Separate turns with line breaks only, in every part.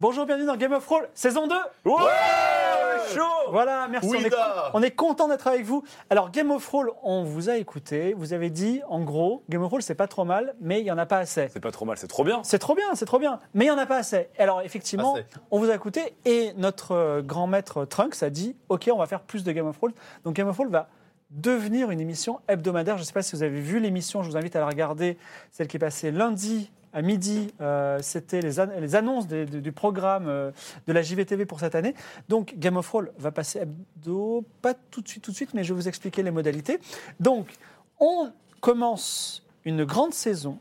Bonjour, bienvenue dans Game of Roll, saison 2
Ouais, chaud
Voilà, merci, on, est,
Ouida.
on est content d'être avec vous. Alors Game of Roll, on vous a écouté, vous avez dit, en gros, Game of Roll c'est pas trop mal, mais il y en a pas assez.
C'est pas trop mal, c'est trop bien.
C'est trop bien, c'est trop bien, mais il y en a pas assez. Alors effectivement,
Assez.
on vous a écouté et notre euh, grand maître Trunks a dit, ok, on va faire plus de Game of Roll. Donc Game of Roll va devenir une émission hebdomadaire. Je ne sais pas si vous avez vu l'émission, je vous invite à la regarder, celle qui est passée lundi. À midi, euh, c'était les, an- les annonces des- du du programme euh, de la JVTV pour cette année. Donc Game of Roll va passer hebdo, pas tout de suite, tout de suite, mais je vais vous expliquer les modalités. Donc on commence une grande saison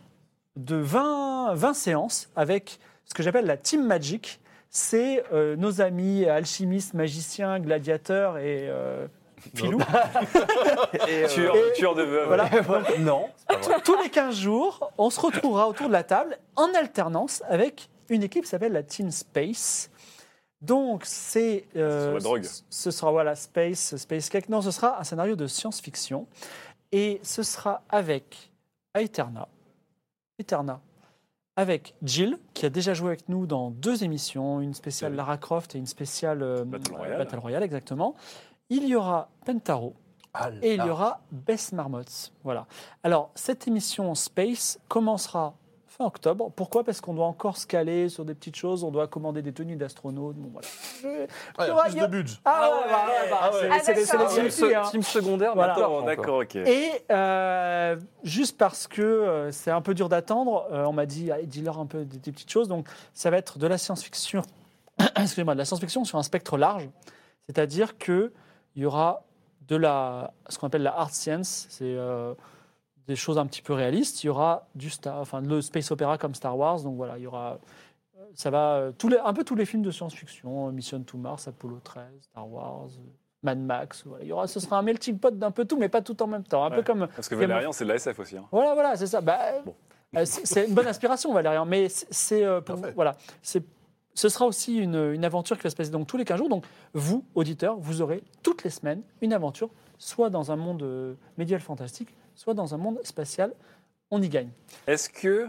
de 20, 20 séances avec ce que j'appelle la Team Magic. C'est euh, nos amis alchimistes, magiciens, gladiateurs et euh, filous.
Et, euh, tueur, tueur de veuve.
Voilà. non. Tous les 15 jours, on se retrouvera autour de la table en alternance avec une équipe qui s'appelle la Team Space. Donc, c'est. euh,
Ce sera la drogue.
ce- Ce sera, voilà, Space, Space Cake. Non, ce sera un scénario de science-fiction. Et ce sera avec Aeterna. Aeterna. Avec Jill, qui a déjà joué avec nous dans deux émissions, une spéciale
Oui.
Lara Croft et une spéciale euh,
Battle
euh,
Royale.
Battle Royale, exactement. Il y aura Pentaro, et il y aura Bess Marmotte. Voilà. Alors, cette émission Space commencera fin octobre. Pourquoi Parce qu'on doit encore se caler sur des petites choses. On doit commander des tenues d'astronautes. Bon, voilà.
Ah, il y a
Il y aura-
plus de budget.
Ah, ouais, bah, ouais, bah,
Ah ouais.
c'est-
Ah,
c'est les- c'est les
d'accord.
teams filles, hein.
secondaire,
Voilà.
d'accord, d'accord, ok.
Et euh, juste parce que euh, c'est un peu dur d'attendre, euh, on m'a dit, allez, dis-leur un peu des, des petites choses. Donc, ça va être de la science-fiction, excusez-moi, de la science-fiction sur un spectre large. C'est-à-dire que il y aura de la, ce qu'on appelle la hard science, c'est euh, des choses un petit peu réalistes. Il y aura du star, enfin, le space opéra comme Star Wars. Donc voilà, il y aura, ça va, euh, tous les, un peu tous les films de science-fiction, euh, Mission to Mars, Apollo 13, Star Wars. euh, Mad Max, voilà. il y aura, ce sera un melting pot d'un peu tout, mais pas tout en même temps. Un peu
Ouais.
comme
Parce que
Game of-
Valérian, c'est de la SF aussi. hein.
voilà, voilà, c'est ça. Bah,
Bon.
euh, c'est c'est une bonne inspiration, Valérian. Mais c'est- c'est euh, pour
Parfait.
vous- voilà, c'est ce sera aussi une, une aventure qui va se passer donc tous les 15 jours. Donc vous, auditeurs, vous aurez toutes les semaines une aventure, soit dans un monde euh, médiéval fantastique, soit dans un monde spatial. On y gagne.
Est-ce que.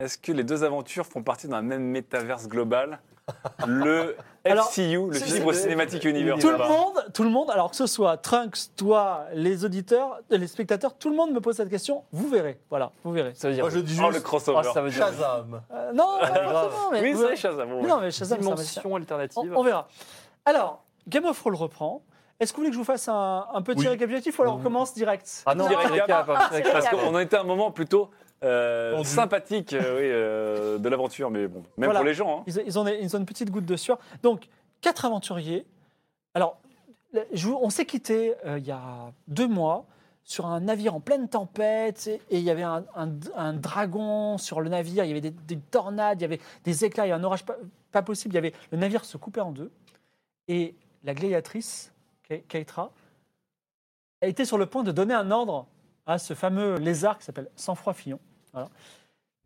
Est-ce que les deux aventures font partie d'un même métaverse global Le
Alors,
FCU, le
c'est-
Fibre
c'est-
Cinématique Universe.
Tout le monde, tout le monde. Alors que ce soit Trunks, toi, les auditeurs, euh, les spectateurs, tout le monde me pose cette question. Vous verrez. Voilà, vous verrez.
Ça veut dire.
Moi, je dis
Oh, le
juste
crossover.
Ah, ça veut dire.
Shazam.
Euh, non, pas
grave.
forcément, mais
oui,
vous-
Ah, c'est vrai, Shazam. bon, ouais.
Non, mais Shazam, ça va se faire.
dimension alternative.
On, on verra. Alors, Game of Roll reprend. Est-ce que vous voulez que je vous fasse un, un petit
Oui.
récapitulatif ou alors on
Mm.
commence direct
Ah non,
Direct
direct
cap.
cap, direct cap.
Parce qu'on était à un moment plutôt euh,
Tendu.
sympathique euh, oui, euh, de l'aventure, mais bon, même
Voilà.
pour les gens. hein.
ils, ils ont des- ils ont une petite goutte de sueur. Donc, quatre aventuriers. Alors, le- je vous- on s'est quitté euh, il y a deux mois sur un navire en pleine tempête et, et il y avait un, un- un dragon sur le navire, il y avait des, des tornades, il y avait des éclats, il y avait un orage pas, pas possible, il y avait le navire se coupait en deux et la gléatrice, Ke- Keitra, a été sur le point de donner un ordre à ce fameux lézard qui s'appelle Sang-Froid Fillon. Voilà.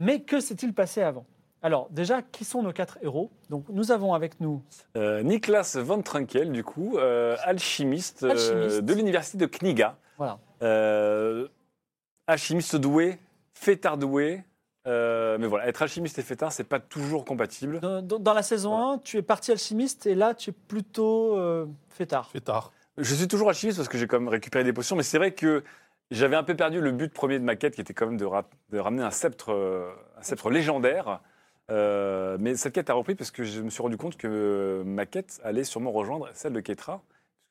Mais que s'est-il passé avant alors, déjà, qui sont nos quatre héros Donc, nous avons avec nous.
Euh, Niklas Van Trunkel, du coup, euh, alchimiste, euh,
Alchimiste.
de l'université de Kniga.
Voilà.
Euh, alchimiste doué, fêtard doué, Euh, mais voilà, être alchimiste et fêtard, c'est pas toujours compatible.
Dans, dans- dans la saison 1, tu es parti alchimiste et là, tu es plutôt euh, fêtard.
Fait tard.
Je suis toujours alchimiste parce que j'ai quand même récupéré des potions, mais c'est vrai que j'avais un peu perdu le but premier de ma quête qui était quand même de, ra- de ramener un sceptre, euh, un sceptre légendaire. Euh, mais cette quête a repris parce que je me suis rendu compte que ma quête allait sûrement rejoindre celle de Ketra.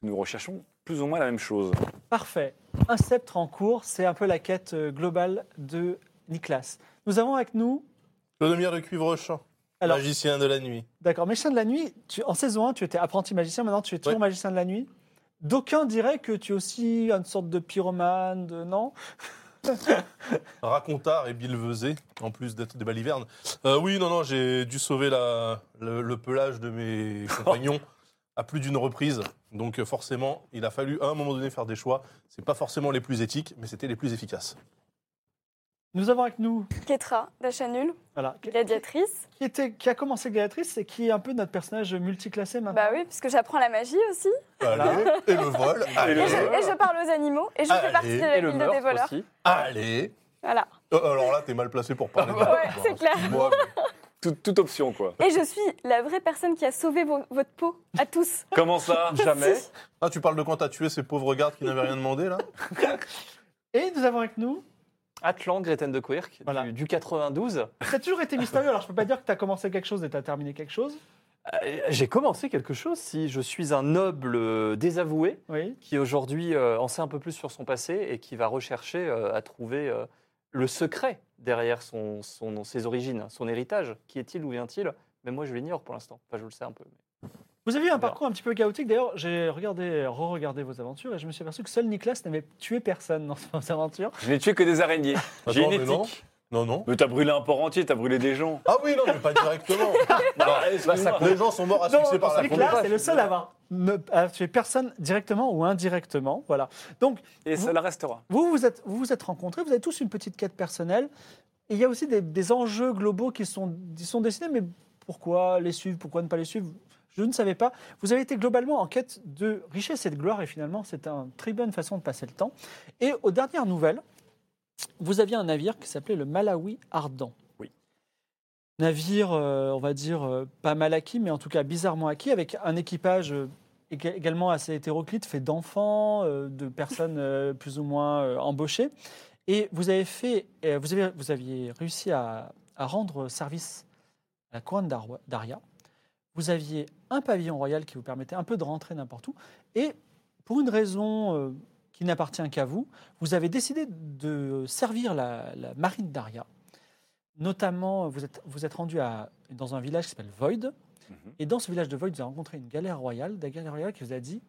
Nous recherchons plus ou moins la même chose.
Parfait. Un sceptre en cours, c'est un peu la quête euh, globale de Niklas. Nous avons avec nous.
Le demi de Cuivre-Champ,
Alors,
magicien de la nuit.
d'accord, magicien de la nuit, tu, en saison 1, tu étais apprenti magicien, maintenant tu es toujours
Ouais.
magicien de la nuit. D'aucuns diraient que tu es aussi une sorte de pyromane, de. Non
Racontard et bilvesé, en plus d'être des balivernes. Euh, oui, non, non, j'ai dû sauver la, le, le pelage de mes compagnons à plus d'une reprise. Donc euh, forcément, il a fallu à un moment donné faire des choix. C'est pas forcément les plus éthiques, mais c'était les plus efficaces.
Nous avons avec nous.
Ketra, Dachanul,
Voilà. Qui,
gladiatrice.
qui était, qui a commencé Gladiatrice et qui est un peu notre personnage multiclassé maintenant.
Bah oui, parce que j'apprends la magie aussi.
Allez, et
Et
le vol.
le
Et je,
vol.
Allez,
et je parle aux animaux. Et je
Ah,
Allez.
fais partie de la
Et le
ville des
meurtre
voleurs.
aussi.
allez.
Voilà.
Euh, alors là, t'es mal placé pour parler. de-
Ouais, c'est clair.
Excuse-moi, mais
Toute, toute option, quoi.
Et je suis la vraie personne qui a sauvé vo- votre peau à tous.
Comment ça
Jamais.
Si.
Ah, tu parles de quand t'as tué ces pauvres gardes qui n'avaient rien demandé là
Et nous avons avec nous.
Atlan, Greten de Quirk,
Voilà.
du, du 92.
Tu as toujours été mystérieux, alors je peux pas dire que tu as commencé quelque chose et tu as terminé quelque chose.
Euh, J'ai commencé quelque chose. Si je suis un noble euh, désavoué
Oui.
qui aujourd'hui euh, en sait un peu plus sur son passé et qui va rechercher euh, à trouver euh, le secret derrière son, son- ses origines, son héritage. Qui est-il Où vient-il Mais moi, je l'ignore pour l'instant. Enfin, je le sais un peu.
Vous avez eu un
Alors.
parcours un petit peu chaotique. D'ailleurs, j'ai regardé, re-regardé vos aventures et je me suis aperçu que seul Nicolas n'avait tué personne dans ses aventures.
Je n'ai tué que des araignées. J'ai
Attends,
une
mais non.
éthique.
Non, non.
Mais t'as brûlé un port entier, t'as brûlé des gens.
Ah oui, non, mais pas directement.
Bah, excuse-moi.
les gens sont morts à
Non,
succès par la
c'est
fourmi.
clair.
Nicolas, c'est le seul à avoir ne- à tuer personne directement ou indirectement. Voilà.
Et ça la restera.
Vous vous êtes, vous vous êtes rencontrés, vous avez tous une petite quête personnelle. Et il y a aussi des, des enjeux globaux qui sont, qui sont dessinés, mais pourquoi les suivre, pourquoi ne pas les suivre Je ne savais pas. Vous avez été globalement en quête de richesse et de gloire, et finalement, c'est une très bonne façon de passer le temps. Et aux dernières nouvelles, vous aviez un navire qui s'appelait le Malawi Ardent.
Oui.
Navire, euh, on va dire, euh, pas mal acquis, mais en tout cas bizarrement acquis, avec un équipage euh, ég- également assez hétéroclite, fait d'enfants, euh, de personnes euh, plus ou moins euh, embauchées. Et vous avez fait, euh, vous, avez, vous aviez réussi à, à rendre service à la couronne d'Arwa- d'Aria. Vous aviez un pavillon royal qui vous permettait un peu de rentrer n'importe où. Et pour une raison euh, qui n'appartient qu'à vous, vous avez décidé de servir la, la marine d'Aria. Notamment, vous êtes, vous êtes rendu à, dans un village qui s'appelle Void.
Mhm.
Et dans ce village de Void, vous avez rencontré une galère royale, la galère royale qui vous a dit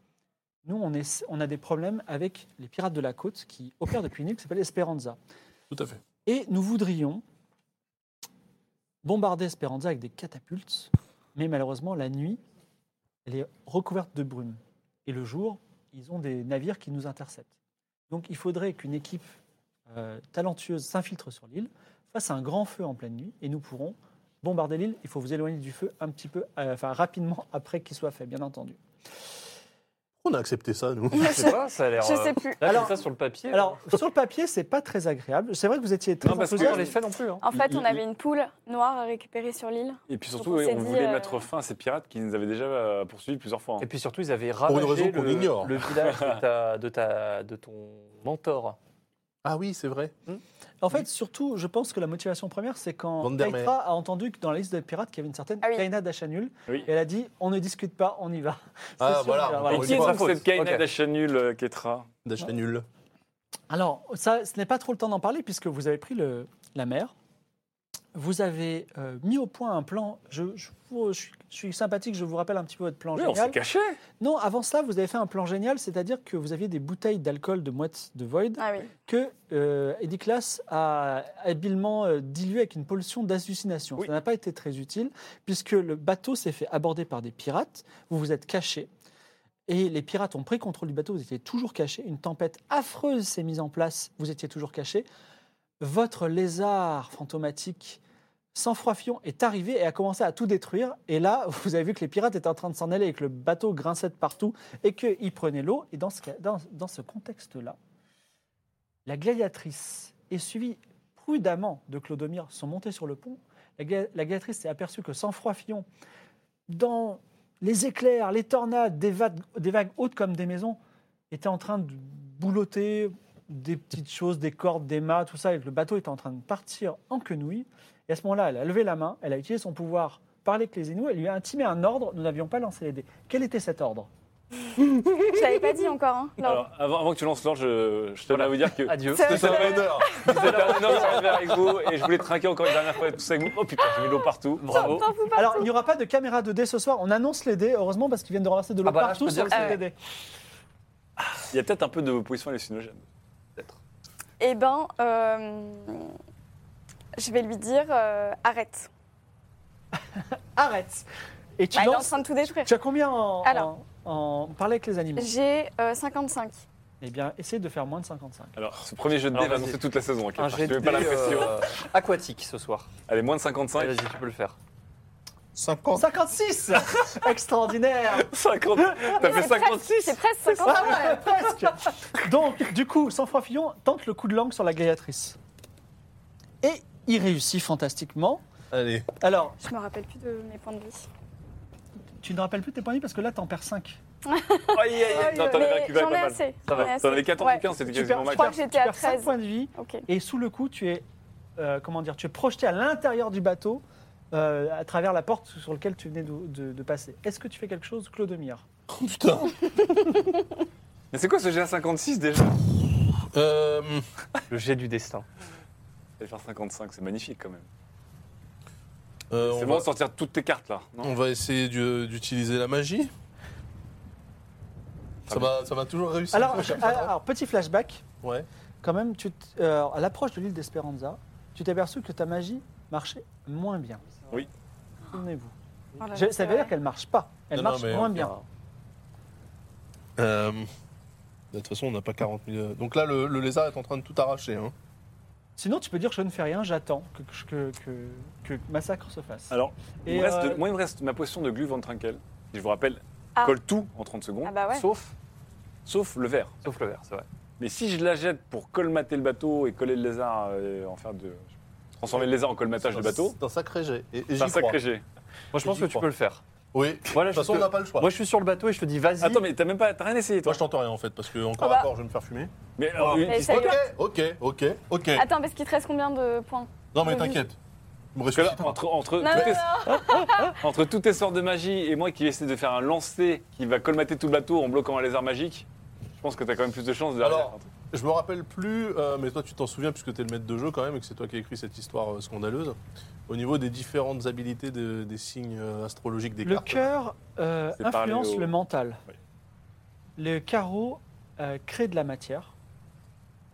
Nous, on, est, on a des problèmes avec les pirates de la côte qui opèrent depuis une île qui s'appelle Esperanza.
Tout à fait.
Et nous voudrions bombarder Esperanza avec des catapultes, mais malheureusement, la nuit, elle est recouverte de brume. Et le jour, ils ont des navires qui nous interceptent. Donc il faudrait qu'une équipe euh, talentueuse s'infiltre sur l'île, fasse un grand feu en pleine nuit, et nous pourrons bombarder l'île. Il faut vous éloigner du feu un petit peu, euh, enfin rapidement après qu'il soit fait, bien entendu.
On a accepté ça, nous.
Je sais pas, ça a l'air.
Je
euh,
sais plus.
Là,
Alors-
comme ça sur le papier.
Alors sur le papier, c'est pas très agréable. C'est vrai que vous étiez très
Non, parce que-
on
enthousiaste.
les fait non plus. hein.
En fait,
Il-
on
il-
avait une poule noire à récupérer sur l'île.
Et puis surtout,
Donc on
oui,
s'est
on,
dit,
voulait
euh,
mettre fin à ces pirates qui nous avaient déjà euh, poursuivis plusieurs fois. hein.
Et puis surtout, ils avaient ravagé
raison qu'on
le,
ignore.
le village de, ta- de ta- de ton mentor.
Ah oui, c'est vrai.
En fait, surtout, je pense que la motivation première, c'est quand
Vandermeer.
Keitra a entendu que dans la liste des pirates, qu'il y avait une certaine
Ah oui.
Kaina Dachanul.
Oui.
Et elle a dit on ne discute pas, on y va. C'est
Ah,
sûr,
voilà,
on y va,
on
Et
parle
qui est
pas.
donc cette Kaina
Ok.
Dachanul, euh, Ketra
D'achat nul.
Alors, ça, ce n'est pas trop le temps d'en parler puisque vous avez pris le- la mer. Vous avez euh, mis au point un plan. Je, je vous- je suis- je suis sympathique, je vous rappelle un petit peu votre plan
Oui, on s'est
génial.
caché.
Non, avant ça, vous avez fait un plan génial, c'est-à-dire que vous aviez des bouteilles d'alcool de mouette de Void
Ah oui.
que euh, Eddie Klaas a habilement euh, dilué avec une pollution d'hallucination.
Oui.
Ça n'a pas été très utile, puisque le bateau s'est fait aborder par des pirates. Vous vous êtes cachés. Et les pirates ont pris contrôle du bateau, vous étiez toujours cachés. Une tempête affreuse s'est mise en place, vous étiez toujours cachés. Votre lézard fantomatique, sans froid fillon, est arrivé et a commencé à tout détruire. Et là, vous avez vu que les pirates étaient en train de s'en aller et que le bateau grinçait de partout et qu'ils prenaient l'eau. Et dans ce, cas- dans- dans ce contexte-là, la gladiatrice est suivie prudemment de Clodomir sont montés sur le pont, la, gla- la gladiatrice s'est aperçue que sans froid Fillon, dans les éclairs, les tornades, des, vagues- des vagues hautes comme des maisons, était en train de boulotter des petites choses, des cordes, des mâts, tout ça, et que le bateau était en train de partir en quenouille. Et à ce moment-là, elle a levé la main, elle a utilisé son pouvoir parler avec les Inuits, elle lui a intimé un ordre, nous n'avions pas lancé les dés. Quel était cet ordre
Je l'avais pas dit encore. Hein. Non.
Alors, avant, avant que tu lances l'ordre, je, je tenais à vous dire que
Adieu.
Ça-
C'est ça, Vader.
vous êtes un énorme serviteur avec vous et je voulais trinquer encore une dernière fois tout ça avec vous. Oh putain, j'ai mis de l'eau partout. Bravo.
J'entends vous
Alors,
partout.
il n'y aura pas de caméra 2D ce soir, on annonce les dés, heureusement, parce qu'ils viennent de ramasser de l'eau
Ah bah là,
partout
je peux
sur
dire que
les
c'est-
dés.
Il y a peut-être un peu de position hallucinogène.
Eh ben, euh, je vais lui dire euh, arrête.
Arrête Et tu
Bah, il est en
lances...
train de tout détruire.
Tu as combien en,
Alors.
en, en parler avec les animaux
J'ai euh, 55.
Eh bien, essaye de faire moins de 55.
Alors, ce premier jeu de
Alors,
dés va
vas-y.
annoncer toute la saison. hein, ok
Un
je
jet
te
de
mets pas la
dés,
pression.
euh, aquatique ce soir.
Allez, moins de
Allez,
55.
Vas-y, tu peux le faire.
50.
56 Extraordinaire
50 T'as fait 56
C'est presque 50.
Ah ouais, presque. Donc, du coup, sans froid Fillon tente le coup de langue sur la gladiatrice. Et il réussit fantastiquement.
Allez.
Alors,
Je me rappelle plus de mes points de vie.
tu ne rappelles plus tes points de vie parce que là, t'en perds 5.
Aïe, aïe, aïe. Non, t'en avais
Mais
récupéré
j'en ai
pas mal.
assez.
Ça
j'en ai
va.
assez.
T'en avais 14
Ouais.
ou 15, c'était
Tu perds,
quasiment
je
max.
crois que j'étais à
5
13.
points de vie
Ok. Ah
et sous le coup, tu es, euh, comment dire, tu es projeté à l'intérieur du bateau euh, à travers la porte sur laquelle tu venais de, de- de passer. Est-ce que tu fais quelque chose, Clodomir
Oh, putain.
Mais c'est quoi ce GA56 déjà
Euh,
Le jet du destin.
Je vais faire 55, c'est magnifique quand même.
euh,
C'est
on,
bon
va,
de sortir toutes tes cartes là. non
on va essayer d'u- d'utiliser la magie. Ça va, ça va toujours réussir.
alors, ah, alors, petit flashback.
Ouais.
quand même, tu t- euh, à l'approche de l'île d'Espéranza, tu t'es aperçu que ta magie marchait moins bien.
Oui.
Souvenez-vous.
Voilà,
Je-
c'est
Ça veut
vrai.
dire qu'elle marche pas. Elle
Non, non,
marche
mais
moins
on
bien.
verra. Euh, de toute façon, on n'a pas 40 000. Donc là, le, le lézard est en train de tout arracher. Hein.
Sinon, tu peux dire je ne fais rien, j'attends que, que, que, que le massacre se fasse.
Alors, il
Et,
me reste-
euh,
moi, il me reste ma potion de glu Van Trinkel. qui, Je vous rappelle,
Ah.
colle tout en 30 secondes,
Ah bah ouais.
Sauf,
sauf le verre.
sauf le vert, c'est vrai.
Mais si je la jette pour colmater le bateau et coller le lézard, euh, et en faire de. transformer le lézard en colmatage de bateau,
C'est un sacré jet. Et, et
c'est
j'y
un sacré
crois.
jet.
Moi, je
Et
pense
j'y
que tu
crois.
peux le faire.
Oui. De
Voilà,
toute
je
façon,
te-
on n'a pas le choix.
Moi, je suis sur le bateau et je te dis, vas-y.
Attends, mais t'as même pas. T'as rien essayé
Moi,
toi
je t'entends rien en fait, parce que encore
Ah bah.
à corps, je vais me faire fumer.
Mais alors,
Ah.
une-
Mais ça y
Ok,
est.
ok, ok, ok.
Ah,
Attends, parce qu'il te reste combien de points
Non, mais t'inquiète. Il me
parce que là,
ressuscite.
entre, entre,
Non, non,
tous tes-
non.
entre tous tes sorts de magie et moi qui essaie de faire un lancer qui va colmater tout le bateau en bloquant un lézard magique, je pense que t'as quand même plus de chances de.
Alors, Je me rappelle plus, euh, mais toi tu t'en souviens puisque tu es le maître de jeu quand même et que c'est toi qui as écrit cette histoire euh, scandaleuse. Au niveau des différentes habilités de- des signes euh, astrologiques des
le
cartes.
cœur euh,
C'est parlé
influence
au-
le mental.
Oui.
Le carreau euh, crée de la matière.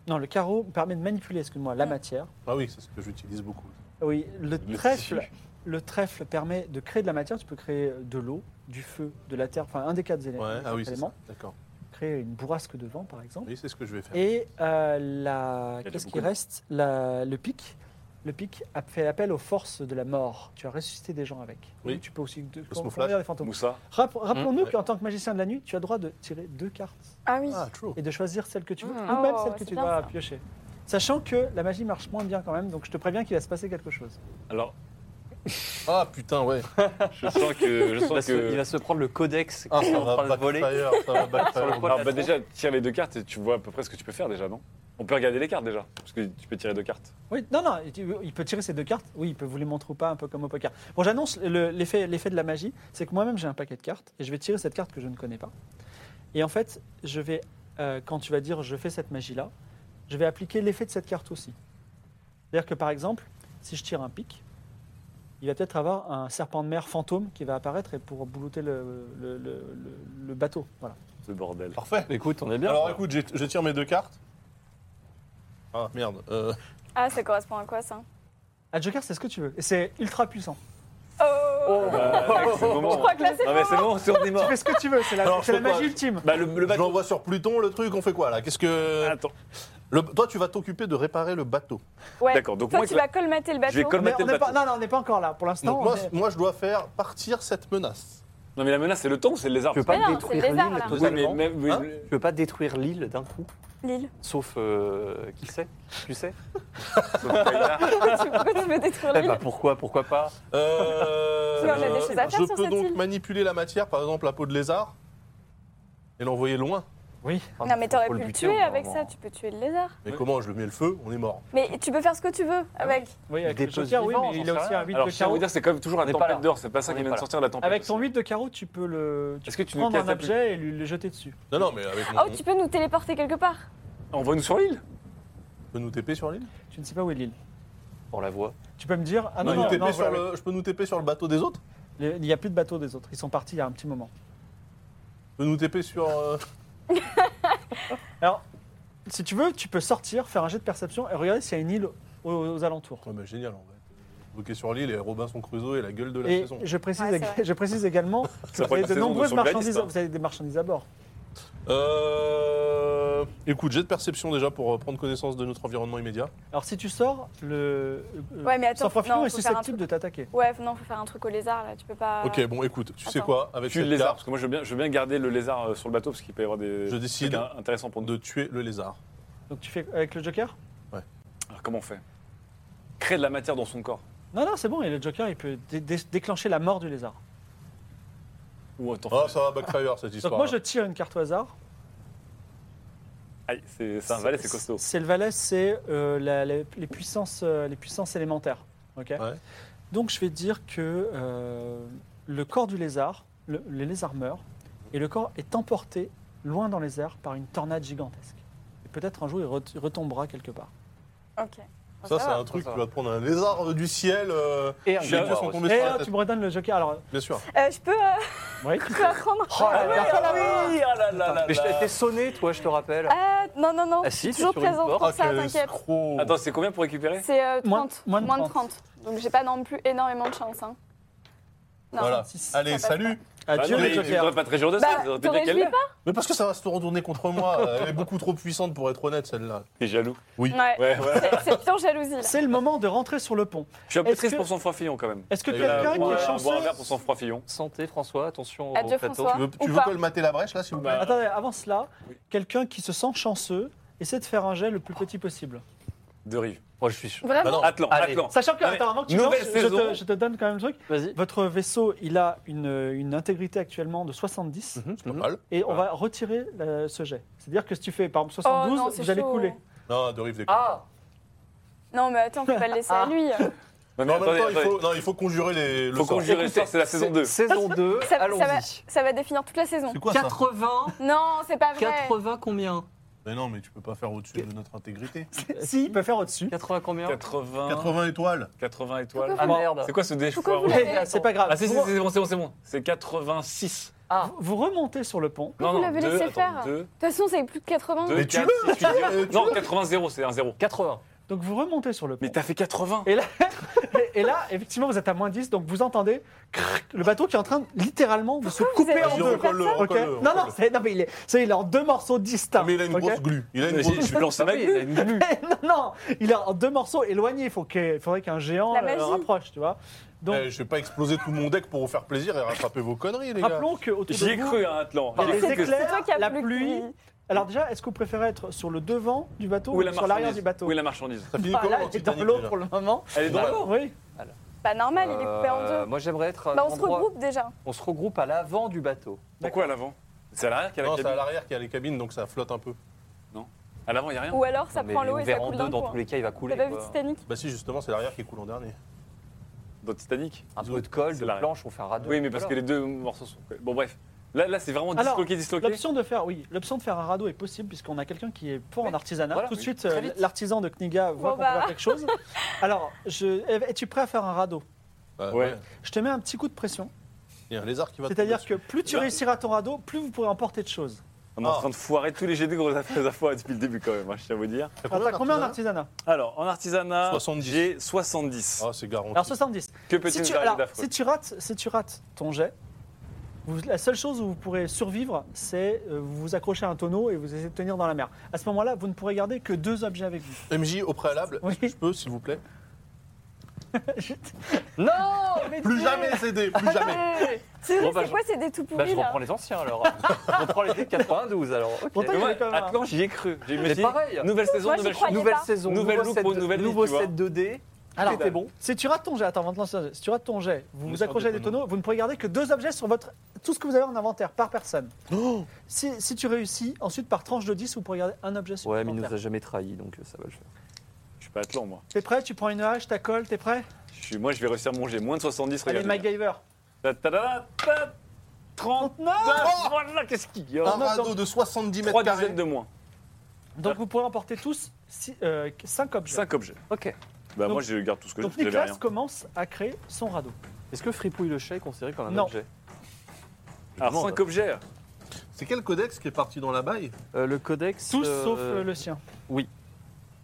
Non, le carreau permet de manipuler, excuse-moi, la
Mm.
matière.
Ah oui, c'est ce que j'utilise beaucoup.
Oui, le
Le
trèfle,
tissu.
le trèfle permet de créer de la matière. Tu peux créer euh, de l'eau, du feu, de la terre, enfin un des quatre éléments.
Ouais, ah oui, c'est
éléments.
ça. D'accord.
Créer une bourrasque de vent, par exemple.
Oui, c'est ce que je vais faire.
Et euh, la,
Il y a
qu'est-ce qui
beaucoup de-
reste La- Le pic. Le pic a fait appel aux forces de la mort. Tu as ressuscité des gens avec.
Oui.
Donc, Tu peux aussi de-
Cosmoflash.
conquérir les fantômes.
Moussa,
Rapp- Rappelons-nous
ouais.
qu'en tant que magicien de la nuit, tu as le droit de tirer deux cartes
Ah oui.
Ah, true.
et de choisir celle que tu veux,
Mm.
ou même
Oh,
celle que
c'est
tu
bien
dois
ça.
piocher. Sachant que la magie marche moins bien quand même, donc je te préviens qu'il va se passer quelque chose.
alors
Ah putain, ouais.
je sens que. Je
Il va,
sens
se, il
que...
va se prendre le codex
Ah,
qui est
ça
en train
va
de voler.
backfire. Ça va
Sur le
backfire.
poil.
Alors, bah, déjà, tire les deux cartes et tu vois à peu près ce que tu peux faire déjà, non On peut regarder les cartes déjà, parce que tu peux tirer deux cartes.
Oui, non, non, tu- il peut tirer ses deux cartes. Oui, il peut vous les montrer ou pas, un peu comme au poker. Bon, j'annonce le- l'effet l'effet de la magie, c'est que moi-même j'ai un paquet de cartes et je vais tirer cette carte que je ne connais pas. Et en fait, je vais, euh, quand tu vas dire je fais cette magie-là, je vais appliquer l'effet de cette carte aussi. C'est-à-dire que par exemple, si je tire un pic, il va peut-être avoir un serpent de mer fantôme qui va apparaître et pour boulotter le, le- le- le- le bateau. Voilà.
Ce bordel.
Parfait.
Écoute, on est bien.
Alors
quoi.
écoute, j'ai- je tire mes deux cartes. Ah merde. Euh,
Ah, ça correspond à quoi ça
Un Ah, joker, c'est ce que tu veux. Et c'est ultra puissant.
Oh
Bah, mec, c'est le moment.
Je crois que là, c'est
Non,
le
mais c'est bon, si on est
Tu
mort.
fais ce que tu veux, c'est la,
Alors,
c'est
je
la
fais quoi
magie ultime.
Bah, le, le
je
bateau.
l'envoie sur Pluton, le truc, on fait quoi là Qu'est-ce que.
Ah.
Attends.
Le- Toi, tu vas t'occuper de réparer le bateau.
Ouais.
D'accord, donc
Toi,
moi,
tu vas colmater le bateau.
je vais colmater
Mais on
le
n'est pas,
bateau.
non, non, on n'est pas encore là. Pour l'instant,
Donc
on
moi,
est-
moi, je dois faire partir cette menace.
Non, mais la menace, c'est le temps ou c'est le lézard
Tu peux
Mais
pas
non, c'est
détruire
le lézard,
l'île
là.
Oui, mais
totalement.
même- oui,
Hein
le-
Tu peux pas détruire l'île d'un coup,
Lille.
sauf euh, qui sait, tu sais.
Pourquoi tu pourquoi tu veux détruire
Eh
l'île
bah, pourquoi, pourquoi pas
Euh,
Mais on a des choses à faire
je
sur
peux
cette
donc
île.
manipuler la matière, par exemple la peau de lézard, et l'envoyer loin.
Oui.
Non, mais t'aurais
Faut
pu le
buter,
tuer
on-
avec
on-
ça, tu peux tuer le lézard.
Mais
Oui.
comment je le mets le feu On est mort.
Mais tu peux faire ce que tu veux avec.
Oui, avec
Des
le joker, oui,
vivants,
mais
j'en
il a
sais
aussi
rien.
un 8
Alors,
de
je tiens à
carreau.
vous dire, c'est quand même toujours
On
la
est pas là.
tempête d'or, c'est pas ça
On
qui
est
vient de
pas là.
sortir de la tempête.
Avec ton
aussi.
8 de carreau, tu peux le tu
Est-ce que
peux
tu nous
prendre un
catapultes
objet et lui- le jeter dessus.
Non, non, mais avec mon...
Oh, tu peux nous téléporter quelque part.
Envoie-nous sur l'île
Je peux nous TP sur l'île
Tu ne sais pas où est l'île.
On la voit.
Tu peux me dire Ah non,
Nous
non,
TP
non,
sur
voilà,
le- Je peux nous TP sur le bateau des autres
oui. il n'y a plus de bateau des autres. Ils sont partis il y a un petit moment.
Je peux nous TP sur... euh,
Alors, si tu veux, tu peux sortir, faire un jet de perception et regarder s'il y a une île aux, aux alentours.
Ouais, mais génial, en fait. Ok, sur l'île et Robinson Crusoe et la gueule de la
Et
saison.
je précise,
Ouais, c'est vrai.
je précise également,
Ça
vous avez
pourrait être
de
la saison
nombreuses
son gladiste,
marchandises,
hein.
vous avez des marchandises à bord.
Euh... Écoute, j'ai de perception déjà pour euh, prendre connaissance de notre environnement immédiat.
Alors si tu sors, le euh,
Ouais, mais
San
attends,
Froid
non,
est
faut faire un
susceptible de t'attaquer.
Ouais, non, faut faire un truc au lézard là, tu peux pas.
Ok, bon, écoute, tu sais
Ah. Attends.
quoi Avec
Tue le
cette
lézard,
carte,
parce que moi je veux bien, je veux bien garder le lézard euh, sur le bateau parce qu'il peut y avoir des
Je décide.
trucs in- intéressants pour nous.
de tuer le lézard.
Donc tu fais avec le Joker
Alors, comment on fait Créer de la matière dans son corps.
Non, non, c'est bon. Et le Joker, il peut dé- dé- déclencher la mort du lézard.
Ou attends.
Ah, ça va backfire cette
Donc
histoire.
hein.
moi, je tire une carte au hasard.
Aïe, c'est c'est un valet, c'est costaud.
C'est le valet, c'est euh, la- la- les puissances, euh, les puissances élémentaires. Ok.
Ouais.
Donc je vais dire que euh, le corps du lézard, le, le lézard meurt, et le corps est emporté loin dans les airs par une tornade gigantesque. Et peut-être un jour il re- retombera quelque part.
Ok. Bon,
Ça, c'est
va.
un truc,
ça
tu
va.
vas prendre un lézard euh, du ciel. euh,
Et un
les
lézard
dieux sont
aussi.
tombés
Eh,
sur la
oh,
tête.
tu me redonnes le joker. Alors,
Bien sûr.
Euh, je peux, euh,
oui.
je peux apprendre.
Oh là là
Ah oui,
Ah là là là
Mais je t'ai
là.
été sonné, toi, je te rappelle.
Ah, non, non, non.
Ah si, t'es
je suis toujours
sur une
présente
porte.
pour ça,
Ah, quel
t'inquiète.
escroc.
Attends, c'est combien pour récupérer
C'est euh, 30.
Moins- moins de
30. Donc j'ai pas non plus énormément de chance. Hein. Non.
Voilà.
si,
Allez,
ça passe
salut.
Ah
Adieu
non, mais
le
tu
joker.
devrais pas te réjouir de
Bah,
ça, t'aurais
te
été bien
réjouis
calé.
pas
Mais parce que ça va se retourner contre moi. euh, Elle est beaucoup trop puissante pour être honnête, celle-là.
T'es jaloux.
Ouais.
Ouais, ouais.
C'est- C'est pure jalousie là.
C'est le moment de rentrer sur le pont.
Je suis un peu
Est-ce
triste
que-
pour son froid fillon quand même.
Est-ce que
Et
Il a
quelqu'un
là,
qui
boire-
est
boire un verre pour
chanceux
son froid fillon.
Santé, François, attention au
Adieu,
plateau.
François.
Tu veux,
Ou
tu veux
pas.
qu'elle mater la brèche, là, s'il vous plaît
Bah,
Attendez, avant cela,
Oui.
quelqu'un qui se sent chanceux essaie de faire un jet le plus petit possible.
De rive.
Moi, je suis sûr.
Vraiment.
Bah non.
Atlan,
Allez.
Atlan.
Sachant que,
Ah, mais
attends, avant que tu
nouvelle
lances, je,
saison.
te, je te donne quand même le truc.
Vas-y.
Votre vaisseau, il a une, une intégrité actuellement de 70
Mhm.
Pas mal.
et
Ah.
on va retirer euh, ce jet. C'est-à-dire que si tu fais par exemple
Oh,
72,
non, c'est
vous allez
chaud.
couler.
Non, de rive des
Ah
Non, mais attends, faut pas le laisser à lui.
Non, mais
Non, en même
attendez,
temps, il
attendez.
faut, non, il faut conjurer les, le
Faut
sort.
conjurer
Écoutez,
ça, c'est la saison 2.
Saison 2,
Ça- ça va-
allons-y.
Ça va définir toute la saison.
C'est quoi ça
80,
Non, c'est pas vrai.
80 combien
Mais non, mais tu peux pas faire au-dessus de notre intégrité.
si, il peut faire au-dessus.
80 combien
80,
80 Ah. étoiles.
80 étoiles.
Ah merde.
C'est quoi ce dé je
Pourquoi
crois
vous l'avez-
Eh, C'est pas grave.
Ah si, si,
vous,
c'est bon, c'est bon, c'est bon. C'est 86.
Ah,
vous remontez sur le pont.
Pourquoi vous l'avez
deux,
laissé
attends,
faire
deux,
De toute façon, c'est plus de 80.
deux,
Mais tu
quatre, six, huit, zéro. Non, 80, zéro, c'est un 0.
80.
Donc vous remontez sur le pont.
Mais t'as fait 80
Et là, et là, effectivement, vous êtes à moins 10, donc vous entendez crrr, le bateau qui est en train de, littéralement de se couper
avez
en
Vas-y,
deux.
recolle-le,
Ok
recolle-le.
Non, non,
recolle-le.
c'est- non, mais il est, c'est- il est en deux morceaux distincts.
Mais il a une
ok
grosse glu. Il a une
Mais
grosse
j'ai- Je
glu.
vais lancer ma
Ah oui,
glu.
il a une glu.
non, non, il est en deux morceaux éloignés. Il faut qu'il faudrait qu'un géant
La
le
magie.
rapproche, tu vois. Donc,
Eh, je vais pas exploser tout mon deck pour vous faire plaisir et rattraper vos conneries, les gars.
rappelons que autour
J'y
de
ai
vous,
cru, hein, Atlan.
il y a
J'ai
des
cru que-
C'est toi
éclairs,
qui as
la
plus que
pluie.
lui.
Alors déjà, est-ce que vous préférez être sur le devant du bateau
Où est
ou
la
sur l'arrière
marchandise
du bateau
Où est la marchandise
Ça finit
Ah,
comment
Là,
le
il est dans
Titanic,
l'eau
déjà
pour le moment.
Elle est dans
Bah,
l'eau
Oui.
Pas normal, il est coupé en
Euh,
deux.
Moi, j'aimerais être à
Bah,
un
on se
endroit-
regroupe déjà.
on se regroupe à l'avant du bateau.
Pourquoi à l'avant C'est à l'arrière qu'il y a
Non,
la
c'est à
cabine.
l'arrière qu'il y a les cabines, donc ça flotte un peu.
À l'avant, il n'y a rien.
Ou alors, ça prend l'eau et ça
ouvert en
coule d'un
deux, dans
coup.
tous les cas, il va
hein.
couler.
T'as pas vu
quoi.
Titanic
Bah si, justement, c'est l'arrière qui coule en dernier.
Dans Titanic
Un peu de colle,
C'est
de
l'arrière.
planche, on fait un radeau.
Oui, mais parce que les deux morceaux sont. Bon, bref. Là, là c'est vraiment
Alors,
disloqué, disloqué.
L'option de faire, oui, l'option de faire un radeau est possible puisqu'on a quelqu'un qui est fort en artisanat.
Voilà,
Tout de
oui.
suite,
Très
euh,
vite.
l'artisan de Kniga voit
Bon,
qu'on
bah.
peut faire quelque chose. Alors, je- eh, es-tu prêt à faire un radeau
Bah,
Ouais.
Je te mets un petit coup de pression.
Il y a un lézard qui va.
C'est-à-dire
tomber
que plus tu
Là.
réussiras ton radeau, plus vous pourrez emporter de choses.
On est en
Ah.
train de foirer tous les GD gros affaires à la fois depuis le début, quand même, hein, je tiens à vous dire.
dessus. T'as
Alors, t'as combien en
d'artisans
artisanat
Alors, en artisanat,
70.
j'ai 70.
Ah, c'est garanti.
Alors 70.
Que peut-il
Si tu,
nous arriver
alors,
d'affreux
si tu rates, si tu rates ton jet, vous- la seule chose où vous pourrez survivre, c'est euh, vous vous accrochez à un tonneau et vous essayez de tenir dans la mer. À ce moment-là, vous ne pourrez garder que deux objets avec vous.
MJ, au préalable,
Oui.
est-ce que je peux, s'il vous plaît
Non
Plus jamais céder, plus jamais.
C'est
Bon,
vrai,
bah,
c'est
je-
quoi ces dés tout
Bah, je
pourris là
reprends les anciens alors. je reprends les dés de 92 alors. Ok.
Pourtant, il y
Moi,
avait pas mal.
Atlan, j'y ai cru. J'ai me
Mais
suis dit,
pareil.
Nouvelle saison,
Moi, j'y
nouvelle
croyais.
chose.
Nouvelle
pas.
saison,
Nouvel
nouveau
look
set,
pour
de-
nouvelle vie,
nouveau
tu vois.
set 2D.
Alors,
Tout est bon.
si tu rates ton jet, attends, maintenant, si tu rates ton jet, vous
On
vous
sort
accrochez
des
à des
tonneaux.
tonneaux, vous ne pouvez garder que deux objets sur votre. Tout ce que vous avez en inventaire par personne.
Oh
si, si tu réussis, ensuite par tranche de 10, vous pourrez garder un objet
Ouais,
supplémentaire.
mais il nous a jamais trahi, donc euh, ça va le faire.
Je suis pas Atlan, moi.
T'es prêt Tu prends une hache, ta colle, t'es prêt
Je suis- Moi, je vais réussir à manger moins de 70.
Allez,
Regardez.
MacGyver.
Ta- ta- ta- ta-
39
ta- Voilà, qu'est-ce qu'il y
Un
a
non,
radeau de 70 mètres
3
carrés.
dizaines de moins.
Ah.
Donc vous pourrez emporter tous 5 objets.
5 objets.
Ok.
Bah,
Donc-
moi, je garde tout ce que
Donc
je- j'avais rien.
Nicolas commence à créer son radeau.
Est-ce que Fripouille le chat est considéré comme un
Non.
objet
Ah,
demande.
5 objets.
C'est quel codex qui est parti dans la baille
Euh, Le codex.
Tous
euh,
sauf euh, le sien.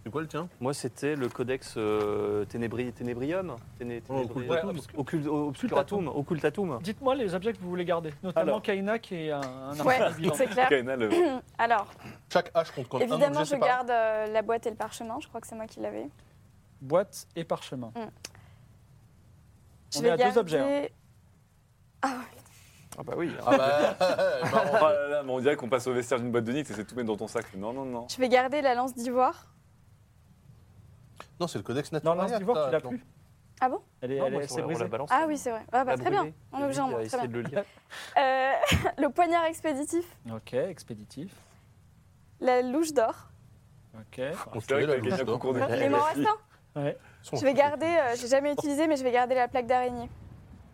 C'est quoi le tien
Moi, c'était le codex euh, Ténébri- Ténébrium. Téné-
Oh,
Ténébri-
Occultatum.
Ouais, Occul- Obscuratum. Occultatum.
Dites-moi les objets que vous voulez garder, notamment
Alors.
Kaina qui est un, un
Ouais,
arbre vivant.
c'est clair.
Kaina, le-
Alors,
Chaque hache compte comme un
évidemment,
objet
je
séparé.
garde euh, la boîte et le parchemin. Je crois que c'est moi qui l'avais.
Boîte et parchemin.
Je
On
vais
est à deux
garder-
objets, hein.
Ah bah oui.
Ah bah, marrant.
Ah là là, mais on dirait qu'on passe au vestiaire d'une boîte de nuit et c'est tout mettre dans ton sac. Non, non, non.
Je vais garder la lance d'ivoire.
Non, c'est le codex
Dans
naturel.
l'instant du vent, tu l'as plus.
Ah bon
Elle est, elle est- c'est brisée.
Ah oui, c'est vrai. Ah bah, très bien. On est obligé en moins. Très bien.
de le lire.
Euh, le poignard expéditif,
Ok, expéditif.
la louche d'or.
Ok.
On
C'est vrai
la
que t'as gagné un
louche
concours de
Il m'en reste un.
Ouais.
Je vais garder, euh, j'ai jamais utilisé, mais je vais garder la plaque d'araignée.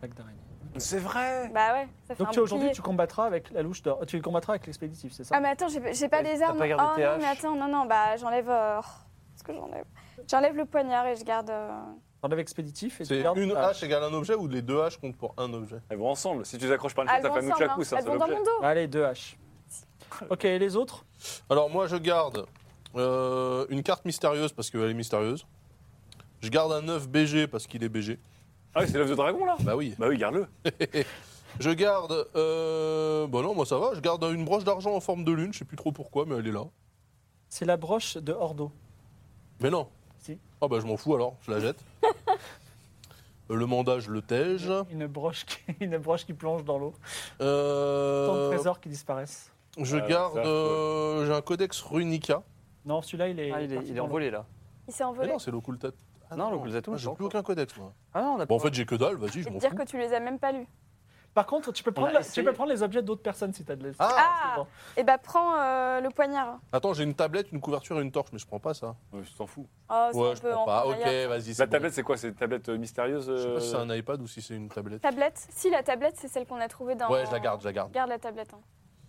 plaque d'araignée.
Ah,
C'est vrai.
Bah ouais, ça fait
Donc
un
tu- aujourd'hui,
bouclier.
tu combattras avec la louche d'or. Tu combattras avec l'expéditif, c'est ça
Ah mais attends, j'ai j'ai pas
Ouais,
les
t'as
armes.
pas
oh
gardé tes
non, mais
haches.
attends, non, non, bah j'enlève... euh, oh, ce que j'enlève J'enlève le poignard et je garde... euh,
T'enlèves expéditif et tu
C'est
gardes.
une
Ah.
hache égale un objet ou les deux haches comptent pour un objet
Elles vont ensemble. Si tu les accroches par une
Ah,
chaîne,
elles
ça
vont
fait un
ensemble, hein.
coup, ça,
Elles
c'est
vont dans
l'objet.
mon dos.
Bah, Allez, deux haches. Ok, et les autres
Alors moi je garde euh, une carte mystérieuse parce qu'elle est mystérieuse. Je garde un œuf BG parce qu'il est BG.
Ah oui, c'est l'œuf de dragon, là
Bah oui.
Bah oui, garde-le.
Je garde... Euh, bah non, moi ça va. Je garde une broche d'argent en forme de lune. Je sais plus trop pourquoi, mais elle est là.
C'est la broche de Ordo.
Mais non.
Si.
Ah bah je m'en fous alors. Je la jette. Euh, le mandat, je le tège.
Une broche qui, une broche qui plonge dans l'eau. Tant de
Euh,
trésors qui disparaissent.
je
Ah, ça,
garde...
ça,
euh, J'ai un codex runica.
Non, celui-là, il est.
Ah, il est,
parti
il est
dans l'eau.
envolé là.
Il s'est
Mais
envolé.
non, c'est l'occultat.
Ah non, l'occultatum,
Ah,
je
J'ai
sais
plus
pas.
aucun codex, moi.
Ah non, on a
Bon, en
pas-
fait, j'ai que dalle, vas-y,
Je
je
vais
m'en
te
fous.
dire que tu les as même pas lus.
Par contre, tu peux prendre,
a
la- tu
essayé.
peux prendre les objets d'autres personnes si t'as de l'espace.
Ah,
Ah, Et bah prends euh, le poignard.
Attends, j'ai une tablette, une couverture et une torche, mais je prends pas ça.
Ouais, Je t'en fous.
Oh, c'est un
Ouais, je
peu
prends pas.
en
Ok,
arrière.
vas-y. c'est
La
bon.
tablette, c'est quoi C'est une tablette euh, mystérieuse
Je sais pas
euh,
si c'est un iPad ou si c'est une tablette.
Tablette Si, la tablette, c'est celle qu'on a trouvée dans...
Ouais, je la garde, je la garde.
Garde la tablette. hein.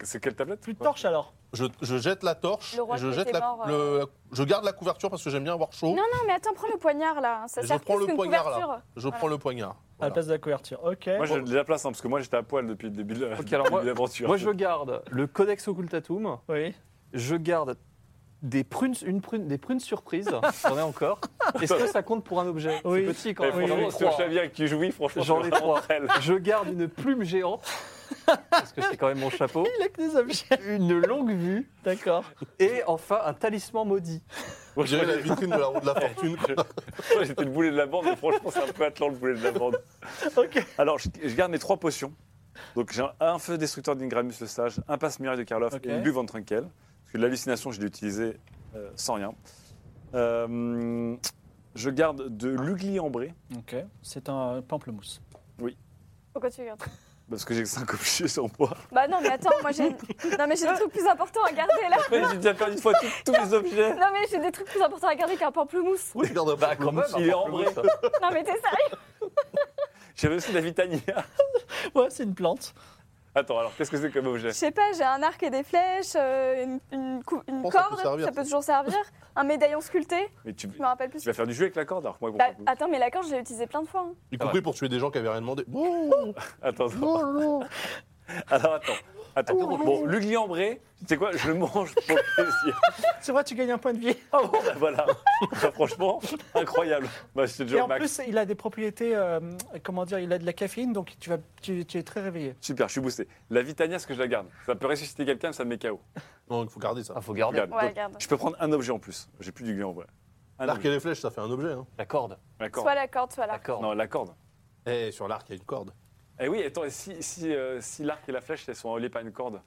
C'est quelle tablette
Plus de torche alors.
Je, je jette la torche.
Le roi
et je
qui
jette
était
la,
mort,
le- Je garde la couverture parce que j'aime bien avoir chaud.
Non, non, mais attends, prends le poignard là. Ça
Oh. Je
sert
prends
plus
le
qu'une
poignard, là.
couverture.
Je prends le poignard.
À la place de la couverture. Ok.
Moi, je la place, hein, parce que moi, j'étais à poil depuis le début de la-
Ok, alors moi-
de l'aventure.
Moi, je garde le codex occultatum.
Oui.
Je garde des prunes, une prune, des prunes surprises. J'en ai encore. Est-ce que ça compte pour un objet
Oui.
C'est petit quand
Eh,
même.
Oui,
franchement,
oui,
ce Xavier qui jouit, franchement,
J'en
je
ai
le
trois.
rentrer, elle.
Je garde une plume géante, parce que c'est quand même mon chapeau,
Il a que des objets.
une longue vue,
D'accord.
et enfin un talisman maudit.
On dirait la vitrine de la roue de la fortune.
Moi, J'étais le boulet de la bande, mais franchement, c'est un peu Atlan, le boulet de la bande.
Ok.
Alors, je, je garde mes trois potions. Donc, j'ai un, un feu destructeur d'Ingramus le Sage, un passe-muraille de Karloff
Ok.
et une buve en Trunkel. Parce que l'hallucination, je l'ai utilisée euh, sans rien. Euh, je garde de l'ugli ambré,
Ok. C'est un pamplemousse.
Pourquoi Oh, tu gardes
parce que j'ai que 5 objets sur moi.
Bah non, mais attends, moi j'ai... Non, mais j'ai des trucs plus importants à garder là.
Mais j'ai déjà perdu une fois tous- tous les objets.
Non, mais j'ai des trucs plus importants à garder qu'un pamplemousse.
Je garde un
Bah
peu
quand même,
il est
un pamplemousse.
Non, mais t'es sérieux
J'avais aussi de la vitania.
Ouais, c'est une plante.
Attends, alors, qu'est-ce que c'est comme objet
Je sais pas, j'ai un arc et des flèches, euh, une, une cou- une
pense que ça peut
corde,
servir,
ça
ça.
peut toujours servir. Un médaillon sculpté,
Mais tu,
je me rappelle plus.
tu vas faire du jeu avec la corde, alors que moi, bon,
Bah, attends, mais la corde, je l'ai utilisée plein de fois. hein.
Y compris pour tuer des gens qui avaient rien demandé. Ouh,
attends, attends.
oh là là.
Alors attends, attends. bon, l'ugli ambré, tu sais quoi, je le mange pour le plaisir.
C'est vrai, tu gagnes un point de vie.
Ah bon, bah voilà. Ça, franchement, incroyable. Bah, je te
Et
jure,
en
Max.
plus, il a des propriétés. euh, comment dire Il a de la caféine, donc tu vas, tu, tu es très réveillé.
Super, je suis boosté. La vitania, ce que je la garde. Ça peut ressusciter quelqu'un, mais ça me met KO.
Non, il faut garder ça.
Ah, faut garder
Regarde.
Ouais,
Donc,
garde.
je peux prendre un objet en plus. J'ai plus d'ugli ambré. Un
L'arc
objet.
et les flèches, ça fait un objet. hein.
la corde,
La corde.
Soit la corde, soit
la
l'arc.
corde.
Non, la corde.
Eh, sur l'arc, il y a une corde.
Eh oui, attends, et si, si, euh, si l'arc et la flèche elles sont enlevées par une corde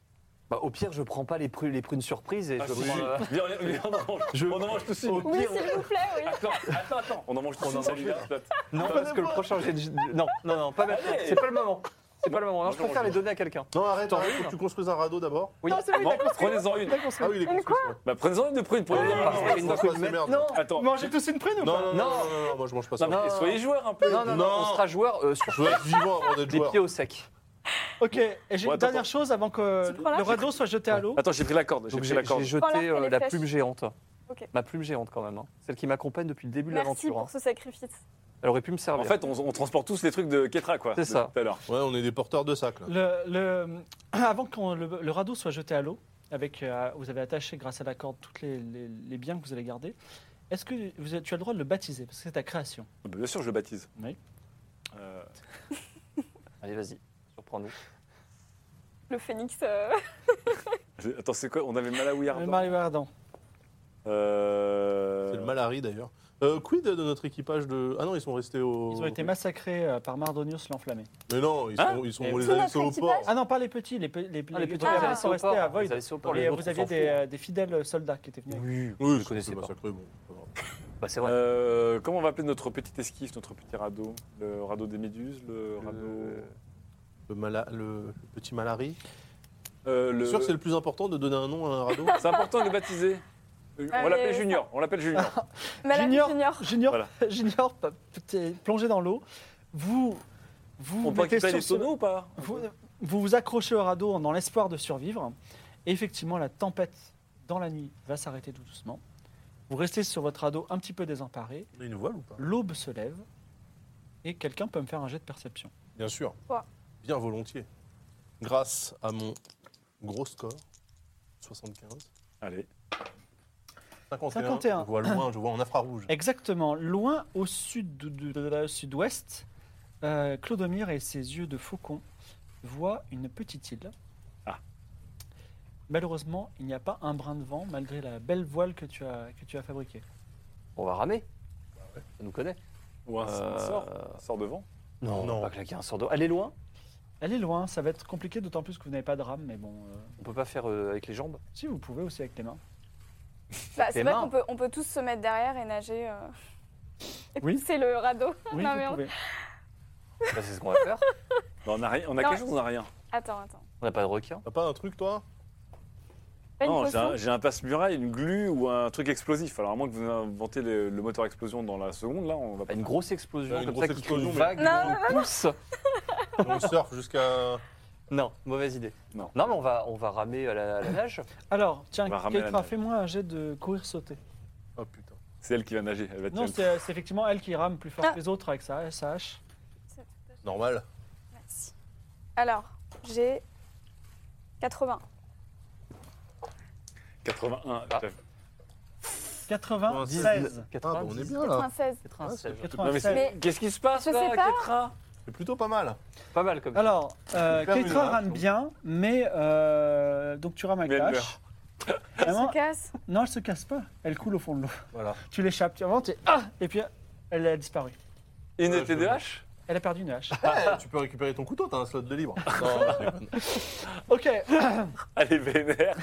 Bah, au pire, je prends pas les, prunes- les prunes surprises et
Ah,
je
si,
prends.
si.
euh,
Viens, on- viens, on en mange. On en mange tout de suite.
Oui, s'il vous plaît, oui.
Attends, attends, attends. On en mange tout de
On en
suite.
mange
celui-là,
Non, parce que le prochain jet de- Non, non, non, pas maintenant.
Allez.
C'est pas le moment. C'est pas le moment. Non,
Moi,
je
je
préfère
mange.
les donner à quelqu'un.
Non, arrête,
T'en
arrête,
veux
faut
une
que tu construises un radeau d'abord.
Oui.
Non, c'est lui,
Bon,
il a construit.
Prenez-en une.
Ah oui, il est
Mais
construit. ouais.
Bah, Prenez-en une de prune.
Oui,
Prenez-en
parce
Ah, une.
qu'il
ça,
faut
c'est
le mettre-
merde.
Non,
Attends.
Mangez tous une prune ou
Non,
pas
non, non, non, non, non, moi je mange pas ça.
Non, mais
Non.
soyez joueurs un peu.
non, non, non,
Non.
on sera joueur euh, sur
Je veux être vivant avant d'être
des
joueur.
pieds au sec.
Ok, et j'ai
Bon,
une
attends,
dernière chose avant que
Tu prends là
le radeau soit jeté à l'eau.
Attends, j'ai pris la corde. J'ai
Donc
pris
j'ai
la
j'ai
corde.
Prends l'arc
jeté
et
euh,
les
la
flèches.
plume géante.
Ok.
Ma plume géante quand même, hein. celle qui m'accompagne depuis le début de
Merci
l'aventure. hein.
pour ce sacrifice.
Elle aurait pu me
En
servir.
fait, on, on transporte tous les trucs de Ketra, quoi.
C'est
de
ça.
Tout à l'heure.
Ouais, on est des porteurs de sacs là.
Le, le- avant que le, le radeau soit jeté à l'eau, avec euh, vous avez attaché grâce à la corde tous les, les- les biens que vous allez garder, est-ce que vous avez- tu as le droit de le baptiser Parce que c'est ta création.
Bah, Bien sûr, je le baptise.
Oui.
Euh,
Allez,
Ah,
vas-y, surprends-nous.
Le phénix. euh,
je- attends, c'est quoi On avait Malawi
Le
Ardent.
Mario Ardent.
Euh,
C'est le Malari d'ailleurs. Euh, quid de notre équipage de. Ah non, ils sont restés au.
Ils ont été massacrés euh, par Mardonius l'enflammé.
Mais non, ils sont,
Hein
ils sont
Et
on les
tout
a
notre
laissés au
équipage
port.
Ah non, pas les petits. Les, pe- les, les petits
ah,
ils
ah,
sont restés à Void. Et
Void.
vous aviez des, euh, des fidèles soldats qui étaient venus. avec vous.
Oui,
Oui,
vous
ils
ne
sont
connaissez
restés
pas.
massacrés, bon, c'est pas grave.
Bah, c'est vrai.
euh, comment on va appeler notre petite esquif, notre petit radeau Le radeau des méduses, le radeau.
Le-
Le, mala- le- le petit Malari.
Euh, le-
C'est sûr que c'est le plus important de donner un nom à un radeau
C'est important de le baptiser. Euh, On
Allez,
l'appelle
ça.
Junior. On l'appelle Junior.
Madame
Junior.
Junior. Bah,
Junior,
Voilà.
Junior p- p- plongé dans l'eau, vous vous,
On peut
mettez
récupérer
sur
les
ce-
tonneaux ou pas
vous, vous vous accrochez au radeau dans l'espoir de survivre. Et effectivement, la tempête dans la nuit va s'arrêter tout doucement. Vous restez sur votre radeau un petit peu désemparé.
On a une voile ou pas
L'aube se lève et quelqu'un peut me faire un jet de perception.
Bien sûr.
Quoi
Bien volontiers. Grâce à mon gros score, 75.
Allez.
51.
51.
Je vois loin, je vois en infrarouge.
Exactement, loin au sud de- de- de la- sud-ouest, euh, Clodomir et ses yeux de faucon voient une petite île.
Ah.
Malheureusement, il n'y a pas un brin de vent malgré la belle voile que tu as, que tu as fabriquée.
On va ramer. Ça nous connaît.
Ou un, un
Euh,
sort Un sort de vent
Non,
Non.
on va pas claquer un sort d'eau. Elle est loin.
Elle est loin, ça va être compliqué d'autant plus que vous n'avez pas de rame, mais bon. euh,
On peut pas faire euh, avec les jambes.
si vous pouvez aussi avec les mains.
Bah, c'est
Tes
vrai
mains.
qu'on peut, on peut tous se mettre derrière et nager. euh, Et
Oui.
pousser le radeau.
Oui,
Non, mais
vous
on-
pouvez.
Bah, c'est ce qu'on va faire.
Non, On a, rien, on a
Non.
quelque chose, on a rien.
Attends, attends.
On n'a pas de requin.
T'as pas un truc, toi
Pas une
Non, j'ai
potion
un, j'ai un passe-muraille, une glu ou un truc explosif. Alors, à moins que vous inventez le, le moteur explosion dans la seconde, là, on va
Bah, Une grosse explosion
Ouais, une
comme
grosse
ça qui crée une
explosion,
vague,
mais- Non,
on le pousse.
Et On surfe jusqu'à.
Non, mauvaise idée.
Non.
mais on va, on va ramer à la, à la nage.
Alors, tiens,
On va ramener la
Keitra,
nage.
fais-moi un jet de courir-sauter.
Oh putain.
C'est elle qui va nager. Elle va
Non,
tirer.
c'est c'est effectivement elle qui rame plus fort
Ah.
que les autres avec sa, sa hache.
Normal.
Merci. Alors, j'ai 80.
81.
Ah.
j'avais-
96.
96.
Ah, bah, on est
Oh
bien là.
96.
96.
Non, mais
96.
c'est-
Mais-
Qu'est-ce qui se passe
Je
là,
sais pas.
Ketra
C'est plutôt pas mal.
Pas mal comme ça.
Alors, euh,
Faire une
Keitra
rame,
rame
donc.
bien, mais euh, donc tu rames avec
Mais
la
elle
hache.
Elle
Vraiment,
se casse.
non, elle se casse pas. Elle coule au fond de l'eau.
Voilà.
Tu l'échappes, tu vraiment, t'es- ah Et puis elle a disparu.
Une
Ouais,
était
je
de
vois.
hache
Elle a perdu une hache.
Eh, tu peux récupérer ton couteau, t'as un slot de libre. Non, je déconne.
ok,
Elle est vénère.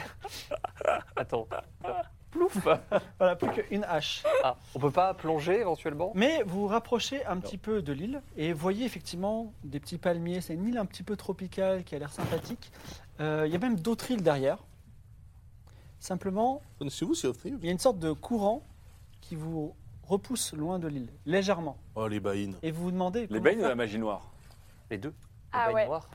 Attends. Plouf
voilà, plus qu'une hache.
Ah, On peut pas plonger éventuellement
Mais vous vous rapprochez un petit peu de l'île et voyez effectivement des petits palmiers. C'est une île un petit peu tropicale qui a l'air sympathique. Euh, Il y a même d'autres îles derrière. Simplement,
C'est vous, c'est
il y a une sorte de courant qui vous repousse loin de l'île, légèrement.
Oh, les baïnes.
Et vous vous demandez.
Les
comment
baïnes ou
faire
la magie noire
Les deux.
Ah ouais.
noir.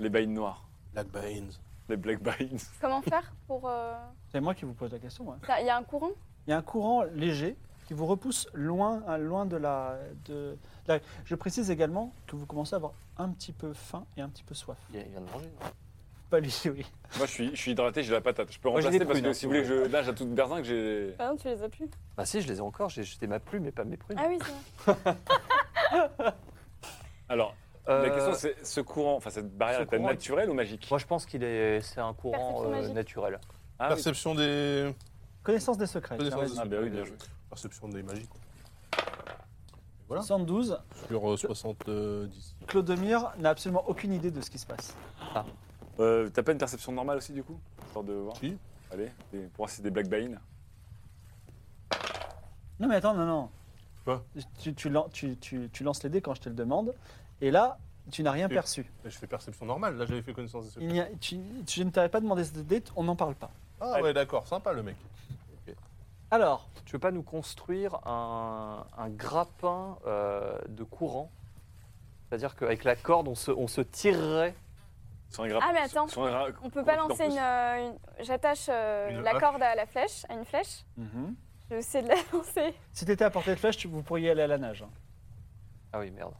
Les baïnes noires.
Black baïnes.
Les black baïnes.
Comment faire pour. euh,
C'est moi qui vous pose la question. ouais.
ça- Il y a un courant
Il y a un courant léger qui vous repousse loin, hein, loin de la, de, de la- Je précise également que vous commencez à avoir un petit peu faim et un petit peu soif.
Il vient de manger.
Pas lui, oui.
Moi, je suis, je suis hydraté, j'ai la patate. Je peux
Moi, j'ai
remplacer
des
parce
prunes,
que
hein,
si vous voulez, je nage à toute berzingue, j'ai.
Ah non, tu les as plus.
Bah si, je les ai encore, j'ai jeté ma plume et pas mes prunes.
Ah oui, c'est vrai.
Alors, la
Euh,
question, c'est ce courant, enfin, cette barrière
ce
est-elle
courant-
naturelle ou magique
Moi je pense qu'il est, c'est un courant
Perception
euh,
magique.
naturel.
Ah, oui.
Perception des.
Connaissance des secrets. tiens,
Connaissance
vas-y.
des-
Ah, bah oui, bien joué.
Perception des magies, quoi. Voilà.
112.
Sur euh, 70.
Clodomir n'a absolument aucune idée de ce qui se passe.
Euh, T'as pas une perception normale aussi, du coup Histoire de voir.
Si.
Allez, et pour voir si c'est des Black Bane.
Non mais attends, non, non.
Quoi
tu, tu lan- tu- tu- tu lances les dés quand je te le demande. Et là, tu n'as rien
Oui.
perçu.
Mais Eh, Je fais perception normale, là j'avais fait connaissance des
Il
secrets.
n'y a- tu, tu- je ne t'avais pas demandé cette dé, on n'en parle pas.
Ah ouais, d'accord, sympa le mec.
Alors,
Tu veux pas nous construire un, un grappin euh, de courant C'est-à-dire qu'avec la corde, on se, on se tirerait.
Sur un grappe-
Ah, mais attends.
sur un gra-
On peut pas
Oh, en
lancer
plus.
une. euh, une- J'attache euh,
Une
la
hache.
corde à la flèche, à une flèche.
Mhm.
Je vais essayer de la lancer.
si tu étais à portée de flèche, tu- vous pourriez aller à la nage. hein.
Ah oui, merde,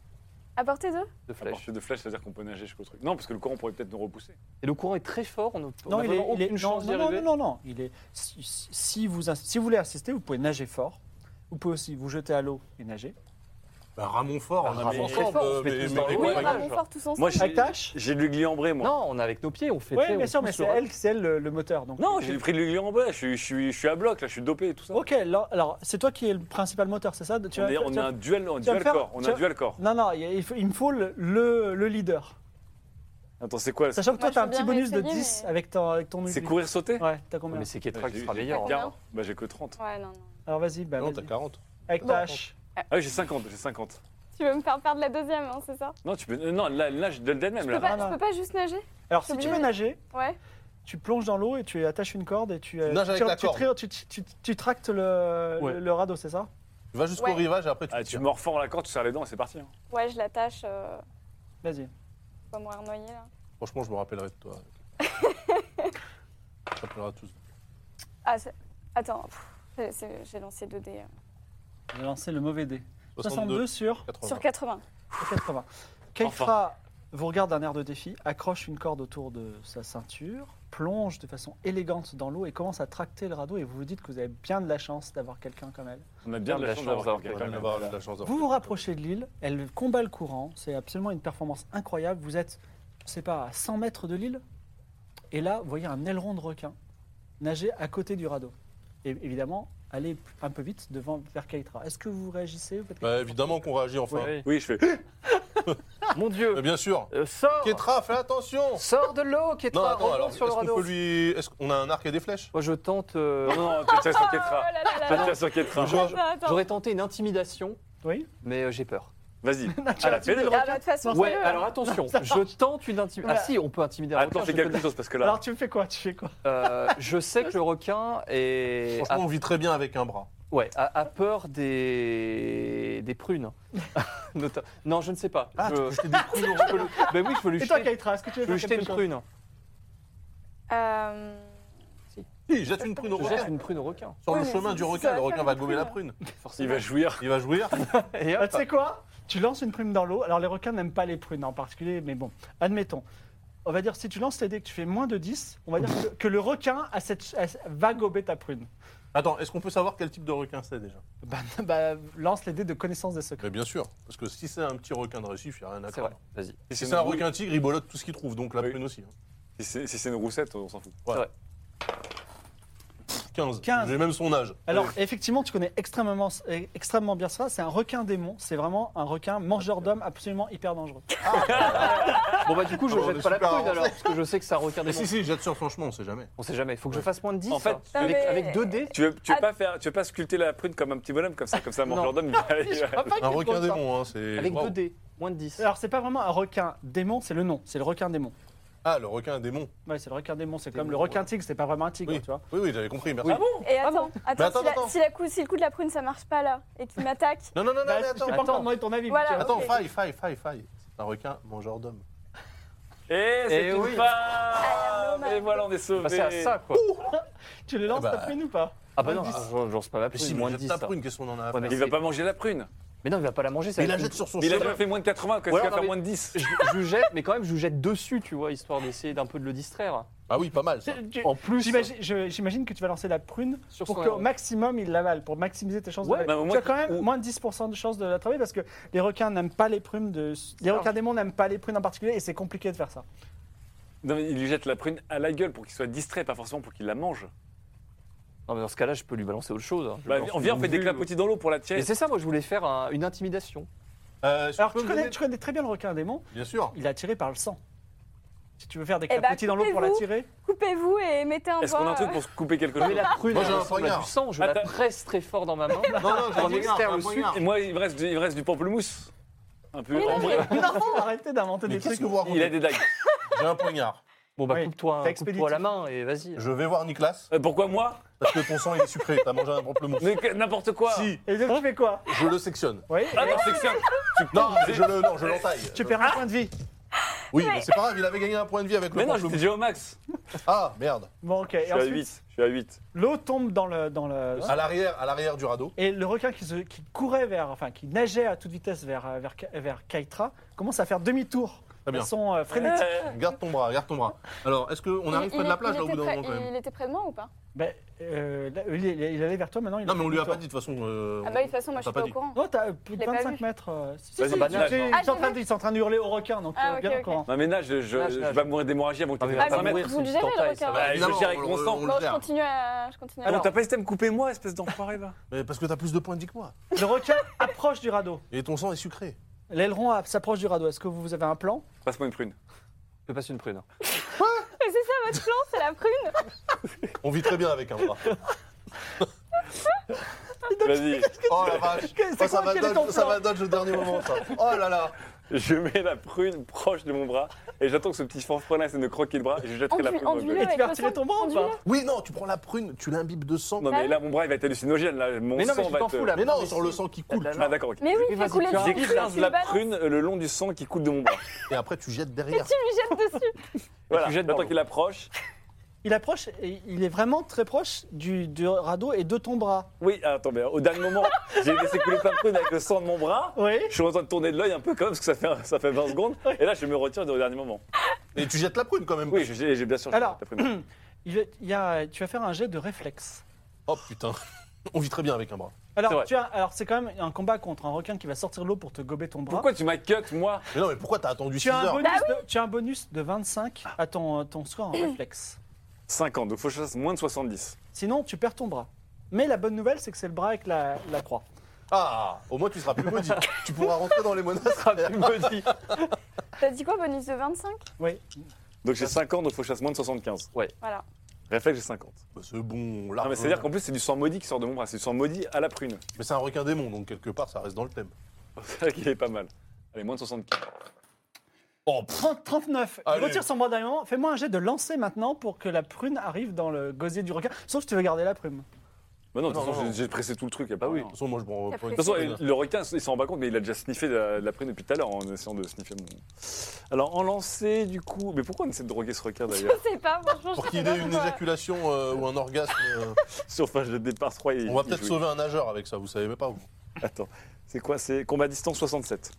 À portée d'eux
de
Ah
À
flèche.
partir de flèche, ça veut dire qu'on peut nager jusqu'au truc. Non, parce que le courant pourrait peut-être nous repousser.
Et le courant est très fort, on n'a
Non, il est,
aucune
il est- non,
chance d'y
non, non,
arriver.
non, non, il est. Si, si vous, ins- si vous voulez assister, vous pouvez nager fort. Vous pouvez aussi vous jeter à l'eau et nager.
Bah, Ramon Fort,
Bah,
on
Ramon
avait-
Fort, on se met
mais-
tous
mais- mais-
dans le
Oui,
coin,
mais-
regarde.
vraiment fort tous ensemble.
Moi, j'ai-
Avec tâche
J'ai de l'ugli en bray, moi.
Non, on est avec nos pieds, on fait
Oui,
très-
bien
on
sûr, mais
pousse
c'est
le-
elle, c'est elle le, le moteur. Donc.
Non,
J'ai
j'ai
pris de l'ugli en bray, je suis, je, suis, je suis à bloc, là, je suis dopé et tout ça.
Ok, alors, alors, c'est toi qui es le principal moteur, c'est ça tu
on,
vas-
est,
tu
on
vas-
a un duel, un
tu vas
duel
le faire-
corps. On a
tu
un
vas-
duel corps.
Non, non, il, il faut- il me faut le, le, le leader.
Attends, c'est quoi ça
Sachant que toi,
Moi, je
t'as un
veux
petit
bien
bonus de
essayer,
10
mais-
avec ton, avec ton
C'est
outil.
courir sauter
Ouais, t'as combien
Mais c'est qui est
Ouais, j'ai-
sera
j'ai-
meilleur.
Combien
Quarante. Bah, j'ai que 30.
Ouais, non, non.
Alors vas-y, bah,
Ah Non,
vas-y.
t'as 40.
avec
Non.
ta hache.
Ah oui, j'ai 50, j'ai 50.
Tu veux me faire perdre la deuxième, hein, c'est ça
Non, tu peux. euh, Non, là, là je donne
je
d'elle-même,
peux,
là.
pas,
non.
je peux pas juste nager
Alors
C'est
si tu
obligé.
veux nager,
Ouais.
tu plonges dans l'eau et tu attaches une corde et tu, euh,
Tu nages avec
tires-
la
tu,
corde.
tires- tu- tu- tu- tu tractes le,
Ouais.
le- le radeau, c'est ça
Tu vas jusqu'au
Ouais.
rivage et après tu
Ah, tu
tires.
mords fort la corde, tu serres les dents et c'est parti. hein.
Ouais, je l'attache. euh,
Vas-y.
faut pas mourir noyé, là.
Franchement, je me rappellerai de toi. Je me rappellerai tous.
Ah, c'est- attends. pff, c'est- c'est- J'ai lancé 2 dés. euh,
J'ai lancé le mauvais dé. 62 sur
80.
Sur 80.
80. Keitra vous regarde d'un air de défi, accroche une corde autour de sa ceinture, plonge de façon élégante dans l'eau et commence à tracter le radeau et vous vous dites que vous avez bien de la chance d'avoir quelqu'un comme elle.
On a bien de la chance d'avoir quelqu'un.
On va
quand même.
avoir de la chance d'avoir
Vous vous
quelqu'un.
rapprochez de l'île, elle combat le courant, c'est absolument une performance incroyable. Vous êtes, je sais pas, à 100 mètres de l'île, et là, vous voyez un aileron de requin nager à côté du radeau. Et évidemment, allez un peu vite devant vers Keitra. Est-ce que vous réagissez vous faites quelque
Bah,
chose
évidemment qu'on réagit enfin.
Oui.
Oui, je fais.
hein. Mon Dieu
Mais bien sûr.
Euh, Sors
Ketra, fais attention
Sors de l'eau, Ketra
Non, attends,
remonte
alors, est-ce
sur le
qu'on peut
radeau.
lui... Est-ce qu'on a un arc et des flèches
Moi, je tente... euh,
Non, non, tu tires sur
Oh
Ketra.
là là là
Tu
là.
tires sur Ketra.
Je-
Attends, attends.
J'aurais tenté une intimidation,
Oui
mais euh, j'ai peur.
Vas-y. Ah, la pédale.
Ah, bah, de toute façon,
Ouais,
fais-le.
alors attention, je tente une intimidation.
Voilà.
Ah si, on peut intimider un
Attends,
requin.
fais
je te le
quelque
dis.
chose parce que là.
Alors tu fais quoi Tu fais quoi
Euh, je sais que le requin est
Franchement, on vit très bien avec un bras.
Ouais, a, a peur des, des prunes. Nota- non, je ne sais pas.
Ah, tu
je...
peux jeter des
prunes Ben oui, je peux lui
Et toi,
jeter,
Keitra, est-ce que tu
je
veux
peux lui
faire
jeter
quelque
une
chose
prune.
Euh,
Oui, jette une prune au
Je
requin.
jette une prune au requin.
Sur
Oui,
le
mais
chemin
c'est-
du
ça
requin,
va
le requin
faire
va
une
gober la
prune.
prune.
Il
Forcément.
va jouir.
Il va jouir.
Et
Ah,
hop.
tu sais quoi Tu lances une prune dans l'eau. Alors les requins n'aiment pas les prunes en particulier, mais bon, admettons. On va dire, si tu lances les dés et que tu fais moins de 10, on va dire que, que le requin a cette, a- va gober ta prune.
Attends, est-ce qu'on peut savoir quel type de requin c'est déjà
Bah, bah, lance les dés de connaissance des secrets.
Mais Bien sûr, parce que si c'est un petit requin de récif, il n'y a rien à
C'est
craindre.
vrai, vas-y.
Si
Si
c'est
c'est un
une-
requin tigre, il bolote tout ce qu'il trouve, donc la
Oui.
prune aussi. hein.
Si c'est si c'est une roussette, on s'en fout.
15.
15.
J'ai même son âge.
Alors, effectivement, tu connais extrêmement, eh, extrêmement bien ça. C'est un requin démon. C'est vraiment un requin mangeur d'hommes absolument hyper dangereux.
Bon bah du coup, je
Alors, Ah, on est
jette pas la
super
prune
avancé.
alors, parce que je sais que c'est un requin des
Mais si, si, jette sur franchement, on sait jamais.
On sait jamais, il faut que je fasse moins de 10.
En fait,
hein. avec,
mais-
avec 2 dés.
Tu veux, tu
Ah.
veux pas faire, tu veux pas sculpter la prune comme un petit bonhomme comme ça, comme ça, mangeur d'homme. il va- il va-
Ah,
Un requin démon, hein, Ah, c'est. Ah,
Avec
Waouh.
2 dés, moins de 10.
Alors, c'est pas vraiment un requin démon, c'est le nom. C'est le requin démon.
Ah, le requin démon.
Ouais, c'est le requin démon. C'est
Démon,
comme le requin tigre, c'est pas vraiment un tigre,
Oui.
tu vois.
Oui, oui, j'avais compris, merci.
Oui.
Et attends,
Mais
attends,
attends,
si, la-
attends.
si la coup, si le coup de la prune ça marche pas là et qu'il m'attaque,
Non, non, non, non,
Bah,
mais
je t'ai
attends.
pas encore demandé ton avis.
Voilà.
Michel.
Attends,
Ok.
faille, faille, faille, faille. C'est un requin mangeur d'hommes.
Eh, c'est
Eh
une
oui.
Ah,
femme Et voilà, on est
Bah,
sauvés.
c'est à ça quoi.
Tu le lances
Ah
ta
bah.
prune ou pas
Ah bah non,
Moins de
ah, je lance pas la
Mais
prune,
si, mais
moins de
jette
10.
ta
ça.
prune, qu'est-ce qu'on en a à
Ouais,
faire
Il va pas manger la prune.
Mais non, il va pas la manger, ça
Mais Il
va
la
être
jette sur son
Mais Il a
chemin.
déjà fait moins de 80, qu'est-ce
Ouais,
qu'il va faire
non, mais-
moins de 10
je, je lui jette, mais quand même, je lui jette dessus, tu vois, histoire d'essayer d'un peu de le distraire.
Ah oui, pas mal. ça.
Tu- tu-
En plus,
J'imagine je- j'imagine que tu vas lancer la prune
sur
pour
son
qu'au
aéro-
maximum il l'avale, pour maximiser tes chances
Ouais,
de
bah, au
l'avaler. Tu
moins
as quand
qu'il-
même
ou-
moins de 10% de chances de l'attraper parce que les requins n'aiment pas les prunes de. Les
Alors,
requins démons n'aiment pas les prunes en particulier et c'est compliqué de faire ça.
Non, mais il lui jette la prune à la gueule pour qu'il soit distrait, pas forcément pour qu'il la mange.
Non, mais dans ce cas-là, je peux lui balancer autre chose. hein. Je
Bah,
lance
on vient, on
une
fait des
vue.
clapotis dans l'eau pour la
Et
tienne.
c'est ça, moi, je voulais faire un- une intimidation.
Euh, si
Alors,
peux
tu
me
connais,
donner-
tu connais très bien le requin démon.
Bien sûr.
Il est attiré par le sang. Si tu veux faire des
Eh ben,
clapotis dans l'eau pour
coupez-vous.
l'attirer,
Coupez-vous et mettez un
Est-ce qu'on a un
doigt.
truc pour se couper quelque
Je mets
chose
la prune
Moi, j'ai
elle
un
ressemble à
poignard.
du sang, je la
Attends.
presse très fort dans ma main.
Non, non, j'ai
On
dit
externe
un
le
poignard.
Et moi, il me reste, il me reste du pamplemousse. Un peu.
Mais non, mais-
Mais non, arrêtez d'inventer
Mais
des
qu'est-ce
trucs.
que vous
Il a
racontez
des dagues.
J'ai un poignard.
Bon, bah,
Oui,
coupe-toi
fais
coupe la
expéditif.
main et vas-y.
Je vais voir Nicolas,
Euh, pourquoi moi
parce que ton sang il est sucré, t'as mangé un pamplemousse.
Mais que- n'importe quoi.
Si,
Et donc, tu fais quoi
je le sectionne.
Oui.
Ah non, c'est que c'est un- tu-
Non, je le, non, je l'entaille.
Tu perds
Ah
un point de vie.
Oui, mais c'est pas grave, il avait gagné un point de vie avec le
Mais non, j'étais
pamplemousse.
déjà au max.
Ah, merde.
Bon, ok.
Je
Et
suis à
ensuite,
8. Je suis à 8.
l'eau tombe dans le, dans le.
À l'arrière, à l'arrière du radeau.
Et le requin qui, se, qui courait vers, enfin, qui nageait à toute vitesse vers, euh, vers, Ka- vers Kaitra commence à faire demi-tour.
Très bien.
Ils sont euh,
Ah.
frénétiques.
Euh,
Garde ton bras, garde ton bras. Alors, est-ce qu'on arrive
euh, Il-
près de la
il-
plage
il
là au bout
était
d'un
près-
moment quand même
Il était près de moi ou pas
Ben, euh, là, il, est- il allait vers toi maintenant. Il
Non, mais on lui a
fait
pas
demi-tour.
dit de toute façon. euh,
Ah bah oui, de toute façon, moi je
t'a
suis
pas
pas au
dit.
courant.
Oh, t'as plus de
Je l'ai pas
25
vu.
mètres. euh, si, si,
Vas-y,
si,
bah,
tu-
nage,
tu-
nage.
ils, sont en
Ah,
train, de- ils sont en train de hurler au requin, donc euh,
Ah, ok,
bien au
ok.
courant.
Non, mais nage, je, je,
Nage,
je
nage.
vais mourir d'hémorragie avant que
Ah,
tu
mais
aies
va
Ah,
pas
25
vous-
mètres.
mourir,
vous
c'est
le
une
gérez, le
tortaille, ça
requin.
va.
Bah, il
Évidemment,
faut gérer avec
on
mon
le-
sang.
on le Ah,
Bon, je
gère.
continue à. Je continue à.
Alors, Ah, t'as pas hésité à me couper moi, espèce d'enfoiré va
Mais parce que t'as plus de points de vie que moi.
Le requin approche du radeau.
Et ton sang est sucré.
L'aileron a- s'approche du radeau. Est-ce que vous avez un plan
Passe-moi une prune.
Je peux passer une prune.
Mais c'est ça votre plan, c'est la prune
On vit très bien avec un bras.
Vas-y,
Oh la vache.
C'est
Oh, ça
quoi,
va
quel est ton
dodge, ça
plan
va dodge au dernier moment ça. Oh là là.
je mets la prune proche de mon bras et j'attends que ce petit fanfrenin essaie de me croquer le bras et je jetterai la
Enduis-
prune dans le
enduis-le
gueule.
Et tu
avec
vas
le
retirer
sang,
ton bras ou pas
enduis-le.
Oui non, tu prends la prune, tu l'imbibes de sang.
Non, mais là, mon bras, il va être hallucinogène. Là. Mon
Mais non, mais
sang
je
va
t'en
te-
fous, là.
Mais non,
mais
sur
si.
le sang qui coule.
Là, là,
Ah, d'accord, ok.
Mais oui,
Oui,
fais
vas-y,
couler
tu
du sang, tu
J'écrase
le
la
balances.
prune le long du sang qui coule de mon bras.
Et après tu jettes
Et
derrière.
tu lui jettes dessus.
Voilà,
tu jettes dans
j'attends
l'eau.
qu'il approche.
Il approche et il est vraiment très proche du, du radeau et de ton bras.
Oui, ah, attends, mais au dernier moment, j'ai laissé couler plein de prunes avec le sang de mon bras.
Oui.
Je suis en train de tourner de l'œil un peu comme parce que ça fait, ça fait 20 secondes. Et là, je me retire au dernier moment.
Et tu jettes la prune quand même.
Oui, je- j'ai j'ai bien sûr.
Alors.
la prune.
Il est- il y a, tu vas faire un jet de réflexe.
Oh putain. On vit très bien avec un bras.
C'est
Alors,
vrai.
tu as, alors c'est quand même un combat contre un requin qui va sortir l'eau pour te gober ton bras.
Pourquoi tu m'as cut, moi
Mais non, mais pourquoi t'as attendu 6
tu as, un
heures
bonus de, tu as un bonus de 25 à ton, euh, ton score en réflexe.
50, donc faut que je fasse moins de 70.
Sinon, tu perds ton bras. Mais la bonne nouvelle, c'est que c'est le bras avec la, la croix.
Ah, au moins tu seras plus maudit. tu pourras rentrer dans les monastères.
Tu me dis.
T'as dit quoi, bonus de 25
Oui.
Donc j'ai 50, donc faut que je fasse moins de 75.
Voilà.
Réflexe, j'ai 50.
Bah, c'est bon, là.
Non, mais c'est-à-dire qu'en plus, c'est du sang maudit qui sort de mon bras. C'est du sang maudit à la prune.
Mais c'est un requin démon, donc quelque part ça reste dans le thème.
C'est vrai qu'il est pas mal. Allez, moins de 75.
Oh, pff,
30, 39. Il
Allez.
retire son bras d'un moment. Fais-moi un jet de lancer maintenant pour que la prune arrive dans le gosier du requin. Sauf si tu veux garder la prune.
Bah non, de toute
Non,
façon,
non.
j'ai- j'ai pressé tout le truc. y a pas
Bah oui.
rien.
de toute façon, moi je prends.
T'as
prends
pris-
De toute façon,
prune.
le requin, il s'en rend pas compte, mais il a déjà sniffé de la, de la prune depuis tout à l'heure en essayant de sniffer mon. Alors, en lancer, du coup. Mais pourquoi on essaie de droguer ce requin
Je
d'ailleurs
sais pas, franchement,
Pour
je
qu'il
sais
ait
pas.
une
pourquoi.
éjaculation euh, ou un orgasme, euh,
Sur fin de départ 3 et.
on va
il
peut-être
jouit.
sauver un nageur avec ça, vous savez même pas. Vous.
Attends, c'est quoi C'est combat distance 67.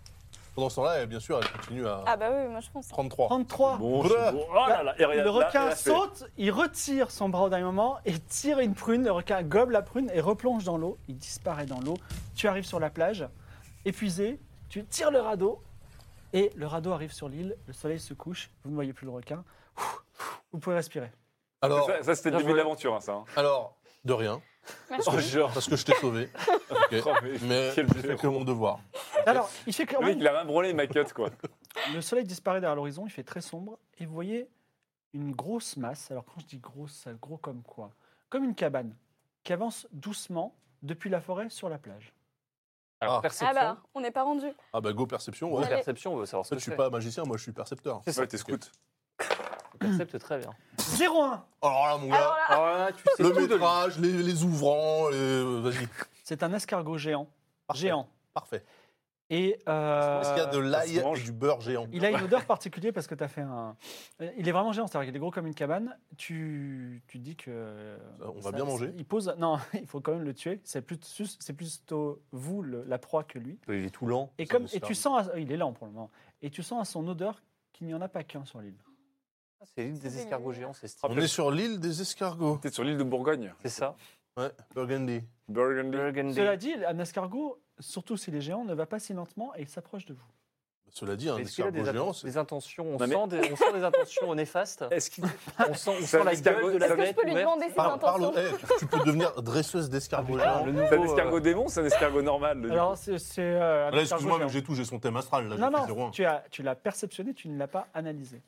Pendant ce temps-là, elle, bien sûr, elle continue à
Ah bah oui, moi je pense.
33.
33.
Bon,
Voilà.
c'est bon. Oh là là, et regarde,
Le
là,
requin
là, c'est-
saute, il retire son bras au dernier moment et tire une prune. Le requin gobe la prune et replonge dans l'eau. Il disparaît dans l'eau. Tu arrives sur la plage, épuisé, tu tires le radeau et le radeau arrive sur l'île. Le soleil se couche, vous ne voyez plus le requin. Vous pouvez respirer.
Alors,
Ça, ça, c'était le
Bien
début de
joué. Oh,
l'aventure, hein, ça. hein.
alors, de rien,
Merci.
genre.
parce que je t'ai sauvé. Ok.
Oh, mais-
Mais
quel
j'ai fait que
blaireau.
mon devoir.
Alors, il fait
Le
clairement-
mec, il a même branlé ma cut, quoi.
le soleil disparaît derrière l'horizon, il fait très sombre et vous voyez une grosse masse. Alors quand je dis grosse, ça gros comme quoi Comme une cabane qui avance doucement depuis la forêt sur la plage.
Alors,
Ah.
Ah
perception.
bah, on n'est pas rendu.
Ah bah, go perception,
Bon,
ouais.
Allez.
perception, on veut savoir
En
ce
fait,
que
je suis
c'est.
pas magicien, moi je suis percepteur.
C'est ça.
Ouais, t'es scout.
Tu perceptes très bien.
01
Alors Oh là, mon gars,
Alors là,
Alors là, tu sais
le
tout de lui.
métrage, les, les ouvrants, les- euh, vas-y.
C'est un escargot géant.
Parfait.
Géant.
Parfait.
Et euh,
Est-ce qu'il y a de l'ail
ça se mange.
et du beurre géant
il a une odeur particulière parce que tu as fait un. euh, Il est vraiment géant, c'est-à-dire qu'il est gros comme une cabane. Tu, tu dis que.
On va bien manger.
Il pose. Non, il faut quand même le tuer. C'est plus- c'est plutôt vous le- la proie que lui.
Il est tout lent.
Et,
Ça
comme,
doit se
et tu
faire.
sens. à- il est lent pour le moment. Et tu sens à son odeur qu'il n'y en a pas qu'un sur l'île.
C'est l'île des
C'est
escargots
lui.
géants, c'est stylé.
On est sur l'île des escargots.
T'es sur l'île de Bourgogne.
C'est ça.
Ouais, Burgundy.
Burgundy.
Burgundy.
Cela dit, un escargot, surtout s'il est géant, ne va pas si lentement et il s'approche de vous.
Cela dit, un
Est-ce qu'il a
escargot
des,
géant,
atten-
c'est
des intentions on,
Non, mais-
sent des, on sent des intentions néfastes.
Est-ce qu'il.
On sent, on
C'est un
sent la
escargot-
gueule de
Est-ce
la
que je
bête
peux lui
ouverte.
demander ses
Parle- parle-
intentions
eh, tu peux devenir dresseuse d'escargot
Ah,
géant.
Le
C'est un
nouveau,
escargot
euh,
démon, c'est un escargot normal. le-
Alors, c'est. c'est, euh, un
Là,
escargot
excuse-moi,
géant.
mais j'ai tout, j'ai son thème astral. Là,
Non,
j'ai fait
non,
0-1.
tu as- tu l'as perceptionné, tu ne l'as pas analysé.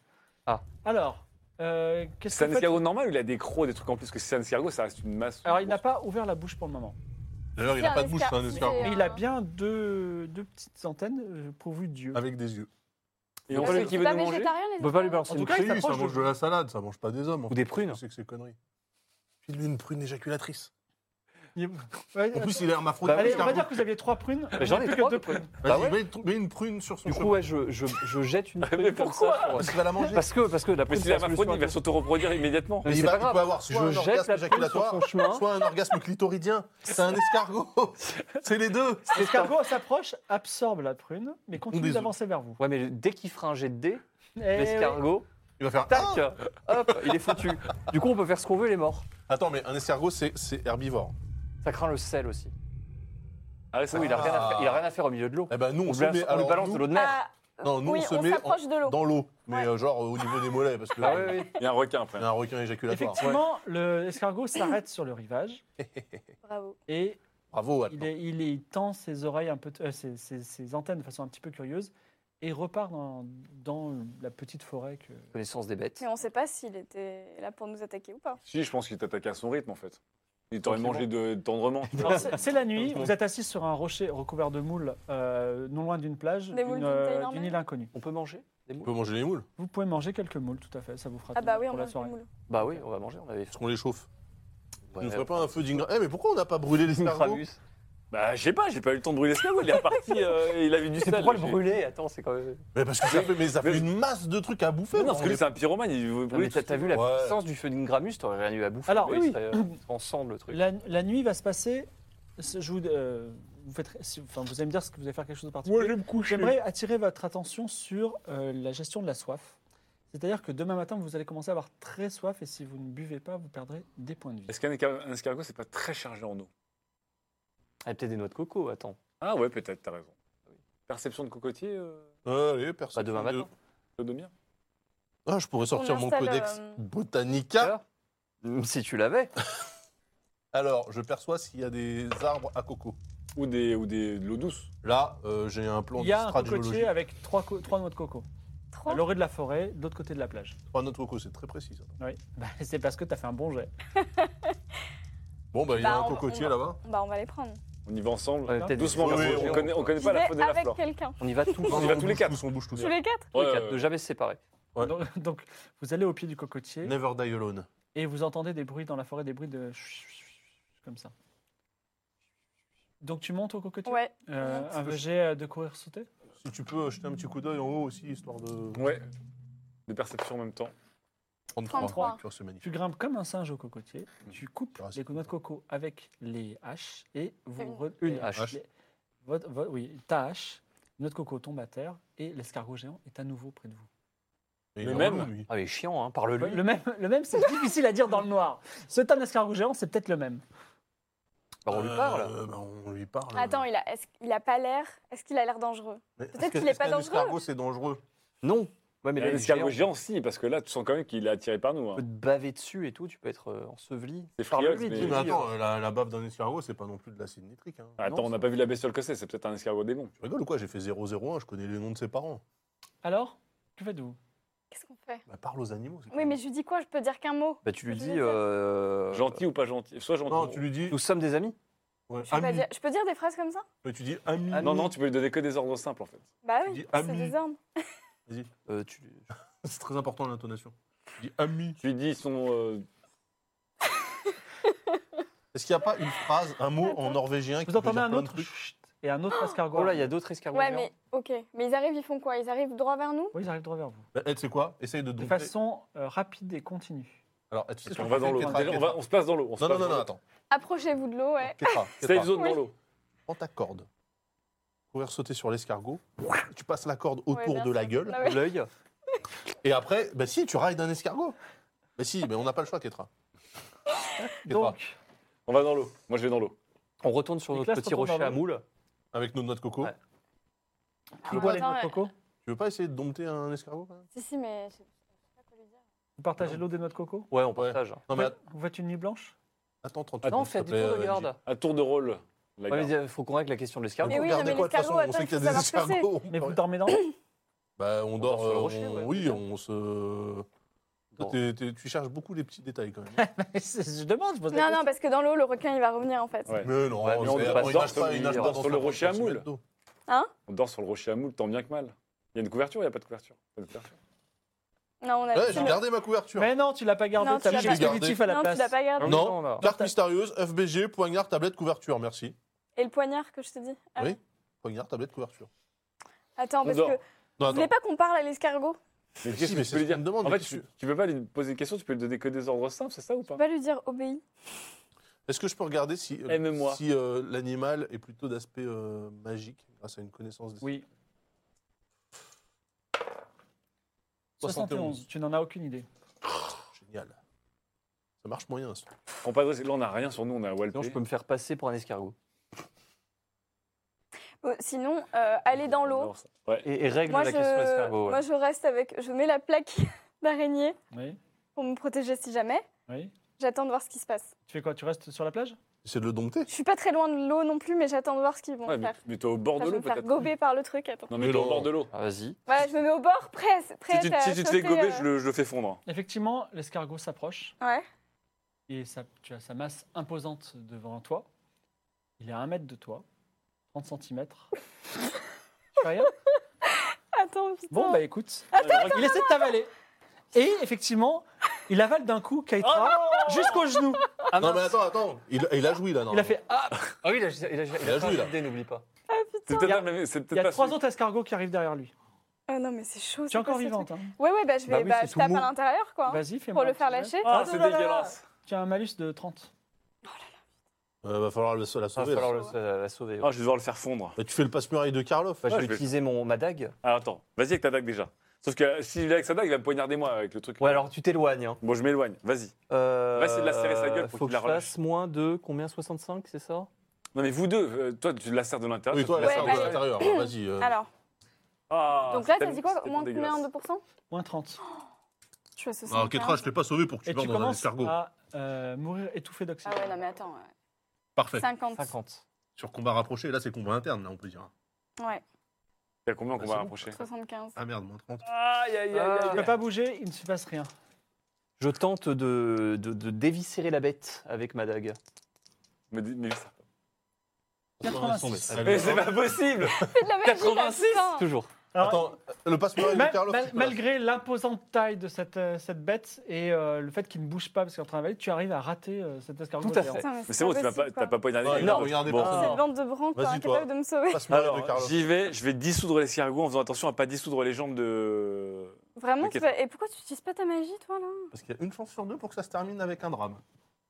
Ah.
Alors, euh, qu'est-ce
C'est
que
un
vous faites
escargot normal ou il a des crocs, des trucs en plus Parce que si c'est un escargot, ça reste une masse.
Alors, il n'a pas ouvert la bouche pour le moment.
D'ailleurs, il
C'est
n'a
un
pas de bouche, c'est un
escar-
escargot.
c'est-
Mais il a bien deux, deux petites antennes euh, pourvues d'yeux.
Avec des yeux.
Et
Ah,
on
c'est
sait qui veut
pas
nous manger
végétarien, les
On peut pas lui
enfants
balancer
En
une
tout cas, il
Si,
crise.
ça
s'approche
mange
de-
de la salade, ça mange pas des hommes. en
Ou
fait.
des prunes.
Je sais que c'est connerie. File-lui une prune éjaculatrice.
Il- Ouais, euh,
En plus, il est hermaphrodite.
Allez, Bah on va
l'escargot.
dire que vous aviez trois prunes.
Ah, Mais
vous
j'en
n'avez
ai
plus que
trois,
deux
des prunes.
prunes.
Vas-y,
Bah ouais.
mets, une- mets une prune sur son
Du coup,
chemin.
ouais, je, je, je jette une prune
Mais
comme
pourquoi
ça sur-
Parce qu'il va la manger.
Parce que, parce que la
Mais
prune,
si
c'est
la
la solution
hermaphrodite, il va
à-
s'auto-reproduire immédiatement.
Mais
Il
c'est
va-
pas
il peut
grave.
avoir soit
Je
un
jette
orgasme
la prune sur
éjaculatoire,
son chemin.
soit un orgasme clitoridien. C'est un escargot. C'est les deux.
L'escargot s'approche, absorbe la prune, mais
Des
continue
œufs.
d'avancer vers vous.
Ouais, mais dès qu'il fera un jet de dés,
Eh oui.
l'escargot,
Il va faire. oh,
tac, hop, il est foutu. Du coup, on peut faire ce qu'on veut, il est mort.
Attends, mais un escargot, c'est c'est herbivore.
Ça craint le sel aussi.
Ah, ouais, ça
Oui, il a rien à
Ah.
faire, il a rien à faire au milieu de l'eau.
Eh ben, nous, on,
On,
se
lui-
met.
on lui
alors,
balance
nous-
de l'eau de mer.
Ah,
Non, nous,
oui,
on se
on
met
s'approche de l'eau.
dans l'eau. Mais
Ouais.
euh, genre euh, au niveau des mollets, parce que
Ah oui, oui.
Il y a un requin après.
il y a un requin éjaculatoire.
Effectivement, le- l'escargot s'arrête sur le rivage
Bravo.
et
Bravo, Adam.
il, est, il, est- il tend ses oreilles un peu, euh, ses, ses- ses antennes de façon un petit peu curieuse et repart dans, dans la petite forêt que.
Connaissance des bêtes.
Mais on sait pas s'il était là pour nous attaquer ou pas.
Si, je pense qu'il t'attaquait à son rythme en fait. Il t'aurait
Tranquillement.
mangé de, tendrement.
Alors, c'est- C'est la nuit, vous êtes assis sur un rocher recouvert de moules, euh, non loin d'une plage,
Des moules
d'une
d'une taille
euh,
normale
d'une île inconnue.
On peut manger des
On
moules
peut manger les moules,
Vous pouvez manger quelques moules, tout à fait, ça vous fera
Ah bah
tenir
oui, on
pour la
mange des
soirée.
moules.
Bah oui, on va manger, on avait
parce
faim.
qu'on les chauffe.
Ouais,
On ne ferait pas un feu d'Ingram. Eh, mais pourquoi on n'a pas brûlé les escargots
Ingramus.
Bah, je sais pas, j'ai pas eu le temps de brûler l'escargot. Il est reparti, euh, il avait du
C'est
sel.
pourquoi le
J'ai-
brûler Attends, c'est quand même.
Mais parce que ça fait, mais ça fait
Mais-
une masse de trucs à bouffer.
Non,
moi,
parce
on
que lui,
est-
c'est un pyromane. Il veut
Non, mais
brûler.
t'as t'as vu la
Ouais.
puissance du feu d'Ingramus, t'aurais rien eu à bouffer.
Alors,
Ils
oui.
seraient, euh, ils seraient ensemble le truc.
La, la nuit va se passer. c'est- Je vous, euh, vous, faites, si- enfin, vous allez me dire ce que vous allez faire quelque chose de particulier. J'aimerais attirer votre attention sur euh, la gestion de la soif. C'est-à-dire que demain matin, vous allez commencer à avoir très soif et si vous ne buvez pas, vous perdrez des points de vie.
Est-ce qu'un escar- un escargot, c'est pas très chargé en eau
Ah, peut-être des noix de coco, attends.
Ah, ouais, peut-être, t'as raison. Perception de cocotier, euh,
Allez, personne.
Pas demain
ne-
matin.
Clodomir
Ah, je pourrais sortir
On
mon
installe,
codex
euh,
Botanica.
Mm, Si tu l'avais.
Alors, je perçois s'il y a des arbres à coco.
ou, des, ou des, de l'eau douce
Là, euh, j'ai un plan
Il y a
de
un
stratégie.
cocotier avec trois, co- trois noix de coco.
Trop.
À l'orée de la forêt, de l'autre côté de la plage.
Trois notes Oh, coco, c'est très précis. ça.
Oui. Bah, c'est parce que tu as fait un bon jet.
Bon, bah, il y a
Bah,
un
on-
cocotier
on-
là-bas.
Bah on va les prendre.
On y va ensemble.
Ouais, peut-être
Doucement,
des
oui,
Garçon,
fruits,
oui,
on
on-
connaît, on connaît
J'y
pas la
vais
faute de la
avec
flore.
quelqu'un.
On y va tous.
On y
Non,
va
on
tous les
bouge
quatre.
tous, On bouge tous.
Tous les quatre
Ouais,
Les quatre,
ouais.
de jamais se séparer.
Ouais.
Donc, donc, vous allez au pied du cocotier
Never die alone.
et vous entendez des bruits dans la forêt, des bruits de... Comme ça. Donc tu montes au cocotier
Ouais.
Euh,
Monte.
un VG de courir sauter
Si tu peux jeter un petit coup d'œil en haut aussi, histoire de.
Ouais. Des perceptions en même temps.
33.
Tu vois, C'est magnifique.
Tu grimpes comme un singe au cocotier, tu coupes
Ah, c'est
les noix de coco avec les haches et vous.
Une-
re-
une
les-
hache.
les- votre- votre- oui, ta hache, une noix de coco tombe à terre et l'escargot géant est à nouveau près de vous.
Mais
Le
il est
même.
relou, lui.
Ah, mais chiant, hein, parle-lui.
Le même, le même c'est difficile à dire dans le noir. Ce terme d'escargot géant, c'est peut-être le même.
Bah, on lui
Euh,
parle.
bah, On lui parle.
Attends, il a, est-ce- il a pas l'air. Est-ce qu'il a l'air dangereux
Mais
peut-être
que-
qu'il est
que
pas
un
dangereux.
escargot, c'est dangereux.
Non. Ouais, mais là,
Mais
il est
l'escargot
géant.
géant, si, parce que là, tu sens quand même qu'il est attiré par nous. hein.
Tu peux te baver dessus et tout, tu peux être euh, enseveli.
C'est
Parle-lui,
frioxe, mais-
dis-lui,
Mais attends,
euh,
euh, la, la bave d'un escargot, c'est pas non plus de l'acide nitrique. hein.
Ah, Attends,
Non,
on n'a
ça-
pas vu la bestiole que c'est, c'est peut-être un escargot démon.
Tu rigoles ou quoi J'ai fait 001, je connais les noms de ses parents.
Alors, que faites-vous
Qu'est-ce qu'on fait
Bah, parle aux animaux. c'est
Oui,
cool.
mais je lui dis quoi Je peux dire qu'un mot.
Bah, tu lui
Je
dis.
vais faire.
euh,
Gentil ou pas gentil Sois gentil.
Non, tu lui dis.
Nous sommes des amis.
ouais,
Je peux, pas
ami.
dire- je peux dire des phrases comme ça
Mais tu dis ami.
Ah,
Non, non, tu peux lui donner que des ordres simples en fait.
Bah
Tu
oui,
dis
c'est
ami.
des ordres.
Euh, tu...
C'est très important l'intonation. Tu dis ami.
Tu lui dis son. euh,
Est-ce qu'il n'y a pas une phrase, un mot en norvégien qui
Vous
veut
entendez
dire
un
plein de
autre
trucs
chut et un autre escargot.
Oh là, il y a d'autres escargots.
Ouais,
géants.
mais ok. Mais ils arrivent, ils font quoi Ils arrivent droit vers nous
Oui, ils arrivent droit vers vous.
Bah, Ed, c'est quoi Essaye de
De
dompter.
façon euh, rapide et continue.
Alors, Ed, tu sais ce
On
qu'on
va
fait,
dans l'eau.
Ketra,
Déjà, on,
Ketra.
va- on se place dans l'eau. on se
Non, non,
place
non,
dans
non,
l'eau.
attends.
Approchez-vous de l'eau, ouais.
Ketra,
Safe
Ketra,
zone dans
Oui.
l'eau.
prends ta corde. Courir sauter sur l'escargot. Tu passes la corde
Ouais,
autour
bien
de la
sûr.
gueule.
Ah ouais.
L'œil.
Et après, bah si, tu rides un escargot. Bah si, mais on n'a pas le choix, Ketra. Ketra,
Donc,
On va dans l'eau. Moi, je vais dans l'eau.
On retourne sur
Et
notre
Classe
petit
retourne
rocher
dans
à
le-
moules.
avec nos noix de coco.
Ouais.
qui
Ah,
boit les
attends,
noix de
ouais.
coco
Tu veux pas essayer de dompter un escargot quand même
Si, si, mais je je sais pas quoi lui dire.
Vous partagez l'eau des noix de coco
Ouais, on
Ouais.
partage. hein.
Non, mais
Vous- Vous faites une nuit blanche
attends 30
Non,
secondes. s'il
faites
te
du
plaît,
tour de
euh,
garde.
à tour de rôle. la
Ouais,
garde.
mais il faut qu'on règle la question de
Gilles.
l'escargot.
Mais Ah oui,
Regardez
mais
quoi, de toute façon,
l'escargot,
on sait qu'il y a des
attends, il faut savoir ce que
escargots. on
Mais
peut
vous
rien.
dormez dans
Bah, on dort.
dort sur le
euh,
rocher,
on-
ouais.
Oui, on se. Toi,
Bon.
t'es- t'es- tu cherches beaucoup les petits détails quand même.
Je demande, je pose la
Non, non, parce que dans l'eau, le requin, il va revenir en fait.
Ouais.
mais non,
Ouais, mais on
c'est-
dort
il
sur-
nage pas, il nage
on
pas
dort
dans
sur le
son
rocher à
centimètre
moules.
d'eau.
On dort sur le rocher à moule, tant bien que mal. Il y a une couverture ou il n'y a pas de couverture Pas de couverture.
Non, on a
Ouais,
c'est
j'ai
le-
gardé ma couverture.
Mais non, tu l'as pas gardé,
Non,
t'as
tu
mis
l'as pas
l'expéditif à la
Non, tu
place.
l'as pas
Hein
gardé.
Non,
là.
carte mystérieuse, FBG, poignard, tablette, couverture, merci.
Et le poignard que je te dis. Ah,
Oui, poignard, tablette, couverture.
Attends,
On
parce
dort.
que
Non,
vous voulez
attends.
pas qu'on parle à l'escargot
Mais qu'est-ce
Si, mais
que
c'est
tu
ce
peux lui
qu'on
dire
me demande,
En
mais
fait,
qu'est-ce
tu,
que-
tu peux pas lui poser une question, tu peux lui donner que des ordres simples, c'est ça ou
Je
pas
peux pas lui dire obéi.
Est-ce que je peux regarder si, euh,
Aime-moi.
si euh, l'animal est plutôt d'aspect euh, magique, grâce à une connaissance des...
Oui.
71.
71, tu n'en as aucune idée.
Génial. Ça marche moyen, ça.
Compadre, là on n'a rien sur nous, on est à Walpé.
Sinon, je peux me faire passer pour un escargot.
Euh, Sinon, euh, aller dans l'eau.
J'adore ça. Ouais.
Et, et règle
Moi
la question de
je,
l'escargot. ouais.
moi, je reste avec. Je mets la plaque d'araignée
Oui,
pour me protéger si jamais.
oui.
J'attends de voir ce qui se passe.
Tu fais quoi Tu restes sur la plage
J'essaie de le dompter.
Je suis pas très loin de l'eau non plus, mais j'attends de voir ce qu'ils vont
Ouais, mais
faire.
mais t'es au bord
Enfin,
de
je vais
l'eau
me faire
peut-être
gober par le truc. Attends.
Non, mais
Mais
t'es au
non.
bord de l'eau.
Ah, Vas-y.
Voilà, je me mets au bord, presse,
Si
prête.
tu,
à
si tu te fais
sauter,
gober,
euh,
je le, je le fais fondre.
Effectivement, l'escargot s'approche
Ouais.
et sa- tu as sa masse imposante devant toi. Il est à un mètre de toi, 30 cm. rien
Attends, putain.
Bon, bah écoute,
Ah,
il essaie de t'avaler. Et effectivement, il avale d'un coup Kaitra
Oh,
jusqu'au genou.
non, mais attends, attends. Il, Ah, il a joui, là, non
Il a fait Ah
Ah oui, il a, il a, il a, il a
Bien
fait un
joué, là.
jet de dé, n'oublie pas.
C'est
Il y a-
peut-être pas- c'est
Il y
peut-être
a
pas
trois
celui-
autres escargots qui arrivent derrière lui.
Ah non, mais c'est chaud.
Tu es encore vivante. hein.
Ouais, ouais, bah je vais.
Bah
Bah,
oui, c'est
je
tout
tape
mou.
à l'intérieur, quoi.
Vas-y, fais-moi.
Hein, Pour
un
le
petit
faire
jet.
lâcher.
Ah,
Ah,
c'est
là là.
dégueulasse.
Tu as un malus de 30.
Euh, va falloir le- la
Il va
sauver.
falloir
là.
le- la, la sauver. ouais.
Ah, je vais devoir le faire fondre.
Bah, tu fais le passe-muraille de Karloff.
Enfin, je
ouais,
vais
je vais-
utiliser mon, ma dague.
Ah, attends, vas-y avec ta dague déjà. Sauf que euh, s'il est avec sa dague, il va me poignarder moi avec le truc.
Ouais, alors tu t'éloignes. Hein.
Bon, je m'éloigne, vas-y.
Euh,
Va essayer de lacérer sa gueule pour
faut
qu'il
que
la
je fasse moins de combien 65, c'est ça
Non, mais vous deux, euh, toi, tu la serres de l'intérieur.
Oui, toi,
tu
la
Ouais,
serre
serres
de
allez.
l'intérieur. Alors, Vas-y. euh,
Alors,
Ah,
donc là,
c'est
t'as dit
tellement-
quoi
c'est tellement
Moins combien
dégueulasse.
2%
Moins 30.
Je suis à 60.
Alors, Ketra, Ah, je t'ai pas sauvé pour que tu
Et tu
meures dans un
commences
escargot.
à euh, mourir étouffé
Ah
d'oxygène.
ouais, non, mais attends. ouais.
Parfait.
50.
50.
Sur combat rapproché, là, c'est combat interne, là, on peut dire.
Ouais,
Il y a combien qu'on va
Ah, c'est bon.
rapprocher
75.
Ah merde, moins 30.
Aïe, aïe,
aïe,
Il ne peut pas bouger, il ne se passe rien.
Je tente de, de, de déviscérer la bête avec ma
Ah,
dague.
Mais, dis- mais,
Ah,
mais Eh,
86.
c'est pas possible
Fais de la magie, là, putain.
Toujours.
Alors,
Attends, euh, le passe-muraille
mal-
de Karloff.
mal-
c'est quoi, là
malgré l'imposante taille de cette, euh, cette bête et euh, le fait qu'il ne bouge pas parce qu'il est en train d'avaler, tu arrives à rater euh, cet escargot.
Tout à
géant.
fait.
Putain, mais
Mais c'est bon, tu m'as
possible,
pas,
quoi.
t'as pas poignardé.
Non,
avec
non,
la-
regardez
Bon.
pas.
Cette bande de branques, quoi,
Vas-y, toi.
incapable de me sauver.
Passe-muraille de
Alors,
Karloff.
j'y vais, je vais dissoudre l'escargot en faisant attention à pas dissoudre les jambes de.
Vraiment,
Ok.
tu vas- et pourquoi tu utilises pas ta magie, toi, là
Parce qu'il y a une chance sur deux pour que ça se termine avec un drame.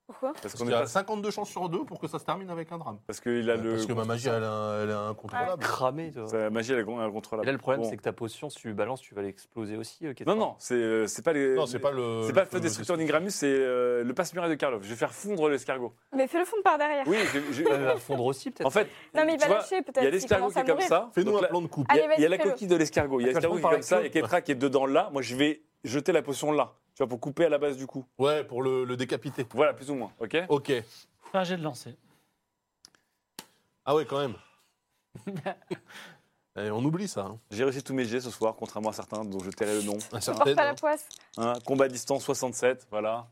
Pourquoi
Parce
Parce
qu'on est
qu'il y a
pas-
52 chances sur deux pour que ça se termine avec un drame.
Parce qu'il a le.
Parce que ma magie, elle, a- elle est incontrôlable.
Cramé. toi.
Sa magie, elle est incontrôlable.
Et là, le problème,
Bon.
c'est que ta potion, si tu balances, tu vas l'exploser aussi. euh, Ketra.
Non, non, c'est euh, c'est pas les.
Non, c'est pas le.
C'est pas le feu destructeur d'Ingramus, c'est euh, le passe-muraille de Karlov. Je vais faire fondre l'escargot.
Mais fais le fond par derrière.
Oui, je- je-
Elle va fondre aussi, peut-être.
en fait,
Non, mais il
tu
va
vois,
lâcher, peut-être.
il y a
s'il
l'escargot
commence
qui
à
est comme
mourir.
ça.
Fais-nous
Donc
un
là,
plan de coupe.
Il y a-
Allez, vas-y,
il y a la
fais-le.
coquille de l'escargot. Il y a
Attends, je
l'escargot qui est
prends par
comme
la
ça
queue.
et Ketra qui est dedans là. Moi, je vais jeter la potion là. Tu vois, pour couper à la base du coup.
Ouais, pour le, le décapiter.
Voilà, plus ou moins. Ok
Ok.
Fais un jet de lancer.
Ah ouais, quand même. Eh, on oublie ça. hein.
J'ai réussi tous mes jets ce soir, contrairement à certains dont je tairai le nom.
Ah,
Je
ça
porte
t'aide,
pas la
hein.
poisse.
Hein, combat à distance 67, voilà.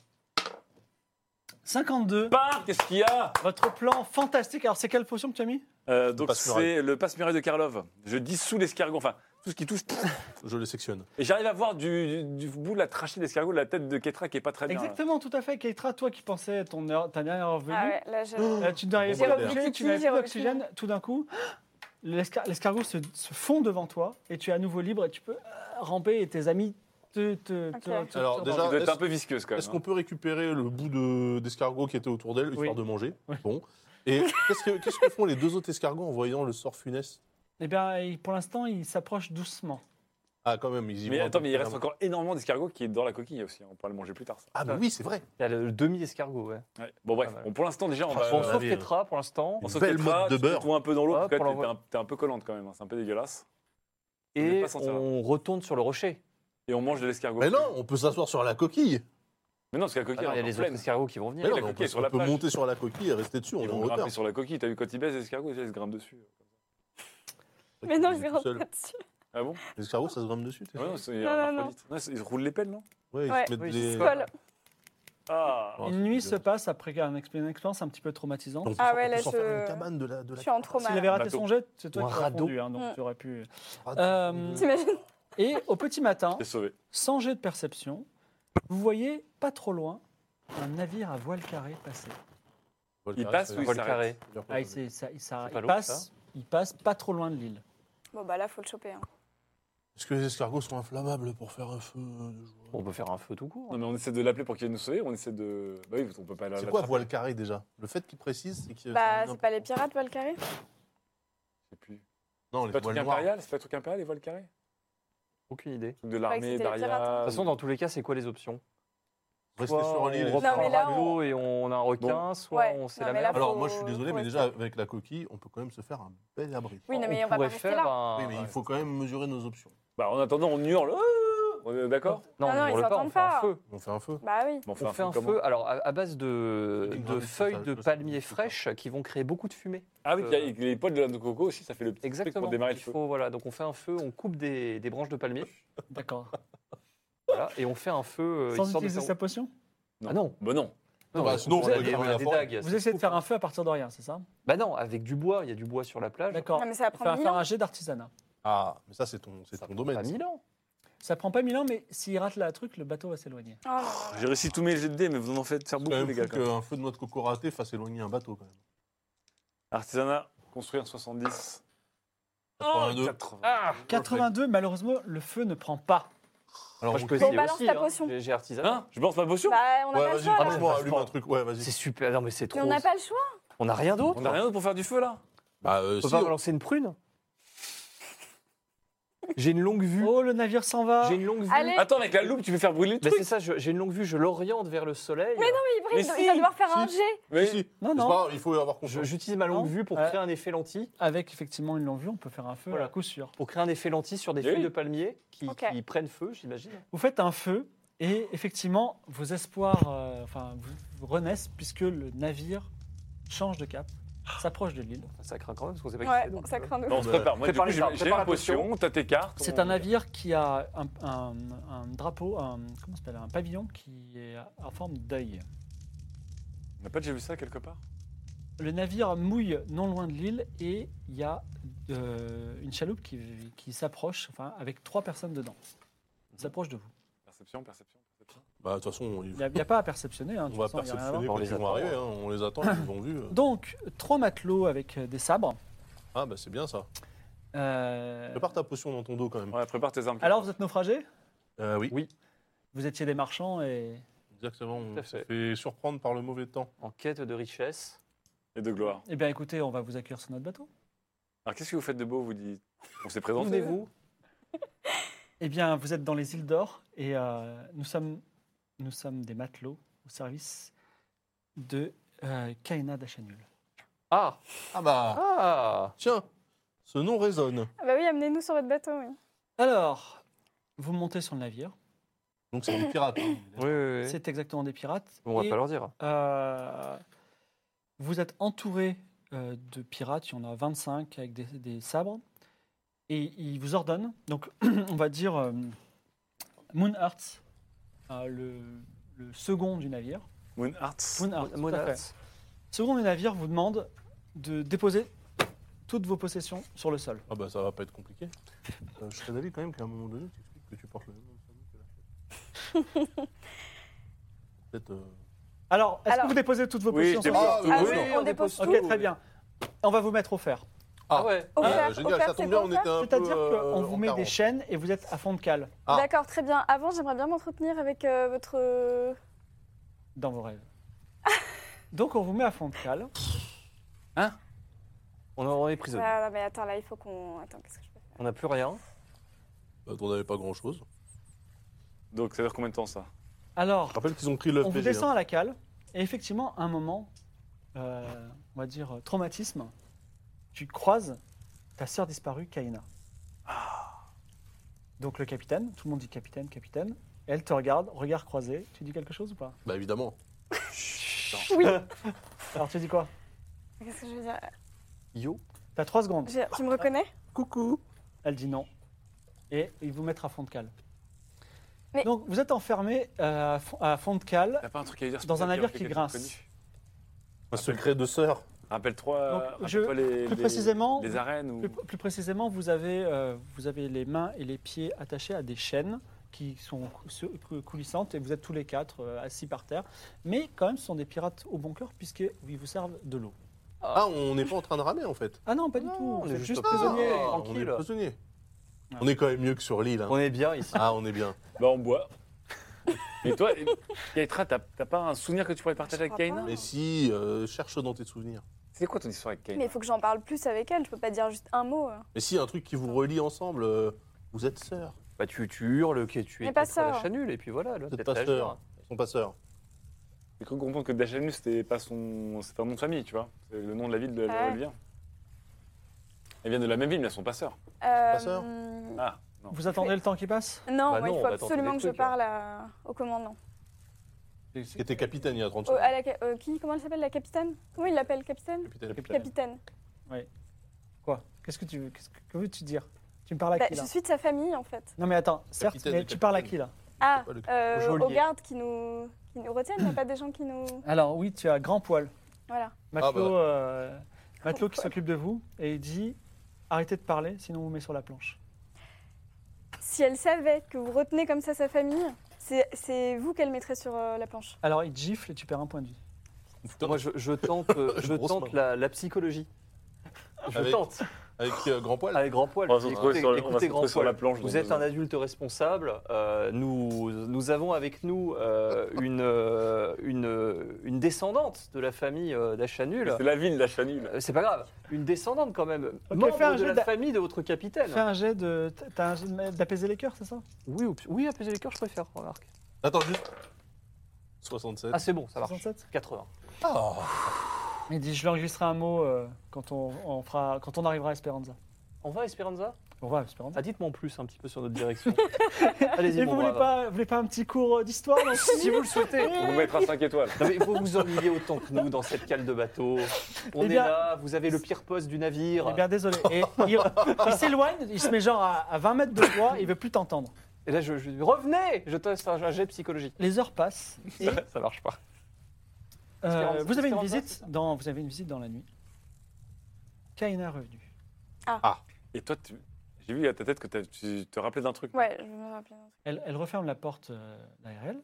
52.
Bam Qu'est-ce qu'il y a
Votre plan fantastique. Alors, c'est quelle potion que tu as mis
Euh, Donc,
passe-muraille.
c'est le passe-muraille de Karlov. Je dissous l'escargot, enfin, tout ce qui touche.
Je le sectionne.
Et j'arrive à voir du, du bout de la trachée d'escargot la tête de Ketra qui est pas très bien. Ah, hein. là.
Exactement, tout à fait. Keitra, toi qui pensais ton heure, ta dernière heure venue,
Ah ouais, là, je.
euh, tu n'arrivais
J'ai
pas à
repris
bouger,
Kiki,
tu n'avais
j'ai
plus
repris
d'oxygène. Tout d'un coup, l'escar- l'escargot se, se fond devant toi et tu es à nouveau libre et tu peux euh, ramper et tes amis te. te,
Ok.
te- te-
Alors,
te-
déjà-
Elle doit être
Est-ce-
un peu visqueuse quand même. hein.
Est-ce qu'on peut récupérer le bout de- d'escargot qui était autour d'elle, histoire
Oui.
de manger
Oui.
Bon. Et qu'est-ce que, qu'est-ce que font les deux autres escargots en voyant le sort funeste
Eh bien, il- pour l'instant, il s'approche doucement.
Ah, quand même, ils y
Mais
vont un
attends,
peu
mais il reste
plus
encore énormément d'escargot qui est dans la coquille aussi. hein. On pourra le manger plus tard. Ça.
Ah, bah oui, c'est vrai.
Il y a le demi-escargot, ouais.
Ouais. Bon, bref,
Ah, voilà.
on- pour l'instant, déjà, on va.
Ah,
on
la
sauve
vie,
Ketra pour l'instant.
on
Une
saute
belle
Ketra,
motte de
tu te
beurre.
trouves un peu dans l'eau,
Ah,
parce que
pour
t'es
l'envoi.
un- t'es un peu collante quand même. hein, C'est un peu dégueulasse. n'allez
et
pas sentir.
on retourne sur le rocher.
Et on mange de l'escargot.
Mais non, on peut s'asseoir sur la coquille.
Mais non, parce que la coquille
Ah non, Il y
elle
a
est en
les autres
pleine.
escargots qui vont venir.
Mais non,
la
mais on
coquille
peut,
est sur
on
la
peut
plage.
monter sur la coquille et rester dessus, on
Ils
est en
vont
retard.
grimper sur la coquille. T'as vu quand ils baissent les escargots, ils se grimpent dessus.
Mais non, je vais
Tout
rentrer
seul.
dessus.
Ah bon
Les escargots, ça se grimpe dessus. t'es
Ouais, non, c'est
Non, non, non.
hermaphrodite. Non, Ils roulent les pelles, non
Ouais, ils
Ouais.
se mettent
Oui,
des-
c'est ça.
Paul,
Ah
Oh, c'est
Une nuit
dégueulasse.
se passe après un exp- une expérience un petit peu traumatisante.
On peut
Ah
s'en-
ouais,
on
là,
peut s'en faire
je-
une cabane de la. de
je
la-
suis en trauma.
S'il avait
là.
raté
Bateau.
son jet, c'est toi
Ou
qui
un
aurais
radeau.
répondu, hein, donc
Mm.
tu aurais pu.
Ah,
Euh,
T'imagines
Et au petit matin,
T'es sauvé.
sans jet de perception, vous voyez pas trop loin un navire à voile carrée passer.
Il passe ou il
Vol
s'arrête
carré.
Ah, il, s'est- ça- il s'arrête-
C'est pas
il
l'eau,
passe,
ça
il passe pas trop loin de l'île.
Bon, bah là, faut le choper. hein.
Est-ce que les escargots sont inflammables pour faire un feu de jour
On peut faire un feu tout court.
Non, mais on essaie de l'appeler pour qu'il vienne nous sauver. On essaie de. Bah oui, on peut pas la.
C'est quoi
l'attraper.
voile carré déjà Le fait qu'il précise, c'est que.
Bah, c'est pas les pirates, Paul Carré
Je sais plus.
Non,
C'est
les
pas un truc
voiles noires.
impérial C'est pas un truc impérial, les voiles carrés
Aucune idée. De
Truc De
croyais que
l'armée,
Bah, c'était les pirates. hein.
d'Aria.
toute façon, dans tous les cas, c'est quoi les options
Rester
Soit
sur
on
l'île. et-
Non,
reprend
mais
un
là,
radeau
on-
et on a un requin, soit
Ouais.
on sait
Non,
la
mais
mer.
là,
Alors,
faut-
moi, je suis désolé,
faut
mais
rester.
déjà, avec la coquille, on peut quand même se faire un bel abri.
Oui, non, mais on, va pas
pourrait
rester
faire
là.
un-
Oui, mais il faut quand même mesurer nos options.
Bah, en attendant, on hurle. Ah On est d'accord
Non,
Non, non,
on
ils
hurle pas, on
s'entendent
fait un
pas.
feu.
On fait un feu.
Bah oui.
Bon,
On fait un
comment
feu, alors à, à base de,
Une
de
grande
feuilles
sauce,
de
je sais
palmier
pas.
fraîches qui vont créer beaucoup de fumée.
Ah oui, il y a- les poils de la coco aussi, ça fait le petit truc
Exactement.
pour démarrer
Il
le feu.
faut, voilà, donc on fait un feu, on coupe des, des branches de palmier,
D'accord.
voilà, et on fait un feu. euh,
Sans
histoire de
utiliser
faire-
sa potion
Ah non,
Bah non.
non,
Bah,
on-
sinon,
on
on
a
peut
des-
cramer
on a
la
des
forêt.
dagues,
Vous
c'est
essayez de
cool.
faire un feu à partir de rien, c'est ça
Bah non, avec du bois, il y a du bois sur la plage.
D'accord.
Non, mais ça
Faire
prend
un-
mille
faire
ans.
un jet d'artisanat.
Ah, mais ça, c'est ton, c'est
Ça
ton
prend pas
domaine. ça.
mille ans.
Ça prend pas mille ans, mais s'il rate la truc, le bateau va s'éloigner.
Oh, non, non.
J'ai réussi tous mes jets de dés, mais vous en faites faire
C'est
beaucoup,
quand
les
même
gars.
fou qu'un feu de noix de coco raté fasse éloigner un bateau, quand même.
Artisanat, construit en 70.
82.
80.
Ah
82, malheureusement, le feu ne prend pas.
Alors,
Moi, je
on-
peux
Bon,
essayer
balance
aussi,
ta
hein.
potion.
J'ai- J'ai artisanat.
Hein Je lance ma potion
Bah, on a
Ouais,
pas le
vas-y,
choix, là.
Ah,
franchement,
là.
allume un truc. Ouais, vas-y.
c'est super, non mais c'est trop.
Mais on n'a pas le choix.
on a rien d'autre.
On a rien d'autre pour faire du feu, là
Bah, euh,
On peut
si,
pas
on-
balancer une prune J'ai une longue vue.
Oh, le navire s'en va.
J'ai une longue vue.
Allez,
Attends, avec la loupe, tu peux faire brûler le
Bah,
truc.
c'est ça, je- j'ai une longue vue, je l'oriente vers le soleil.
il brille,
Mais
il
si,
va devoir faire un
si.
jet.
Mais-
si, si.
Non,
C'est
non.
pas grave, il faut avoir
Je-
confiance.
J'utilise ma longue
Non.
vue pour
Euh.
créer un effet lentille,
Avec effectivement une longue vue, on peut faire un feu
Voilà.
à coup sûr.
pour créer un effet lentille sur des
Oui.
feuilles de palmier qui,
Ok.
qui prennent feu, j'imagine.
Vous faites un feu et effectivement, vos espoirs euh, enfin, vous- vous renaissent puisque le navire change de cap, s'approche de l'île.
Ça craint quand même parce qu'on sait pas qui c'est.
Ouais,
donc,
ça
euh,
craint de
Non, on
ouf.
se prépare. Moi, du
Prépare
coup,
les
j'ai
armes,
j'ai
prépare
la
la potion.
potion, t'as tes cartes.
C'est
on-
un navire qui a un, un- un drapeau, un, comment ça s'appelle, un pavillon qui est en forme d'œil.
On n'a pas déjà vu ça quelque part
Le navire mouille non loin de l'île et il y a euh, une chaloupe qui, qui s'approche, enfin avec trois personnes dedans. S'approche de vous.
Perception, perception, perception.
Bah, de toute façon, il-
Il n'y a, il y a pas à perceptionner. hein, de
on
toute
va
façon, il y a rien à voir.
perceptionner
On
quand
les
ils vont
attend.
arriver. hein. On les attend, ils vont vu. euh.
Donc, trois matelots avec euh, des sabres.
Ah, bah, c'est bien ça.
Euh,
Prépare ta potion dans ton dos, quand même.
Ouais, prépare tes armes.
alors, vous êtes naufragés
Euh, oui.
Vous étiez des marchands et
Exactement,
Tout à
on s'est
fait.
fait surprendre par le mauvais temps.
euh, En quête de richesse.
Et de gloire.
Eh bien, écoutez, on va vous accueillir sur notre bateau.
Alors, qu'est-ce que vous faites de beau Vous dites. On s'est
Où
présenté.
venez-vous
Eh bien, vous êtes dans les îles d'Or et euh, nous, sommes, nous sommes des matelots au service de euh, Kaina Dachanul.
Ah
Ah bah,
Ah
tiens, ce nom résonne.
Ah Bah oui, amenez-nous sur votre bateau. oui.
Alors, vous montez sur le navire.
Donc c'est des pirates. hein.
Oui, oui, oui.
C'est exactement des pirates.
On va
Et,
pas leur dire.
euh, vous êtes entouré euh, de pirates. Il y en a 25 avec des, des sabres. Et ils vous ordonnent. Donc, on va dire euh, Moonheart, euh, le, le second du navire.
Moon Arts.
Moonheart, tout à fait.
Monat.
Second du navire vous demande de déposer toutes vos possessions sur le sol.
Ah bah ça va pas être compliqué. Euh, je serais d'avis quand même qu'à un moment donné, tu expliques que tu portes le même nom de famille que la chèvre. Peut-être... euh,
Alors, est-ce que
Alors-
vous déposez toutes vos
Oui,
possessions sur
je
le sol
Ah,
Euh,
Ah
oui,
oui,
non.
on dépose tout.
Ok, très bien. On va vous mettre au fer.
Ah ouais
Offert,
euh, génial,
offert,
ça
c'est
tombe bien,
bon,
on était un peu...
C'est-à-dire
euh,
qu'on vous
en
met des
carence.
chaînes et vous êtes à fond de cale
Ah.
D'accord, très bien. Avant, j'aimerais bien m'entretenir avec euh, votre. euh,
dans vos rêves. Donc, on vous met à fond de cale.
On est- on est prisonnier.
Ah, non, mais attends, là, il faut qu'on. Attends, qu'est-ce que je peux faire
On n'a plus rien.
Bah, on n'avait pas grand-chose.
Donc, ça dure combien de temps ça
Je
Alors,
rappelle qu'ils ont pris
on
le
vous
FPG, hein.
descend à la cale. Et effectivement, à un moment, euh, on va dire euh,
Ah.
traumatisme, tu croises ta sœur disparue, Kaina. donc le capitaine, tout le monde dit capitaine, capitaine. Elle te regarde, regard croisé. Tu dis quelque chose ou pas
Bah évidemment.
Oui.
Alors tu dis quoi
Qu'est-ce que je veux dire
Yo
T'as trois secondes.
Je veux dire, Tu me reconnais
Coucou. Elle dit non. Et ils vous mettent à fond de cale.
Mais-
Donc vous êtes enfermés euh, à fond- à fond de cale.
T'as pas un truc à dire sur
Dans un
Peter
navire
Parker,
qui
quelqu'un
grince.
de connu
Un secret de sœur.
Rappelle-toi
Donc,
rappelle-toi
je-
les,
plus
les-
précisément-
les arènes. Ou...
Plus, plus précisément, vous avez, euh, vous avez les mains et les pieds attachés à des chaînes qui sont cou- se- cou- coulissantes et vous êtes tous les quatre euh, assis par terre. Mais quand même, ce sont des pirates au bon cœur puisqu'ils vous servent de l'eau.
Ah, on n'est pas en train de ramer en fait.
Ah non, Oh. pas du
Non,
tout.
on
Vous
est
êtes
juste
juste
Ah,
au
prisonniers.
prisonnier.
on est
tranquille.
prisonnier.
Ouais.
On est quand même mieux que sur l'île. hein.
On est bien ici.
Ah, on est bien.
Bah, on boit. Et toi, Kaitra, t'as t'as pas un souvenir que tu pourrais partager
Je
avec
crois pas.
Kaina
Mais si, euh, cherche dans tes souvenirs.
C'est quoi ton histoire avec
Mais
Kaina
il faut que j'en parle plus avec elle. Je peux pas dire juste un mot. euh.
Mais si, un truc qui vous relie ensemble, euh, vous êtes sœurs.
Bah, tu, tu hurles que tu
Mais
es
pas
contre la
ça.
chanule, et puis voilà, là,
Vous êtes
t'es
pas
très
sœurs.
jeune.
Ils sont pas sœurs.
J'ai cru comprendre que Dachanus, c'était pas son. C'est un nom de famille, tu vois. C'est le nom de la ville de
Ouais.
elle vient. Elle vient de la même ville, mais elles sont pas sœurs.
Euh,
sœurs
Ah, non.
Vous attendez le temps qui passe
Non,
hein. Bah
moi,
non,
il
on
faut
va tenter
absolument
des
que je
trucs, hein.
parle à- au commandant.
Qui était capitaine il y a 30
Au-
ans.
à la ca- euh, qui Comment elle s'appelle La capitaine Comment il l'appelle Capitaine
Capitaine.
Capitaine.
Quoi Qu'est-ce que tu veux Qu'est-ce que, que veux-tu dire Tu me parles à
Bah,
qui
je
là
suis de sa famille en fait.
Non mais attends, certes,
Capitaine
mais
de
tu parles à qui
capitaine.
là
Ah,
pas le-
euh,
au geôlier.
aux gardes qui nous, qui nous retiennent, il n'y a pas des gens qui nous.
Alors oui, tu as grand poil.
Voilà.
Matelot,
Ah, bah.
euh, matelot qui
Grand poil.
s'occupe de vous et il dit arrêtez de parler, sinon on vous met sur la planche.
Si elle savait que vous retenez comme ça sa famille, c'est- c'est vous qu'elle mettrait sur euh, la planche.
Alors il te gifle et tu perds un point de vie.
Moi, je, je tente, euh, je
Grosse
tente
main.
la, la psychologie. Je
Avec-
tente.
Avec euh, Grand Poil.
Avec Grand Poil.
On va se
Écoutez-
retrouver sur, le- on va se
écoutez
retrouver
Grand
sur la
Poil.
planche. euh.
Vous
dans
êtes
deux
un
ans.
adulte responsable. euh, nous, nous avons avec nous euh, une, euh, une, une descendante de la famille euh, d'Achanul.
C'est la ville, la chanule.
Euh, C'est pas grave. Une descendante quand même.
Ok,
membre
fais un
de
jet
la
d'a-
famille de votre capitaine.
Fais un jet de- t'as un jet de- d'apaiser les cœurs, c'est ça
Oui, ou- oui, apaiser les cœurs, je préfère. Remarque.
Attends juste. 67. Euh,
Ah, c'est bon, ça marche.
67
80.
Ah,
Il dit je lui enregistrerai un mot euh, quand, on, on fera, quand on arrivera à Esperanza.
On va, Esperanza
On va à Esperanza.
ah, Dites-moi en plus un petit peu sur notre direction. Allez-y,
Et
mon
vous voulez
brave.
pas, vous voulez pas un petit cours euh, d'histoire non
Si vous le souhaitez.
On vous mettra 5 étoiles.
Non, mais vous vous ennuyer autant que nous dans cette cale de bateau. On
Eh
est
bien-
là, vous avez le pire poste du navire.
Eh bien désolé. Et il il s'éloigne, il se met genre à, à 20 mètres de toi, il veut plus t'entendre.
Et là, je, je dis, revenez Je teste un un jet psychologique.
Les heures passent. et,
Ça marche pas.
euh,
Espérance-
vous, avez une
Espérance,
visite
c'est ça
dans, vous avez une visite dans la nuit. Kaina est revenue.
Et toi, tu- j'ai vu à ta tête que t'as- tu te rappelais d'un truc.
Ouais, je me rappelle. un truc.
Elle, elle referme la porte euh, d'ARL.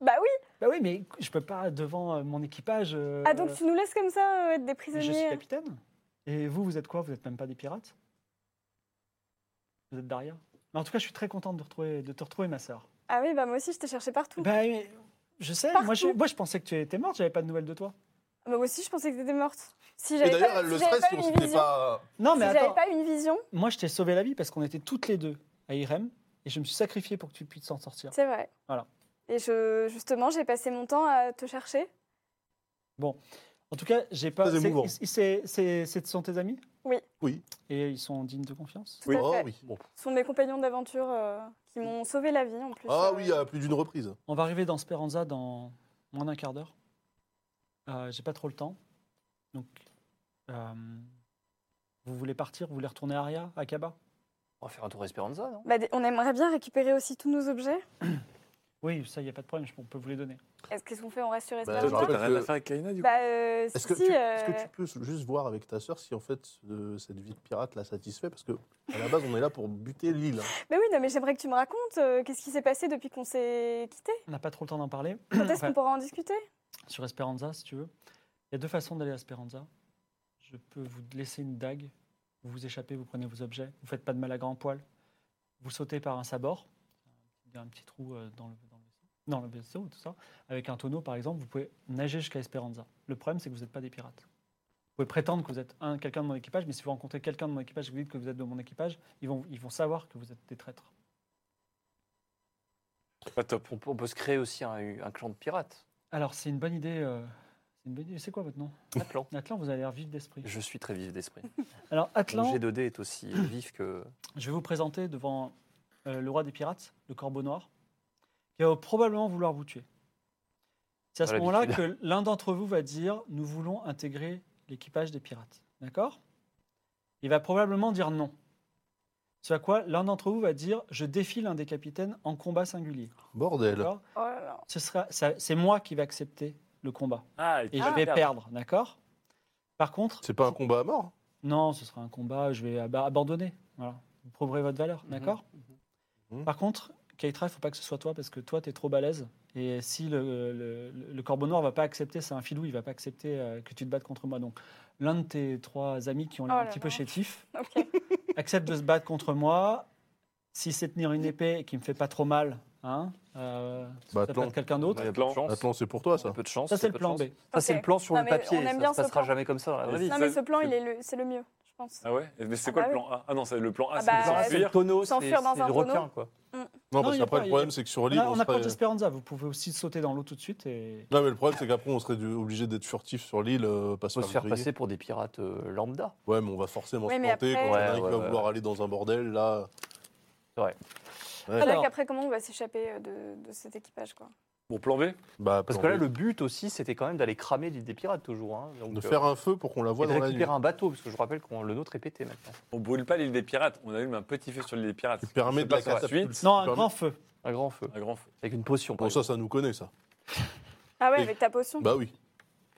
Bah oui
Bah oui, mais je peux pas devant euh, mon équipage. euh,
Ah, donc tu nous laisses comme ça euh, être des
Mais Je suis
prisonniers
capitaine. Et vous, vous êtes quoi Vous n'êtes même pas des pirates Vous êtes Daria Mais En tout cas, je suis très contente de, retrouver, de te retrouver, ma sœur.
Ah oui, bah moi aussi, je t'ai cherché partout.
Bah, mais je sais, moi je,
Partout.
moi je pensais que tu étais morte, j'avais pas de nouvelles de toi.
Bah moi aussi, je pensais que t'étais morte. Si
Et
j'avais
d'ailleurs,
pas,
elle le
si j'avais
serait
pas
si on
une
s'était
vision-
pas.
Non, mais
si j'avais
attends,
pas une vision,
moi je t'ai sauvé la vie parce qu'on était toutes les deux à Irem et je me suis sacrifié pour que tu puisses s'en sortir.
c'est vrai.
Voilà.
Et je, justement, j'ai passé mon temps à te chercher.
En tout cas, j'ai pas.
Très
c'est-
émouvant.
ils- ils- c'est- c'est- Ce sont tes amis
Oui.
Oui.
Et ils sont dignes de confiance
Tout à
Oh
fait.
oui. Bon.
Ce sont mes compagnons d'aventure euh, qui m'ont sauvé la vie en plus.
Ah
Euh,
oui, à plus d'une reprise.
On va arriver dans Speranza dans moins d'un quart d'heure. Euh, J'ai pas trop le temps. Donc, euh, vous voulez partir Vous voulez retourner à Aria, à Kaba
On va faire un tour à Esperanza, non
Bah, des- on aimerait bien récupérer aussi tous nos objets.
Oui, ça, y a pas de problème, je- on peut vous les donner.
Est-ce qu'est-ce qu'on fait On reste sur
Bah,
Toi,
Esperanza
je rappelle
t'as rien
que-
à faire avec Kaina, du coup.
Bah, euh,
Est-ce que,
si,
tu-
euh,
est-ce que tu peux juste voir avec ta sœur si en fait euh, cette vie de pirate la satisfait Parce que à la base, on est là pour buter l'île. hein.
Mais oui, non, mais j'aimerais que tu me racontes euh, qu'est-ce qui s'est passé depuis qu'on s'est quittés.
On n'a pas trop le temps d'en parler.
Quand est-ce
Enfin,
qu'on pourra en discuter
sur Esperanza, si tu veux. Il y a deux façons d'aller à Esperanza. Je peux vous laisser une dague, vous vous échappez, vous prenez vos objets, vous faites pas de mal à grand poil, vous sautez par un sabord, il y a un petit trou euh, dans le, dans le vaisseau, dans le vaisseau, tout ça. Avec un tonneau, par exemple, vous pouvez nager jusqu'à Esperanza. Le problème, c'est que vous n'êtes pas des pirates. Vous pouvez prétendre que vous êtes un quelqu'un de mon équipage, mais si vous rencontrez quelqu'un de mon équipage et que vous dites que vous êtes de mon équipage, ils vont, ils vont savoir que vous êtes des traîtres.
Pas top.
on peut, on peut se créer aussi un, un clan de pirates.
Alors, c'est une bonne idée, euh, c'est une bonne idée. C'est quoi votre nom
Atlan.
Atlan, vous avez l'air vif d'esprit.
Je suis très vif d'esprit.
Alors,
Mon
Atlan,
G2D est aussi vif que.
je vais vous présenter devant euh, le roi des pirates, le corbeau noir, qui va probablement vouloir vous tuer. C'est à ce
Pas
moment-là que
l'habitude.
l'un d'entre vous va dire Nous voulons intégrer l'équipage des pirates. D'accord Il va probablement dire non. Ce à quoi l'un d'entre vous va dire Je défie l'un des capitaines en combat singulier.
Bordel.
D'accord
Oh là là.
Ce sera- ça- C'est moi qui vais accepter le combat.
Ah, et
Et
tu
je
vas
vais
perdre.
perdre. D'accord Par contre,
C'est pas un combat à mort
non, ce sera un combat, je vais ab- abandonner. Voilà. Vous prouverez votre valeur,
Mhm.
d'accord
Mhm.
Par contre, Keitra, il faut pas que ce soit toi parce que toi, tu es trop balèze. Et si le, le- le corbeau noir va pas accepter, c'est un filou, il va pas accepter euh, que tu te battes contre moi. Donc, l'un de tes trois amis qui ont l'air
Oh
un
là
petit peu
là.
chétif
Ok.
accepte de se battre contre moi. Si c'est tenir une épée et qui me fait pas trop mal, hein, euh,
Bah,
ça peut
Atlan.
être quelqu'un d'autre.
Il y a peu
Atlan.
de chance.
Atlan, c'est Ah, pour toi,
Il y a
ça.
peu de chance.
Ça,
il y a
c'est le
peu de
plan
chance.
B.
Ça, c'est
Ok.
le plan sur
Non,
le
mais
papier.
on aime
ça
bien
se
ce
passera
plan.
jamais comme ça dans la vraie vie.
Non,
Ça-
mais ce plan,
c'est-
il est le- c'est le mieux, je pense.
Ah ouais Mais c'est quoi
Ah
le
bah
plan A Ah non, c'est le plan A,
Ah
c'est
bah,
de
ouais.
C'est le
s'enfuir.
tonneau, c'est
S'enfuir dans
c'est
un
le
tonneau.
requin, quoi.
Non,
Non,
parce
il y a
qu'après,
pas-
le
il y a-
problème, c'est que sur
On
l'île,
a,
on
on a Port
serait-
Esperanza, vous pouvez aussi sauter dans l'eau tout de suite. Et...
Non, mais le problème, c'est qu'après, on serait dû- obligé d'être furtif sur l'île, euh, pas
On
se
peut se
faire
faire
griller.
passer pour des pirates euh, lambda.
Ouais, mais on va forcément
Ouais,
se
mais
planter
après- euh,
quand il y en a
Ouais,
un qui
ouais,
va
ouais.
vouloir aller dans un bordel, là.
Ouais.
C'est vrai
Alors-
qu'après, Ah, comment on va s'échapper euh, de, de cet équipage quoi
Bon, plan B
Bah,
Parce que là, le but aussi, c'était quand même d'aller cramer l'île des pirates toujours. hein. Donc,
De
euh,
faire un feu pour qu'on la
et
voie
de
dans la nuit.
récupérer un bateau, parce que je rappelle que le nôtre est pété maintenant.
On brûle pas l'île des pirates, on allume un petit feu sur l'île des pirates.
Qui permet
C'est
de
pas
la
sur
catapulte.
suite.
Non, un
Permis-
grand feu.
Un grand feu.
Un grand feu.
Avec une potion. par
Bon, ça, ça nous connaît, ça.
Ah ouais,
Et-
avec ta potion
Bah oui.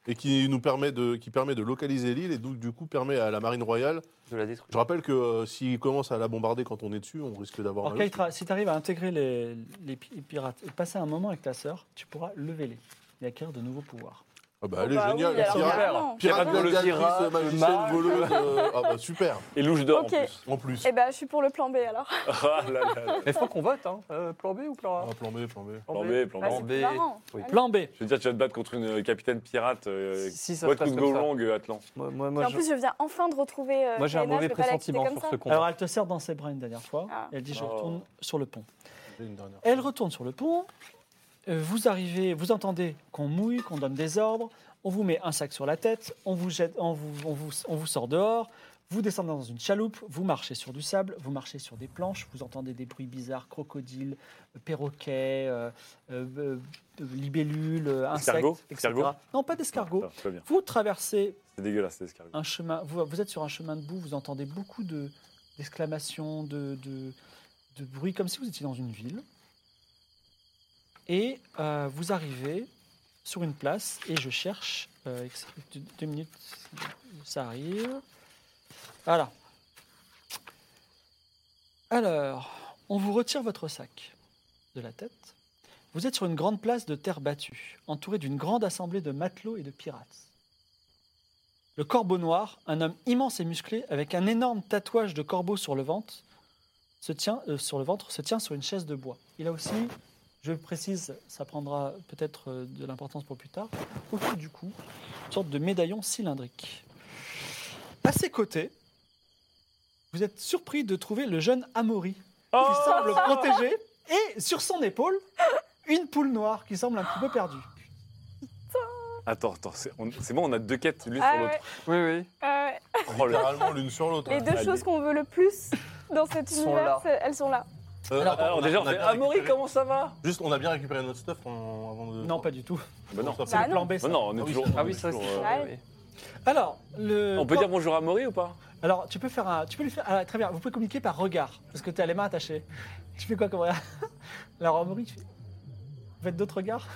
Et qui nous permet de, qui permet de localiser l'île et donc, du coup, permet à la marine royale.
exemple, de la détruire.
Je rappelle que euh, s'ils commencent à la bombarder quand on est dessus, on risque d'avoir
Alors,
mal au
Keitra, si tu arrives à intégrer les, les pi- les pirates et passer un moment avec ta sœur, tu pourras lever les et acquérir de nouveaux pouvoirs.
Ah bah,
Oh
elle est
bah oui,
géniale.
alors,
pirate,
carrément.
pirate
Carrément.
voleuse,
gladiatrice,
pirate,
magicienne
mage.
voleuse. euh, ah bah super.
Et louche d'or
Ok.
en plus.
En plus.
Eh ben, je suis pour le plan B alors.
Ah là là là.
Mais faut qu'on vote, hein. Euh, plan B ou plan A
Ah, plan B, plan B.
Plan B, plan
Ah,
B.
c'est
Plan
plus
B.
marrant.
Oui.
Allez.
Plan B.
Je veux dire, tu vas te battre contre une euh, capitaine pirate. euh,
Si, si ça se
What
passe
could
comme
go
ça.
wrong, euh, Atlan
Moi, moi, moi,
Et en
je-
plus, je viens enfin de retrouver. euh,
moi, j'ai un
Elena, je
mauvais
vais pas la quitter
pressentiment
comme
sur
ça.
ce combat.
Ah,
Alors, elle te serre dans ses bras une dernière fois.
Ah.
Elle dit Je
Oh.
retourne sur le pont.
J'ai une dernière.
Elle retourne sur le pont. Euh, Vous arrivez, vous entendez qu'on mouille, qu'on donne des ordres. On vous met un sac sur la tête. On vous, jette, on vous, on vous- on vous sort dehors. Vous descendez dans une chaloupe. Vous marchez sur du sable. Vous marchez sur des planches. Vous entendez des bruits bizarres crocodiles, perroquets, euh, euh, euh, libellules, insectes.
Escargots
etc.
Escargots
Non, pas d'escargots.
Non, c'est pas bien.
Vous traversez
C'est dégueulasse, c'est escargot.
un chemin. Vous, vous êtes sur un chemin de boue, vous entendez beaucoup de- d'exclamations, de, de, de bruits, comme si vous étiez dans une ville. Et euh, vous arrivez sur une place et je cherche. euh, ex- deux- deux minutes, ça arrive. Voilà. Alors, on vous retire votre sac de la tête. Vous êtes sur une grande place de terre battue, entourée d'une grande assemblée de matelots et de pirates. Le corbeau noir, un homme immense et musclé, avec un énorme tatouage de corbeau sur le ventre, se tient, euh, sur, le ventre, se tient sur une chaise de bois. Il a aussi, je le précise, ça prendra peut-être euh, de l'importance pour plus tard, autour du cou, une sorte de médaillon cylindrique. À ses côtés, vous êtes surpris de trouver le jeune Amaury,
Oh
qui
Ah,
semble protégé, et sur son épaule, une poule noire qui semble un petit peu perdue.
Attends, attends, c'est on- c'est bon, on a deux quêtes l'une
Ah
sur
ouais,
l'autre.
Oui, oui.
ah ouais.
Oh là
Littéralement l'une sur l'autre.
Les deux
Allez.
choses qu'on veut le plus dans cet
Sont
univers,
là.
c'est- elles sont là.
Euh,
Alors,
attends,
Alors
on a-
déjà,
on
on
a
fait
bien
Amaury,
récupéré-
comment ça va
Juste, on a bien récupéré notre stuff en- avant de.
Non, pas du tout.
Bah non.
Comment
C'est
ça
Bah
le plan
non.
B.
Bah
ça.
Euh, non, on est
Ah oui,
toujours.
ça-
on
Ah
est
oui, ça,
toujours,
c'est
euh,
Ah
oui, oui.
Alors, le
On peut dire bonjour à Maury ou pas
Alors, tu peux faire un. Tu peux lui faire. ah, très bien, vous pouvez communiquer par regard, parce que tu as les mains attachées. Tu fais quoi comme regard Alors, Amaury, tu fais. Vous faites d'autres regards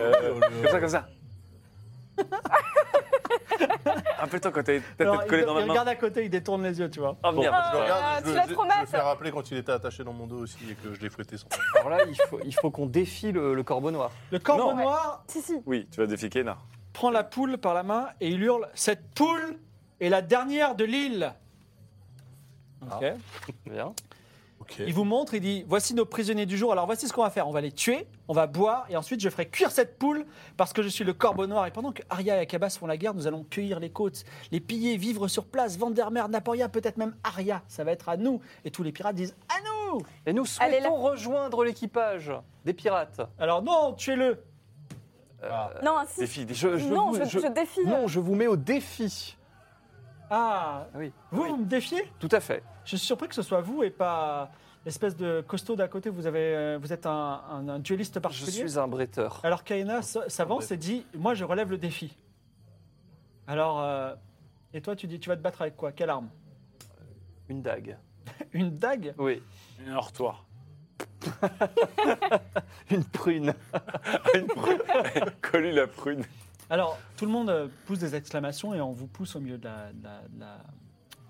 Euh,
Euh,
Comme ça, comme ça. Rappelle-toi quand t'as t'as
Alors,
peut-être
il,
collé dans
il
ma main.
regarde à côté, il détourne les yeux, tu vois.
Ah merde.
Ah,
Je le regarde,
tu
je,
l'as
je-
trop
je
mal,
me fais
ça.
rappeler quand il était attaché dans mon dos aussi et que je l'ai fouetté sans.
Alors là, il faut, il faut qu'on défie le, le corbeau noir.
Le corbeau
Non.
noir
Si, si.
Oui, tu vas défier Kéna.
prend la poule par la main et il hurle Cette poule est la dernière de l'île
Ah.
Ok.
Bien.
Ok.
Il vous montre, il dit Voici nos prisonniers du jour. Alors voici ce qu'on va faire. On va les tuer, on va boire, et ensuite je ferai cuire cette poule parce que je suis le corbeau noir. Et pendant que Arya et Akabas font la guerre, nous allons cueillir les côtes, les piller, vivre sur place. Vandermeer, Naporia, peut-être même Arya. Ça va être à nous. Et tous les pirates disent À nous
Et nous
Allez,
souhaitons rejoindre l'équipage des pirates.
Alors non, tuez-le
Ah.
euh,
Non, si.
Défi, défi.
je, je
non,
vous-
je,
je-
je défie. euh,
non, je vous mets au défi.
Ah,
Ah Oui,
vous,
Oui.
vous me défiez
tout à fait.
Je suis surpris que ce soit vous et pas l'espèce de costaud d'à côté. Vous, avez, euh, vous êtes un, un- un dueliste
Je
particulier. Ah.
suis un bretteur.
Alors Kaina s- s'avance et dit Moi, je relève le défi. Alors, euh, et toi, tu dis Tu vas te battre avec quoi Quelle arme
Une dague.
Une dague
Oui,
Un hortoir.
une prune.
Une prune. Coller la prune.
Alors, tout le monde euh, pousse des exclamations et on vous pousse au milieu de la. de la- de la-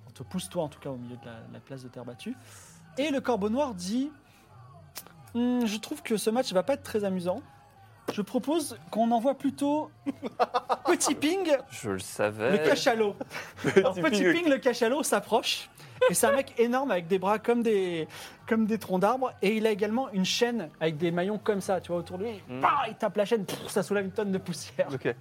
on te pousse, toi, en tout cas, au milieu de la, de la place de terre battue. Et le corbeau noir dit Hmm, Je trouve que ce match va pas être très amusant. Je propose qu'on envoie plutôt Petit Ping,
Je le
le
savais.
cachalot. Alors, Petit
Ping.
Ping, le cachalot, s'approche. Et c'est un mec énorme avec des bras comme des, comme des troncs d'arbres. Et il a également une chaîne avec des maillons comme ça, tu vois, autour de lui.
Hmm.
Bah, il tape la chaîne, pff, ça soulève une tonne de poussière.
Ok.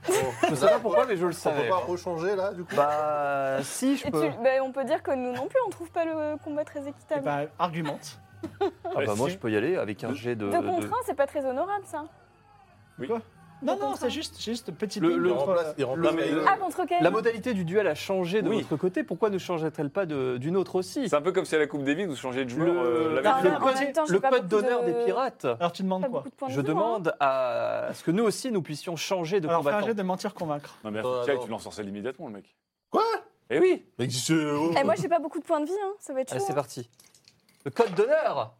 Je sais pas pourquoi, mais je le
On peut
savais.
pas rechanger là, du coup
Bah, si, je
Et
peux.
tu- bah, on peut dire que nous non plus, on trouve pas le combat très
Et
équitable.
Eh
bah, argumente.
Ah bah, moi,
si.
je peux y aller avec un jet de.
Deux
ben, euh, de-
contre un, c'est pas très honorable ça.
Oui.
Quoi Non,
Deux
non,
contre un.
c'est juste, c'est juste petit
Le-
ping
Il
le-
entre-
remplace, il remplace
mais-
Kaina.
Ah, contre quel
La modalité du duel a changé de
Oui.
votre côté. Pourquoi ne changerait-elle pas de- d'une autre aussi
C'est un peu comme si à la Coupe Davis, vous changez de joueur.
Le-
euh, la
le
même
Enfin,
chose.
en même temps,
code-
j'ai
le
pas
code
beaucoup
d'honneur
de-
des pirates.
Alors tu
Pas
demandes quoi
beaucoup de points de
Je
vue, hein.
demande à ce que nous aussi nous puissions changer de
Alors fais un
combattant.
jet de mentir convaincre.
Non, mais
Oh,
tiens,
Ah,
non.
tu l'ensorcelles immédiatement, le mec.
Quoi
Eh oui
Mais qu'est-ce que- oh.
Eh, moi, j'ai pas beaucoup de points de vie, hein. ça va être
Allez,
chaud.
Eh, c'est parti. Le code d'honneur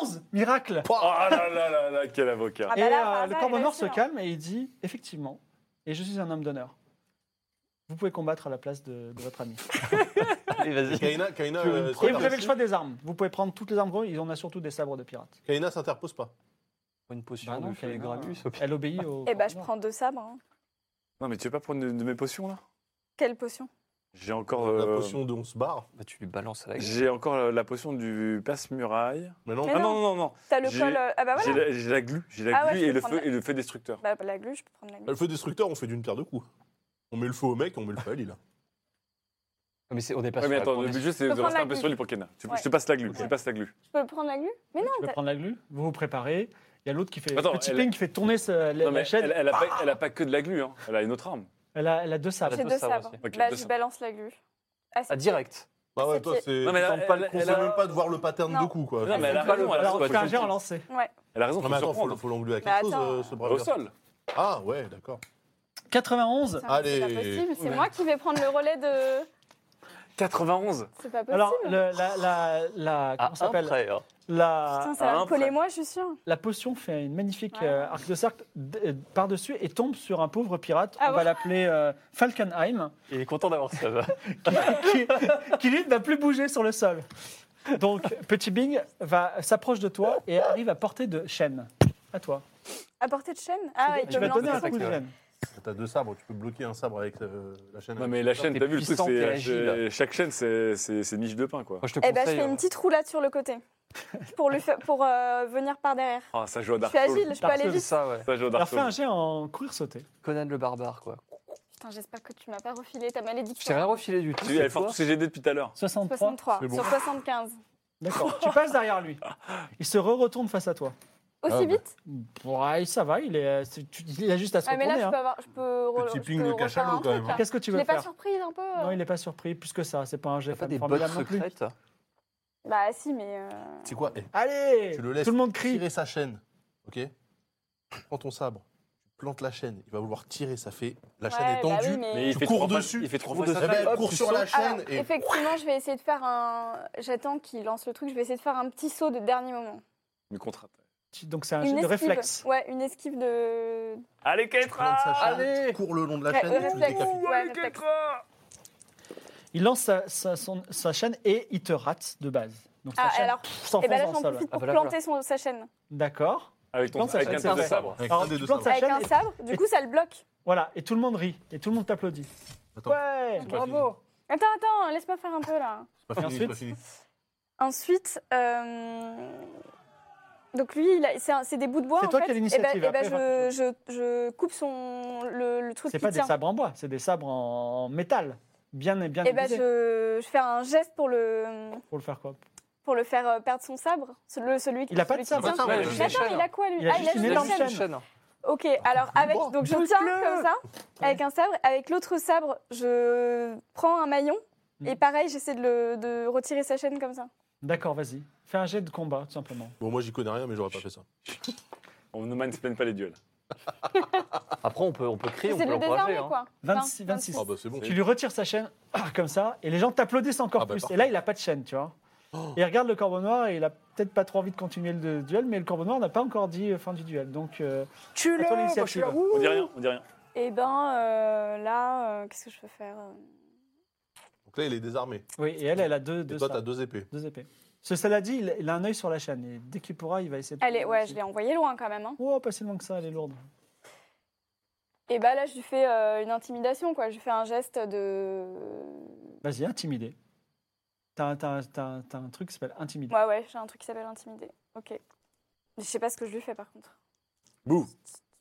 11 Miracle
Ah là là là là, quel avocat.
Ah
Et
bah là, par
euh, le
hasard,
corbeau
il
noir
va
se
le faire.
calme et il dit Effectivement, et je suis un homme d'honneur. Vous pouvez combattre à la place de, de votre ami.
Allez, vas-y.
Kaina, Kaina,
Tu veux
euh,
une
Et
preuve
vous avez le
s'interpose-
choix des armes. Vous pouvez prendre toutes les armes. gros, Il y en a surtout des sabres de pirates.
Kaina s'interpose pas.
Une potion
Bah non,
de feu et
Kaina,
Gramus, au pire.
Elle obéit au.
Eh bah,
corbeau
je
noir.
prends deux sabres. hein.
Non, mais tu veux pas prendre de, de mes potions, là
Quelle potion
J'ai encore.
La
euh,
potion de on se barre.
Bah, tu lui balances à la gueule.
J'ai encore euh, la potion du passe-muraille.
Mais non,
Mais
Ah
non.
non, non, non, non.
T'as le
J'ai-
col. euh, Ah bah
J'ai
voilà.
la- J'ai la glu, j'ai la
Ah ouais,
glu
je
et,
peux
le
prendre
feu,
la-
et le feu destructeur.
Bah, la glu, je peux prendre la
le
glu.
feu destructeur, on fait d'une pierre deux coups. On met le feu au mec, on met le feu à lui là.
Non, Mais c'est- on n'est pas
Ouais,
sur
mais
la
attends, le
condition.
but c'est de
Je peux
rester
prendre
un peu
la
sur lui pour Kenna. Tu-
Ouais.
Je te passe la glu, je te
Ok.
passe la glu.
Je peux prendre la glu Mais non,
Tu peux
t'as-
prendre la glu Vous vous préparez. Il y a l'autre qui fait.
Attends,
petit
Ah elle-
ping qui fait tourner ce- la,
Non,
la
mais
chaîne.
elle, elle a pas, elle a pas que de la glu, hein. elle a une autre arme.
Elle a, elle a deux sabres.
Elle
j'ai
a
deux
deux sabres
sabres.
aussi.
Ok,
Bah,
deux
je
sabres.
balance la glu. Ah, c'est
Ah, direct.
Bah ouais,
C'est
toi,
pied.
c'est.
Non, mais elle a-
Tente pas
elle-
le
elle
conseil,
a-
même pas de voir le pattern de
Non.
coup quoi.
Non, mais elle a
pas le-
raison, elle a
Alors
raison.
fais un
faut
jet en
surprendre.
lancer.
Elle a raison,
Non,
faut
mais attends, faut,
surprendre.
faut l'enlever à
Bah,
quelque chose,
attends.
euh, ce brave
Au
gars.
sol.
Ah ouais, d'accord.
91
Putain, mais C'est pas
Allez.
possible, c'est
Ouais.
moi qui vais prendre le relais de.
91
C'est pas possible.
Alors, le- la, la, la-
Ah,
comment ça s'appelle
Putain,
la,
ça
à
va
un
me coller moi, je suis sûre.
la potion fait une magnifique
Ouais.
euh, arc de cercle d- euh, par-dessus et tombe sur un pauvre pirate.
Ah
On
bon
va l'appeler euh, Falkenheim,
Il est content d'avoir ça. va.
qui, qui, lui n'a plus bougé sur le sol. Donc, Petit Bing va s'approche de toi et arrive à portée de chaîne. À toi.
À portée de chaîne Ah, il
tu
peut
vas
me
te donner un
lancer.
coup de
Ouais.
chaîne.
T'as deux sabres, tu peux bloquer un sabre avec euh, la chaîne.
Non, mais la chaîne,
t'es
t'as vu le truc,
puissant, t'es
c'est-
agile.
c'est- chaque chaîne, c'est- c'est c'est niche de pain, quoi.
Moi, je te
Eh bah, je
conseille,
fais une
euh,
petite roulade sur le côté. Pour, lui faire- pour euh, venir par derrière.
Ah, ça joue à
Je
Dark
suis
Souls.
agile, je peux aller
Dark
C'est
vite.
ça, ouais.
Ça joue à
Alors,
Dark
fais un
Souls.
jet en courir-sauter.
Conan le barbare, quoi.
Putain, j'espère que tu m'as pas refilé ta
Je t'ai
malédiction.
rien refilé du tout.
Tu sais, Elle
cette
force
fois.
tous ses GD depuis tout à l'heure.
63.
63
C'est bon.
sur 75.
D'accord. tu passes derrière lui. Il se re-retourne face à toi.
Aussi
Ah, bah.
vite
Ouais, ça va, il, est, euh, c'est- tu- il a juste à se
Ouais, Ah, mais
retourner.
là, je
hein.
peux avoir. Je peux re-
Petit
je
ping
peux
de
refaire
cachalot,
un
quand même,
truc,
hein.
là.
Qu'est-ce que tu
Je
veux
l'ai pas
faire
surprise un peu euh
Non, il n'est pas surpris, plus que ça. C'est pas un jet
T'as pas
femme
des bottes
formidable non plus.
secrètes
Bah, si, mais. euh,
C'est quoi eh,
Allez
Tu le laisses
Tout le monde crie.
Tirer sa chaîne, ok Prends ton sabre, tu plantes la chaîne, il va vouloir tirer, ça fait. La chaîne
ouais,
est
bah oui,
tendue.
mais-
Tu cours
trois fois-
dessus.
Il fait trois
Cours
fois sa
dessus.
taille.
Eh ben, cours sur la chaîne
Alors,
et.
effectivement, je vais essayer de faire un. J'attends qu'il lance le truc, je vais essayer de faire un petit saut de dernier moment.
Mais contre.
Donc c'est un
une
jeu de
esquive.
réflexe.
Ouais, une esquive de.
Allez,
Tu plantes sa
Keitra
chaîne, tu cours le long de la chaîne et tu le
réflexe.
décapites.
Ouais, réflexe.
Il lance sa, sa- son- sa chaîne et il te rate de base. Donc sa
Ah,
chaîne
alors,
pff,
Et
s'enfonce
bah là,
dans
j'en
le sol.
profite
Ah,
pour
voilà,
planter son, sa chaîne.
D'accord.
Avec ton
Non, ça,
avec
ça,
un
c'est
tête de
vrai.
sabre.
Avec
Alors,
un des
tu
deux
plantes
sabres.
sa
Avec un
chaîne. et-
sabre, du coup, ça le bloque.
Voilà, et tout le monde rit et tout le monde t'applaudit.
Attends,
Ouais,
c'est pas
bravo.
Attends, attends, laisse-moi faire un peu là.
c'est pas
Et
fini, c'est pas
ensuite
fini.
Ensuite. euh, Donc lui, il a- c'est un- c'est des bouts de bois.
C'est
en
toi
fait.
qui as
Et
l'initiative,
bah,
après,
je, je- je coupe son, le, le truc
C'est
qui
pas des
tient.
sabres en bois, c'est des sabres en métal. Bien et bien
Et bah,
aiguisés.
je, je fais un geste pour le,
Pour le faire quoi
pour le faire euh, perdre son sabre. Ce- le- Celui,
Il a pas de
celui qui
sabre.
tient.
Attends,
Ouais,
je-
Mais attends, il a quoi lui
Il a
Ah,
juste une
juste
énorme
une chaîne.
chaîne.
Ok, alors avec.
Oh,
donc je
pousse-le
tiens comme ça, avec un sabre. Avec l'autre sabre, je prends un maillon.
Hmm.
Et pareil, j'essaie de, le- de retirer sa chaîne comme ça.
D'accord, vas-y. Fais un jet de combat, tout simplement.
Bon, moi, j'y connais rien, mais j'aurais pas fait ça.
On ne mansplaine pas les duels.
Après, on peut, on peut crier, on
J'essaie
peut
de le
l'encourager.
désarmer,
hein.
quoi.
26,
Non,
26.
Ah, bah, c'est bon.
Tu lui retires sa chaîne, ah, comme ça, et les gens t'applaudissent encore
Ah bah,
plus.
parfait. Oh.
Et là, il n'a pas de chaîne, tu vois. Et il regarde le corbeau noir et il a peut-être pas trop envie de continuer le duel, mais le corbeau noir n'a pas encore dit euh, fin du duel. Donc, euh,
Tu
à toi l'initiative.
On dit rien, on dit rien.
Et ben euh, là, euh, qu'est-ce que je peux faire
Donc là, il est désarmé.
Oui, et elle, elle a deux, deux,
Et toi,
sabres,
t'as deux épées.
deux épées. Ce, cela dit, il, il a un œil sur la chaîne et dès qu'il pourra, il va essayer de.
Allez, ouais, je l'ai envoyé loin quand même. hein.
Oh, pas si loin que ça, elle est lourde.
Et ben là, je lui fais euh, une intimidation, quoi. Je lui fais un geste de.
Vas-y, intimidé. T'as un- t'as un- t'as un t'as un truc qui s'appelle intimider.
Ouais, ouais, j'ai un truc qui s'appelle intimider. Ok. Je sais pas ce que je lui fais par contre.
Bouh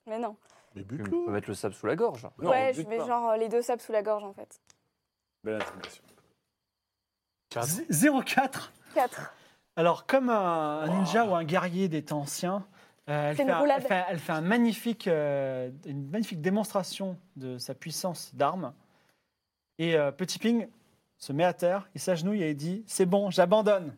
Mais non.
Mais
On
bute-le.
peut mettre le sable sous la gorge.
Non,
ouais,
on
je
bute
mets
pas.
genre euh, les deux sables sous la gorge en fait.
Belle intimidation.
Quatre.
Z- 04
4.
Alors, comme un, un ninja ou un guerrier des temps anciens, euh, elle,
C'est
fait
une
un-
roulade.
elle, fait, elle fait un magnifique, euh, une magnifique démonstration de sa puissance d'arme. Et euh, Petit Ping se met à terre, il s'agenouille et il dit C'est bon, j'abandonne.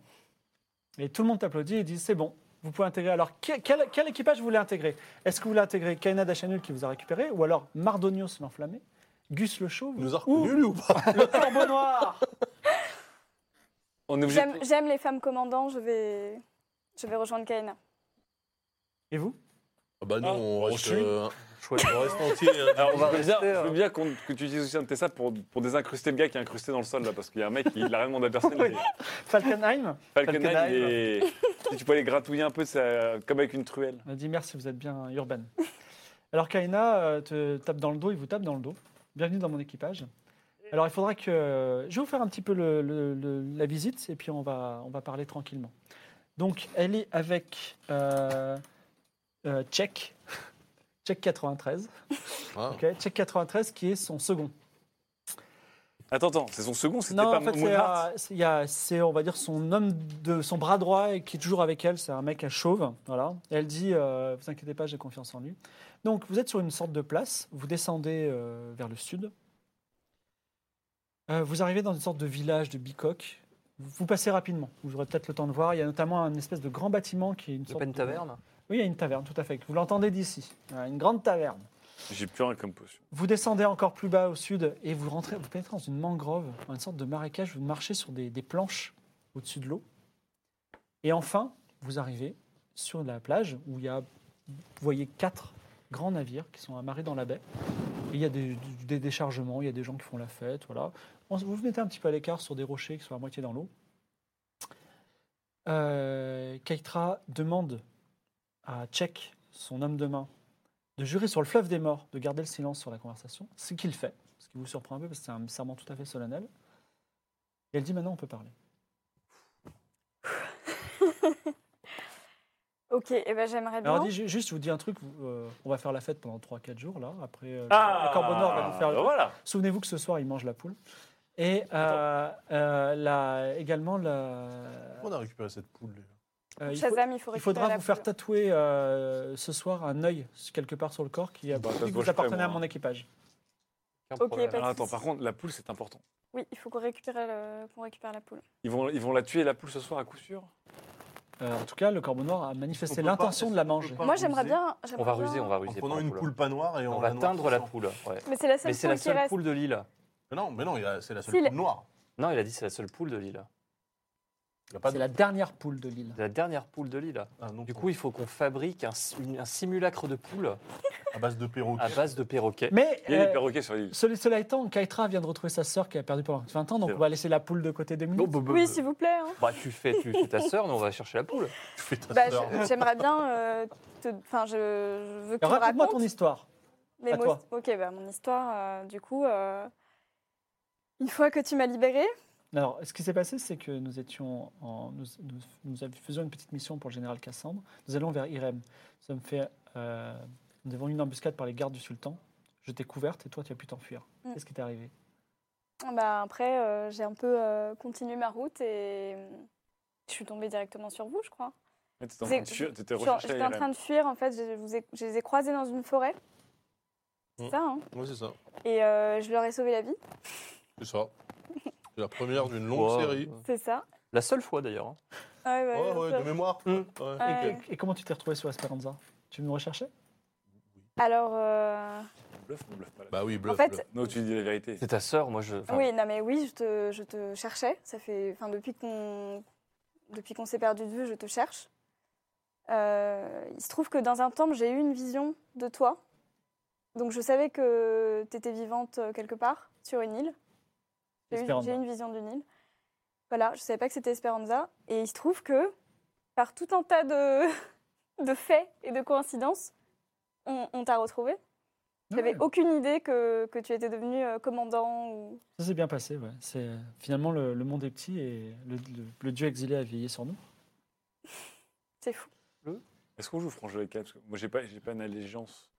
Et tout le monde applaudit et dit C'est bon, vous pouvez intégrer. Alors, que- quel, quel équipage vous voulez intégrer Est-ce que vous voulez intégrer Kaina Dachanul qui vous a récupéré Ou alors Mardonios l'enflammé Gus le chauve
Il nous a
Ou
reconnus, lui, ou pas
le corbeau noir
On est obligé de-
J'aime j'aime les femmes commandants, je vais. Je vais rejoindre Kaina.
Et vous
Ah Bah, nous,
Ah,
on
on
reste.
suit.
euh,
Chouette.
on reste entier. hein.
Alors,
On
on
va
va
rester,
bien, je
euh,
veux bien qu'on- que tu utilises aussi un de tes sables pour, pour désincruster le gars qui est incrusté dans le sol, là, parce qu'il y a un mec qui l'a rien demandé à personne.
Oui.
il est-
Falkenheim
Falcon
Falcon
Eye,
Eye,
il est- si tu peux aller gratouiller un peu, ça, comme avec une truelle.
On a dit merci, vous êtes bien urbaine. Alors Kaina euh, te tape dans le dos, il vous tape dans le dos. Bienvenue dans mon équipage. Alors il faudra que... Je vais vous faire un petit peu le- le- le- la visite et puis on va, on va parler tranquillement. Donc elle est avec euh, euh, Tchèque, Tchèque 93,
Ah.
ok, Tchèque 93 qui est son second.
Attends, attends, c'est son second, c'était
Non,
pas
en fait, c'est,
Moonheart
euh, c'est- il y a- c'est, on va dire, son homme de son bras droit et qui est toujours avec elle. C'est un mec à chauve. Voilà. Et elle dit euh, Vous inquiétez pas, j'ai confiance en lui. Donc, vous êtes sur une sorte de place. Vous descendez euh, vers le sud. Euh, vous arrivez dans une sorte de village de bicoque. Vous, vous passez rapidement. Vous aurez peut-être le temps de voir. Il y a notamment un espèce de grand bâtiment qui est une
C'est
sorte
pas une
de-
taverne
Oui, il y a une taverne, tout à fait. Vous l'entendez d'ici. Voilà, Une grande taverne.
J'ai plus rien comme potion.
Vous descendez encore plus bas au sud et vous rentrez, vous pénétrez dans une mangrove, dans une sorte de marécage. Vous marchez sur des, des planches au-dessus de l'eau. Et enfin, vous arrivez sur la plage où il y a, vous voyez quatre grands navires qui sont amarrés dans la baie. Et il y a des, des déchargements, il y a des gens qui font la fête, voilà. On- Vous vous mettez un petit peu à l'écart sur des rochers qui sont à moitié dans l'eau. Euh, Keitra demande à Tchèque, son homme de main, de jurer sur le fleuve des morts, de garder le silence sur la conversation, ce qu'il fait, ce qui vous surprend un peu parce que c'est un serment tout à fait solennel. Et elle dit maintenant on peut parler.
Ok, et ben j'aimerais bien.
Alors elle dit ju- juste, je vous dis un truc, vous, euh, on va faire la fête pendant 3-4 jours là, après euh,
Ah
le Corbeau Nord va vous faire
Ah,
bah voilà
Souvenez-vous que ce soir il mange la poule. Et euh, euh, la- également, la,
On a récupéré cette poule. les gars
euh, il, faut-
Shazam, il, faut
il
récupérer
faudra
la
vous faire
poule.
tatouer euh, ce soir un œil quelque part sur le corps qui, a-
Bah,
qui
tatouage
vous
prêt,
appartenait à
moi.
mon équipage.
Aucun
Ok, bah,
problème.
pas de
Alors, Attends,
soucis.
par contre, la poule, c'est important.
Oui, il faut qu'on récupère, le... qu'on récupère la poule.
Ils vont, ils vont la tuer, la poule, ce soir, à coup sûr
Euh, en tout cas, le corbeau noir a manifesté
On peut pas-
l'intention de la manger.
Pas
Moi, j'aimerais
ruser.
bien.
On
j'aimerais
va
bien-
ruser, on va
En
ruser. pour
prenant
la
une
poule.
poule pas noire et on,
On va
la noire
teindre la
sans-
poule. ouais.
Mais c'est la seule
Mais c'est
poule
la
qui
seule
reste.
poule de l'île.
Mais non, mais non, il y a- c'est la seule
Si,
poule
la-
noire.
Non, il a dit c'est la seule poule de l'île.
Il y a pas
C'est
de.
la dernière poule de l'île.
C'est la dernière poule de l'île.
Ah, non,
Du coup, il faut qu'on fabrique un, une- un simulacre de poule
à Ah, base de perroquet.
à base de perroquets.
Mais
Il y a des
euh,
perroquets sur l'île.
Cela, cela étant, Kaitra vient de retrouver sa sœur qui a perdu pendant 20 ans, donc
C'est
on va laisser la poule de côté deux
Mm-hmm.
minutes.
Bon, bah, bah,
Oui,
bah.
s'il vous plaît. hein.
Bah, tu fais, tu fais ta sœur, nous on va chercher la poule.
Tu fais ta
Bah,
sœur.
je- j'aimerais bien. euh, te- Enfin, je, je veux que tu me
Raconte-moi
racontes.
ton histoire.
Mais
à
moi
toi.
aussi- Ok, bah, mon histoire, euh, du coup, euh, une fois que tu m'as libérée,
Alors, ce qui s'est passé, c'est que nous étions en, nous, nous, nous av- faisions une petite mission pour le général Cassandre. Nous allons vers Irem. Nous sommes fait, euh, nous avons eu une embuscade par les gardes du sultan. Je t'ai couverte et toi, tu as pu t'enfuir.
Mm.
Qu'est-ce qui t'est arrivé
bah, après, euh, j'ai un peu euh, continué ma route et euh, je suis tombée directement sur vous, je crois.
Mais t'étais en
C'est-
train de fuir- t'étais
Je suis en-
recherché
J'étais en train de fuir, en fait, je, vous ai- je les ai croisés dans une forêt.
Mm.
C'est ça, hein
Oui, Ah, c'est ça.
Et euh, je leur ai sauvé la vie,
C'est ça. C'est la première d'une longue
Wow.
série.
c'est ça.
La seule fois d'ailleurs. hein.
Ouais, ouais,
Ouais,
bien
ouais,
sûr.
de mémoire.
Mm.
Ouais.
Ouais.
Et, et comment tu t'es retrouvé sur Esperanza Tu me recherchais
Alors, euh,
Bluff, on bluffe pas là.
Bah oui, bluff.
en fait,
bluff.
Non, tu dis la vérité.
C'est ta sœur, moi je. enfin,
oui, non mais oui, je te, je te cherchais. Ça fait, enfin, depuis qu'on, depuis qu'on s'est perdu de vue, je te cherche. Euh, il se trouve que dans un temple, j'ai eu une vision de toi. Donc je savais que tu étais vivante euh, quelque part, sur une île. J'ai eu,
Esperanza.
j'ai eu une vision d'une île. Voilà, je savais pas que c'était Esperanza. Et il se trouve que, par tout un tas de, de faits et de coïncidences, on, on t'a retrouvé. J'avais
Ah Ouais.
aucune idée que, que tu étais devenu euh, commandant ou
Ça s'est bien passé, ouais. C'est, finalement, le, le monde est petit et le, le- le dieu exilé a vieilli sur nous.
C'est fou.
Est-ce qu'on joue franchement avec elle Parce que Moi, j'ai pas, j'ai pas une allégeance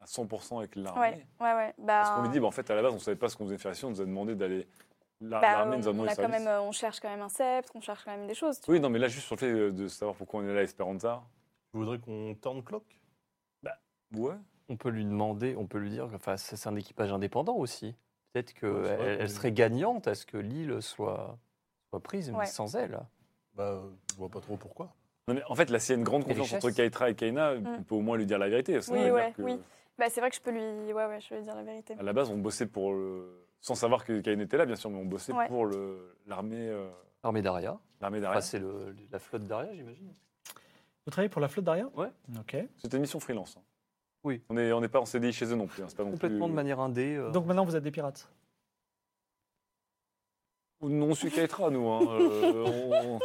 à 100% avec l'armée.
Ouais, ouais, ouais. Bah,
Parce qu'on lui dit, bah, en fait, à la base, on savait pas ce qu'on faisait faire ici, on nous a demandé d'aller. la-
bah,
L'armée
on,
nous a demandé
a
de
quand
service.
même, euh, on cherche quand même un sceptre, on cherche quand même des choses. tu
Oui, non, mais là, juste sur le fait euh, de- de savoir pourquoi on est là, à Esperanza.
Je voudrais qu'on turn clock.
Ouais.
On peut lui demander, on peut lui dire que enfin, c'est c'est un équipage indépendant aussi.
Ouais,
Peut-être
c'est
qu'elle
vrai qu'on est-
elle serait gagnante à ce que l'île soit, soit prise, mais
Ouais.
sans elle.
Bah, euh, je vois pas trop pourquoi.
Non, mais en fait, là, s'il y a une grande
Les
confiance entre
richesses.
Kaitra et Kaina, on
Mm.
peut au moins lui dire la vérité. Ça
Oui,
veut dire
ouais,
que,
oui. vois. Bah, c'est vrai que je peux lui, ouais, ouais, je peux lui dire la vérité.
À la base, on bossait pour le. Sans savoir que Kaina était là, bien sûr, mais on bossait
Ouais.
pour le- l'armée euh,
L'armée d'Aria.
l'armée
Enfin,
d'Aria.
c'est le- la flotte d'Aria, j'imagine.
Vous travaillez pour la flotte d'Aria
Ouais.
Ok.
C'était une mission freelance. hein.
Oui.
On n'est on n'est pas en CDI chez eux non plus. hein, c'est pas non
Complètement
plus-
de manière indé. euh.
Donc maintenant, vous êtes des pirates.
Non, on suit Kaitra, nous. hein, euh, on-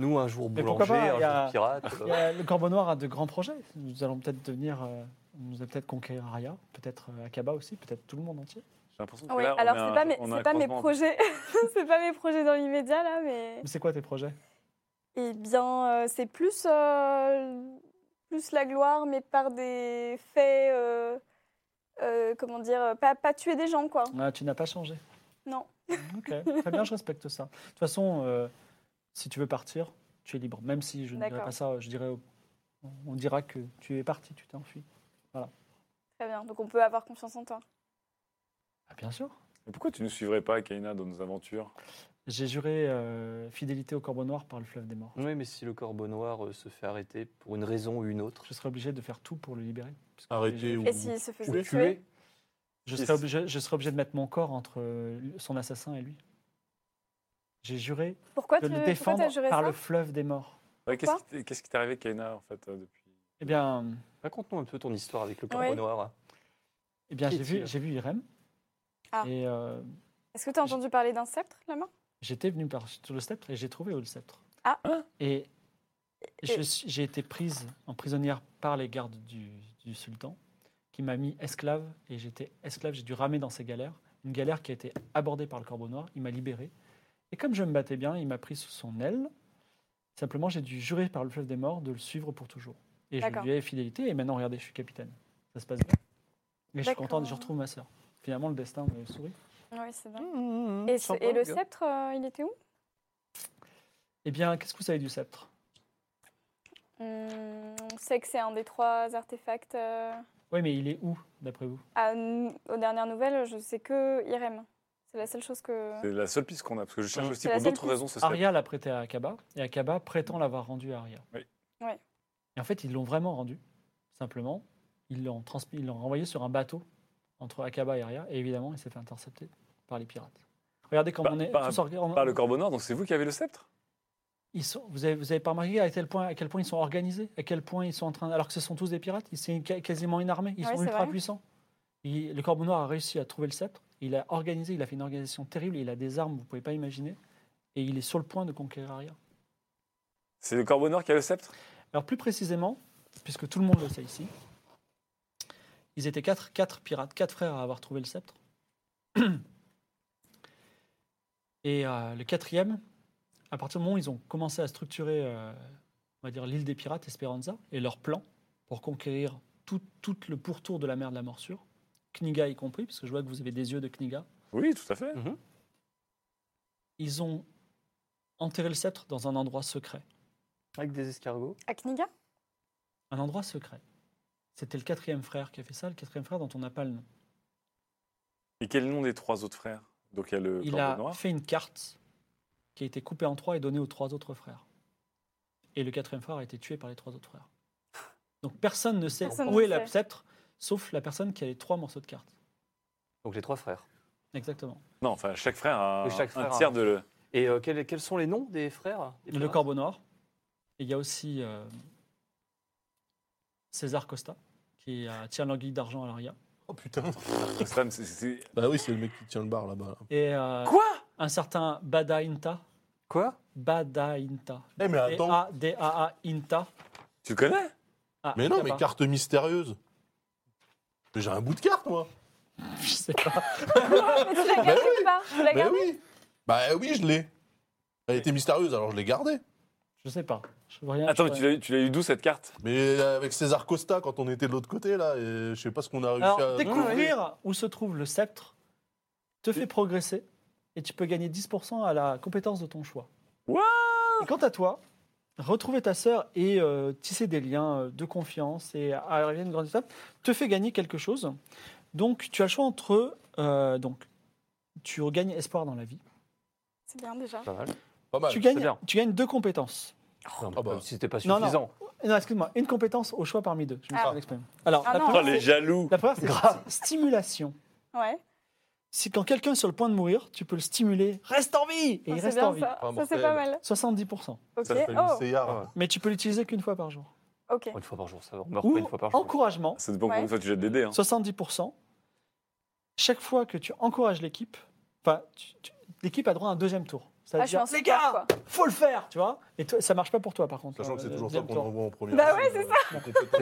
nous, un jour
Mais
boulanger,
pourquoi pas,
un
il y a-
jour pirate.
Il y a- le Corbeau Noir a de grands projets. Nous allons peut-être devenir. euh, nous allons peut-être conquérir Aria, peut-être euh, Akaba aussi, peut-être tout le monde entier.
J'ai l'impression que
Ouais,
là, on
alors
a un-
c'est pas mes,
on a
c'est
un
pas mes
croisement.
projets, c'est pas mes projets dans l'immédiat là, mais
Mais c'est quoi tes projets
eh bien, euh, c'est plus, euh, plus la gloire, mais par des faits, euh, euh, comment dire, pas, pas tuer des gens quoi.
Ah, Tu n'as pas changé.
Non.
Ok. Très bien, je respecte ça. De toute façon, euh, si tu veux partir, tu es libre. Même si je ne dirais
D'accord.
pas ça, je dirais. au- On dira que tu es parti, tu t'es enfui.
Très bien. Donc on peut avoir confiance en toi.
Ah, bien sûr.
Mais pourquoi tu ne suivrais pas, Kaina, dans nos aventures
J'ai juré euh, fidélité au Corbeau Noir par le fleuve des morts.
Oui, mais si le corbeau noir euh, se fait arrêter pour une raison ou une autre,
Je serais obligé de faire tout pour le libérer. parce que
Arrêter
j'ai-
ou-
Mmh.
Et s'il se faisait
Ou
tuer,
Je
Yes.
serais, obligé, je serais obligé de mettre mon corps entre euh, son assassin et lui. J'ai juré
euh, pourquoi
de
tu
le
pourquoi
défendre
t'as juré
par
ça
le fleuve des morts.
Ouais, Qu'est-ce qui
Pourquoi
t'est- qu'est-ce qui t'est arrivé, Kaina, en fait, euh, depuis
Eh bien,
raconte-nous bah, un peu ton histoire avec le corbeau
Ouais.
noir.
eh bien
Qui
j'ai
est-il
vu, j'ai vu Irem.
Ah.
Et euh,
Est-ce que tu as entendu parler d'un sceptre là-bas
j'étais venu par sur le sceptre et j'ai trouvé où le sceptre.
Ah.
Et je
Et-
suis- j'ai été prise en prisonnière par les gardes du, du sultan, qui m'a mis esclave. Et j'étais esclave, j'ai dû ramer dans ses galères. Une galère qui a été abordée par le corbeau noir. Il m'a libéré. Et comme je me battais bien, il m'a pris sous son aile. Simplement, j'ai dû jurer par le fleuve des morts de le suivre pour toujours. Et je
D'accord.
lui ai fidélité. Et maintenant, regardez, je suis capitaine. Ça se passe bien. Et je suis
D'accord.
contente, je retrouve ma sœur. Finalement, le destin me sourit.
Oui, c'est
Mmh,
bien.
hein.
Et, ce- et le sceptre, euh, il était où
Eh bien, qu'est-ce que vous savez du sceptre
Hum, On sait que c'est un des trois artefacts. euh,
Oui, mais il est où, d'après vous
à- aux dernières nouvelles, je sais que Irem. C'est la seule chose que.
C'est la seule piste qu'on a, parce que je cherche
Ouais.
aussi
Hein C'est la
pour
seule
d'autres
piste.
raisons. Ce serait...
Arya l'a prêté à Akaba, et Akaba prétend l'avoir rendu à Arya.
Oui.
Ouais.
Et en fait, ils l'ont vraiment rendu. Simplement, ils l'ont transmis, ils l'ont renvoyé sur un bateau entre Akaba et Arya, et évidemment, il s'est fait intercepter par les pirates. Regardez comment
Par-
on est.
par-
tous orga- on-
Par le corbeau noir, donc c'est vous qui avez le sceptre
ils sont- vous, avez, vous avez pas remarqué à quel, point, à quel point ils sont organisés, à quel point ils sont en train. Alors que ce sont tous des pirates, ils- c'est une- quasiment une armée, ils
Ouais,
sont
c'est
ultra
vrai.
puissants. Il- le Corbeau Noir a réussi à trouver le sceptre, il a organisé, il a fait une organisation terrible, il a des armes, vous pouvez pas imaginer, et il est sur le point de conquérir Arya.
C'est le corbeau noir qui a le sceptre
Alors plus précisément, puisque tout le monde le sait ici, ils étaient quatre, quatre pirates, quatre frères à avoir trouvé le sceptre. Et euh, le quatrième, à partir du moment où ils ont commencé à structurer, euh, on va dire, l'île des pirates, Esperanza, et leur plan pour conquérir tout, tout le pourtour de la mer de la Morsure, Kniga y compris, parce que je vois que vous avez des yeux de Kniga,
Oui, tout à fait.
ils ont enterré le sceptre dans un endroit secret.
Avec des escargots.
À Kniga
Un endroit secret. C'était le quatrième frère qui a fait ça, le quatrième frère dont on n'a pas le nom.
Et quel est le nom des trois autres frères Donc il y a le
Il
corbeau
a
noir.
fait une carte qui a été coupée en trois et donnée aux trois autres frères. Et le quatrième frère a été tué par les trois autres frères. Donc personne ne sait
Personne
où
ne
est la
sait.
sceptre, sauf la personne qui a les trois morceaux de carte.
Donc les trois frères.
Exactement.
Non, enfin, chaque frère a
Oui, chaque frère
un
a
tiers
un-
de. le-
Et euh, quels, quels sont les noms des frères des
le
pirates
corbeau noir. Et il y a aussi euh, César Costa, qui a- tient l'anguille d'argent à l'aria.
Oh putain.
Tristram, c'est- c'est-
Bah oui, c'est le mec qui tient le bar là-bas.
Et euh,
Quoi
un certain Bada Inta.
Quoi
Bada Inta.
Eh mais
ah,
attends.
B-A-D-A-A Inta.
Tu connais
Ah,
Mais non,
t'as
mais
pas.
carte mystérieuse. Mais J'ai un bout de carte moi.
Je sais pas.
Mais tu l'as gardé ou pas Tu l'as
Bah
gardé
oui. Bah oui, je l'ai. Elle était mystérieuse, alors je l'ai gardée.
Je sais pas. Je vois rien.
Attends, mais
je-
tu l'as eu- tu l'as eu d'où cette carte
Mais avec César Costa, quand on était de l'autre côté, là, et je sais pas ce qu'on a réussi
Alors,
à...
découvrir où se trouve le sceptre te fait progresser et tu peux gagner 10% à la compétence de ton choix.
What
et quant à toi, retrouver ta sœur et euh, tisser des liens euh, de confiance et arriver à une grande étape te fait gagner quelque chose. Donc, tu as le choix entre. euh, donc, tu regagnes espoir dans la vie.
C'est bien déjà.
Pas mal.
Pas mal.
tu, gagnes,
bien.
tu gagnes deux compétences.
Non, mais
Ah bah.
comme si c'était pas
Non, non.
suffisant.
Non, excuse-moi, une compétence au choix parmi deux. Je me
Ah.
suis mal exprimé. Alors,
Ah
la,
non.
Oh,
première,
les
c'est-
jaloux
la première, c'est
Grave.
stimulation.
Bah,
Ouais.
Si quand quelqu'un est sur le point de mourir, tu peux le stimuler, reste en vie Et il
Ah, C'est
reste
bien
en vie.
Ça,
Pas
Ça, c'est pas mal.
70%.
Ok.
Ah, Ça fait
Oh,
Seyard.
Mais tu peux l'utiliser qu'une fois par jour.
ok.
Une fois par jour, ça va. On meurt
Ou
pas une fois par jour.
encouragement,
Ah, Ça dépend
Ouais.
combien de fois tu jettes des dés. hein.
70%. Chaque fois que tu encourages l'équipe, enfin, tu- tu- l'équipe a droit à un deuxième tour. Ça
Ah,
veut
je suis en
dire, les
support,
gars,
quoi.
faut le faire, tu vois. Et toi, ça marche pas pour toi, par contre.
Sachant que c'est
euh,
toujours toi
deuxième
qu'on
tour.
envoie en premier.
Oh.
Ah,
Bah ouais, c'est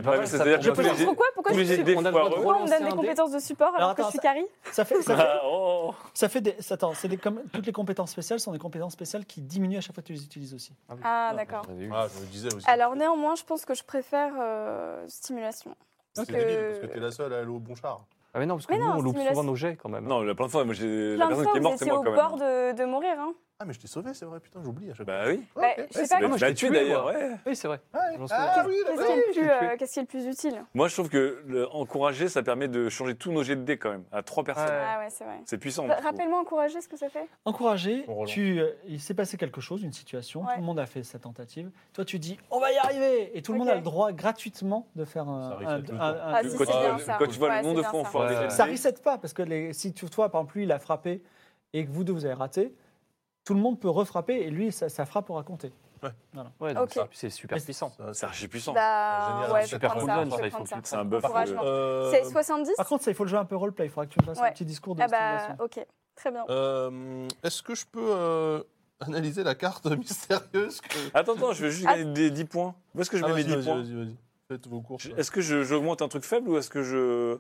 ça.
Ouais, mais c'est-à-dire
Je
que
peux
tous les
faire
jets-
Pourquoi Pourquoi
tous
je
les
suis-
jets de dés
on a le droit de
foireux.
pourquoi on me donne
Relancer
des
un dé.
compétences de support
Alors,
alors que je
attends,
suis
ça-
carry
Ça fait, ça fait,
Ah, oh.
ça fait des. Attends, c'est des, comme, toutes les compétences spéciales sont des compétences spéciales qui diminuent à chaque fois que tu les utilises aussi.
Ah, d'accord.
J'avais eu.
Ah, je me disais aussi.
Alors néanmoins, je pense que je préfère euh, stimulation.
c'est
que-
débile, parce que t'es la seule à aller au bon char.
Ah, mais non, parce que
Mais
nous,
non,
on loupe
stimulation.
souvent nos jets quand même.
Non, la plein de fois, moi, j'ai la
Plein de
personne
fois,
qui est
vous
morte, c'est
étiez
moi
au
quand
bord
même.
de, de mourir. Hein.
Ah, mais je t'ai sauvé, c'est vrai, putain, j'oublie à chaque fois.
Bah oui.
Ah,
Bah,
ok.
je sais
C'est
pas,
la-
moi, je
la
t'ai
tuer,
tué,
d'ailleurs.
moi.
ouais.
Oui, c'est vrai.
Ouais.
J'en suis-
Ah, oui,
Qu'est-ce
d'accord.
qui est le
je
plus,
suis-
euh, qu'est-ce qui est le plus utile
Moi, je trouve que le- encourager, ça permet de changer tous nos jets de dés quand même, à trois personnes.
Ouais.
Ah ouais, c'est vrai.
C'est puissant.
Bah,
je trouve.
Rappelle-moi encourager ce que ça fait.
Encouragé,
On relance.
tu, euh, il s'est passé quelque chose, une situation,
Ouais.
tout le monde a fait sa tentative. Toi, tu dis, on va y arriver Et tout le monde
Ok.
a le droit gratuitement de faire
Ça
un.
reset
un-
le tour.
un- un-
Ah,
Quand
si,
tu-
c'est bien ça.
Quand tu vois
Ouais,
le nombre
c'est
de
bien
fois on
ça.
foire des
Ouais.
jets de
Ça
dés.
reset pas, parce que les, si tu, toi, par exemple, lui, il a frappé et que vous deux, vous avez raté, tout le monde peut refrapper et lui, ça, ça frappe pour raconter.
Ouais, donc
Ok.
ça, c'est super puissant.
Ça,
C'est
ça-
archi puissant.
Bah
Génial,
ouais, je
super
vais prendre ça.
bonbonne,
Je
ça,
vais
il faut
prendre
que
ça.
tu-
C'est un buff.
Encouragement.
Euh,
C'est 70
Par contre, ça, il faut le jouer un peu roleplay. Il faudra que tu me fasses un
Ouais.
petit discours de
Ah bah
stimulation.
ok, très bien.
euh, Est-ce que je peux euh, analyser la carte mystérieuse que...
euh. Attends, attends, je veux juste
Ah.
gagner des 10 points. Où est-ce que je
Ah,
mets mes 10
vas-y, vas-y,
points
vas-y, vas-y. Faites vos courses.
Je- Est-ce que je- j'augmente un truc faible ou est-ce que je.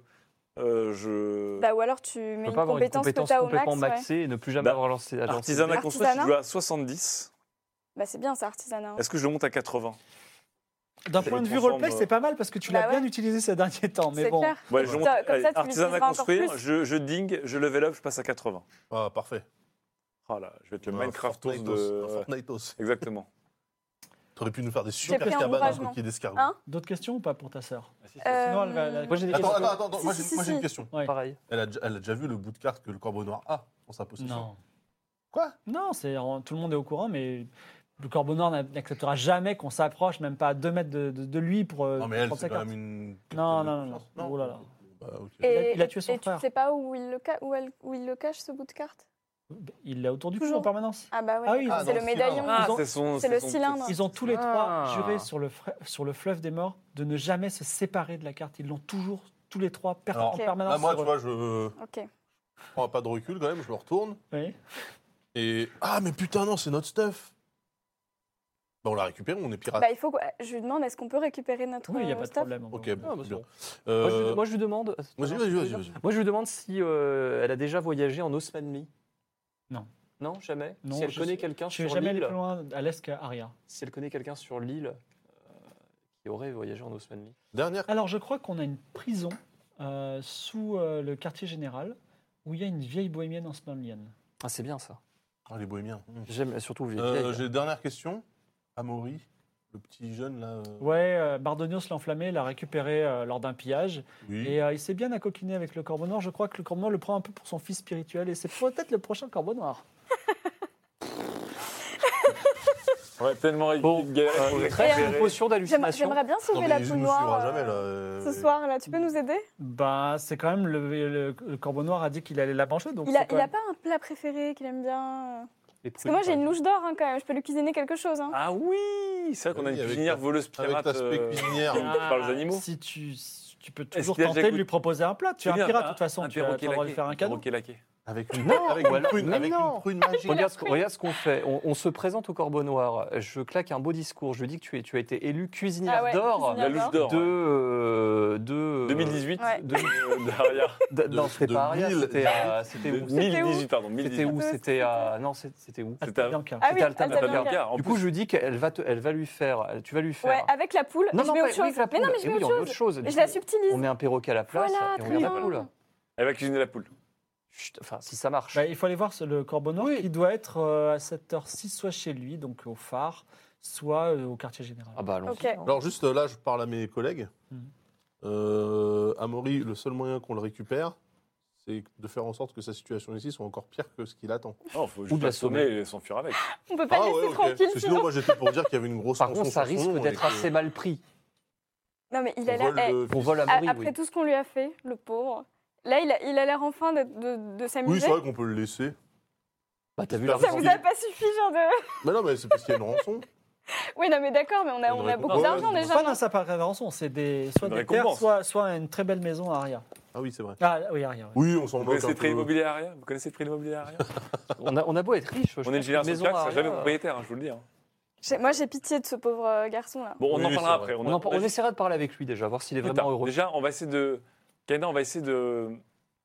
euh, je...
Bah ou alors tu
On
mets
peut
une
pas avoir une
compétence que
compétence
t'as au
complètement
max. ouais.
maxée et ne plus jamais
Bah,
avoir lancé à lancer
Artisanat
Artisanat
construit, je dois à 70.
Bah c'est bien ça, artisanat. hein.
Est-ce que je le monte à 80
D'un
je
point
le
de vue
transforme,
roleplay,
euh,
c'est pas mal parce que tu
Bah
l'as
ouais.
bien utilisé ces derniers temps. Mais
C'est
bon,
clair.
Ouais, je
Comme
monte.
ça, tu
allez,
l'utiliseras
artisanat
encore
construire,
plus.
je, je ding, je level up, je passe à 80.
Ah, parfait.
Oh là, je vais être le
Un
Minecraft euh,
Fortnitos, un
de.
Fortnitos.
Exactement.
T'aurais pu nous faire des
pris
super
un
cabanes à
encouragement.
coquilles d'escargot.
Hein
d'autres questions ou pas pour ta sœur
Euh,
Sinon, elle va- elle-
Moi, j'ai des
attends,
questions.
attends, attends, attends,
Si,
moi
si,
j'ai
si,
moi, j'ai
si.
une question.
Ouais.
Pareil.
Elle a, déjà- elle a déjà vu le bout de carte que le corbeau noir a en sa possession.
Non.
Quoi
Non, c'est en- tout le monde est au courant, mais le corbeau noir n'a- n'acceptera jamais qu'on s'approche, même pas à deux mètres de, de- de lui pour. euh,
Non, mais elle,
prendre
c'est
sa
quand
carte.
même une.
Non,
quelqu'un de
non, non,
confiance.
non. Oh là là.
Bah, ok.
Il a- il a tué son
et
frère.
Tu sais pas où il le ca- où elle- où il le cache ce bout de carte
Il l'a autour du cou
Toujours.
en permanence.
Ah bah ouais,
Ah oui,
d'accord,
ils
c'est
ont-
le médaillon.
Ah,
c'est son-
c'est le
son-
cylindre.
Ils ont tous les
Ah.
trois juré sur le, fre- sur le fleuve des morts de ne jamais se séparer de la carte. Ils l'ont toujours, tous les trois, per-
Alors,
en
Ok.
permanence.
Là, Bah, moi,
sur
tu
eux.
vois, je
Ok.
prends pas de recul quand même, je me retourne.
Oui.
Et. Ah, mais putain, non, c'est notre stuff Bah, on l'a récupéré, on est pirate.
Bah, il faut. que- Je lui demande est-ce qu'on peut récupérer notre
Oui, il n'y a
euh,
pas de
stuff
problème.
Ok,
Ouais.
bon,
Ah, bah, c'est
bien.
bon.
Euh,
Moi, je lui- Moi, je lui demande. euh,
Vas-y, vas-y, vas-y. vas-y.
Moi, je lui demande si euh, elle a déjà voyagé en Osmanli.
Non.
Non, jamais.
Non,
si elle
je
connaît
sais-
quelqu'un
Je ne
sur
vais jamais aller
l'île,
plus loin à l'est qu'Aria.
si elle connaît quelqu'un sur l'île euh, qui aurait voyagé en Osmanli.
Dernière.
Alors, je crois qu'on a une prison euh, sous euh, le quartier général où il y a une vieille bohémienne en osmanlienne.
Ah, c'est bien ça.
Ah, les bohémiens.
J'aime surtout les
Euh,
Mm. vieilles.
J'ai une dernière question. Amaury, Le petit jeune, là. euh,
Ouais, euh, Bardonios l'enflammé l'a récupéré euh, lors d'un pillage.
Oui.
Et euh, il s'est bien accoquiné avec le corbeau noir. Je crois que le corbeau noir le prend un peu pour son fils spirituel et c'est peut-être le prochain corbeau noir.
Ouais, tellement
Bon,
bon, galère pour
euh,
très
récupérer.
Une potion
J'aimerais
d'hallucination.
j'aimerais bien
Non,
sauver
mais
la
il
poule
nous
noire
suivra jamais, là.
euh,
euh,
ce soir. Là, tu peux nous aider
Bah, c'est quand même le, le- le corbeau noir a dit qu'il allait la manger. Donc
Il
c'est
a,
quand
il a
même-
pas un plat préféré qu'il aime bien euh
Les
Parce que moi,
prunes,
j'ai
par
une
exemple.
louche d'or hein, quand même. Je peux lui cuisiner quelque chose. hein.
Ah oui, c'est vrai qu'on a
Oui,
une
avec
cuisinière
ta-
voleuse
Avec
pirate.
l'aspect
euh,
cuisinière.
Ah, par les animaux.
Si tu, si tu peux toujours
qu'il a
tenter
déjà
de lui
goûté-
proposer un plat. Tu es un
Julien,
pirate de toute façon.
hein. un
Tu vas
perroquet
devoir lui
laqué,
faire un
un
cadeau.
perroquet laqué.
Avec une, avec une prune,
mais
avec
non.
une prune magique.
Regarde, ce qu'on- regarde ce qu'on fait. On, on se présente au Corbeau Noir. Je claque un beau discours. Je lui dis que tu, es, tu as été élu cuisinière
Ah ouais,
d'or
La
cuisinière
louche d'or.
de, euh, de.
2018.
Ouais.
de- euh, derrière.
d- non, c'était
de
pas Aria,
1000.
c'était à- c'était où C'était-
2018, pardon.
C'était
2018.
où C'était à. Non, c'est- c'était où
C'était à-
Bianca.
Ah oui,
C'était Alta
Alta
Bianca.
Bianca.
Bianca, en
Du
plus.
coup, je lui dis qu'elle va, te- elle va lui faire. elle- Tu vas lui faire.
Ouais, avec la poule.
Non,
je
non,
mets
pas-
autre
oui,
chose.
avec la
Mais non,
poule.
mais je
Eh
mets
oui,
autre
en
chose.
chose.
Et je la subtilise.
On met un perroquet à la place
Voilà,
et on
très
regarde la
bien.
poule.
Elle va cuisiner la poule.
Chut, Enfin, si ça marche.
Bah, il faut aller voir ce- le corbeau noir qui doit être euh, à 7h06, soit chez lui, donc au phare, soit euh, au quartier général.
Ah bah allons-y.
Ok.
hein.
Alors juste euh, là, je parle à mes collègues.
Mmh.
Mhm.
Euh, Amaury, le seul moyen qu'on le récupère, c'est de faire en sorte que sa situation ici soit encore pire que ce qu'il attend. Ah,
Oh, faut
Ou
juste
de la
l'assommer et s'enfuir avec.
On peut pas le laisser
ok.
tranquille.
Parce que
sinon.
Sinon, moi, j'étais pour dire qu'il y avait une grosse.
Par
rançon
contre, ça
sur son
risque
nom et
d'être
que-
assez mal pris.
Non, mais il
qu'on
a l'air.
vole
eh,
le
On
fils.
vole à
a-
Marie,
Après
oui.
tout ce qu'on lui a fait, le pauvre. Là, il a il a l'air enfin d'être- de de
Oui,
s'amuser.
c'est vrai qu'on peut le laisser.
Bah, t'as vu la
Ça
Ça
raison.
vous a pas suffi, genre de.
Mais non, mais c'est parce qu'il y a une rançon.
Oui, non, mais d'accord, mais on a,
Une
on a
récompense.
beaucoup d'argent
Ouais, ouais,
déjà.
Enfin, non, ça part à la rançon. C'est des, soit
Une
des terres,
récompense.
soit, soit une très belle maison à Aria.
Ah oui, c'est vrai.
Ah oui, Aria. ouais.
Oui, on s'en
Vous
moque
connaissez
un
le prix
peu.
immobilier aérien Vous connaissez le prix immobilier aérien
On a, on a beau être riche, je
On
pense
est une
qu'une
génération
maison
pirate,
à
c'est jamais
Aria,
propriétaire, hein, je vous le dis. hein.
J'ai- Moi, j'ai pitié de ce pauvre euh, garçon là.
Bon, on
Oui,
en
oui,
parlera
c'est
après.
On, en-
a-
on essaiera de parler avec lui déjà, voir s'il est
Plus
vraiment
tard.
heureux.
Déjà, on va essayer de. Kaina, on va essayer de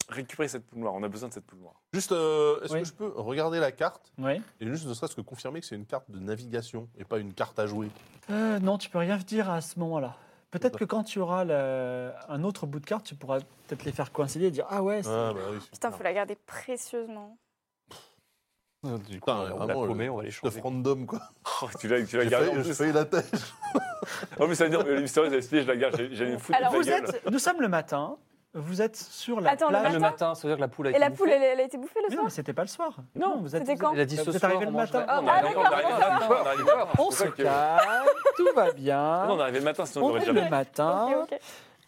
récupérer cette poule noire. On a besoin de cette poule noire.
Juste, euh, est-ce
Oui.
que je peux regarder la carte
Oui.
et juste ne serait-ce que confirmer que c'est une carte de navigation et pas une carte à jouer
Euh, non, tu peux rien dire à ce moment-là. Peut-être
D'accord.
que quand tu auras le- un autre bout de carte, tu pourras peut-être les faire coïncider et dire Ah ouais, c'est-
Ah, bah oui.
Putain, faut la garder précieusement.
Euh, Du coup,
Putain,
on va- on va
vraiment,
paumer,
le
on va les
stuff
changer.
random, quoi.
Oh, tu l'as tu l'as
J'ai
gardée
failli-
en
j'ai
plus.
failli la tête.
Oh, mais ça veut dire, le mystérieux, elle se dit, je la garde, j'ai- j'allais me foutre
Alors,
de la
vous
gueule.
êtes. Nous sommes le matin, vous êtes sur la
Attends, le
plage.
Ah, le matin, ça veut dire que la poule a
Et
été
la poule,
bouffée.
elle, elle a été bouffée le
Mais non,
soir
mais c'était pas le soir. Non, vous êtes.
c'était
vous
quand
êtes-
Elle a dit
Vous
ce
êtes
soir,
arrivé
on
le
mangera.
matin.
Ah,
Ah,
On est arrivé- on est
d'accord,
arrivé le
d'accord.
matin, on est arrivé le matin.
On
C'est
se
ça que-
calme, tout va bien.
Non, on est arrivé le matin, sinon on
On
aurait
est
déjà
le matin.
Ok, ok.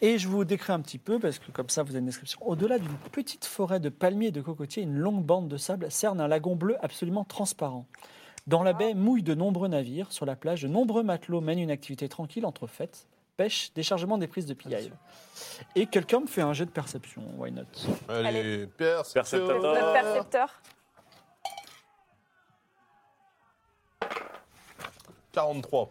Et je vous décris un petit peu, parce que comme ça vous avez une description. Au-delà d'une petite forêt de palmiers et de cocotiers, une longue bande de sable cerne un lagon bleu absolument transparent. Dans la baie mouillent de nombreux navires. Sur la plage, de nombreux matelots mènent une activité tranquille entre fêtes, pêche, déchargement des prises de pillaille. Et quelqu'un me fait un jet de perception, why not
Allez, perception.
Perceptateur.
Le percepteur.
43.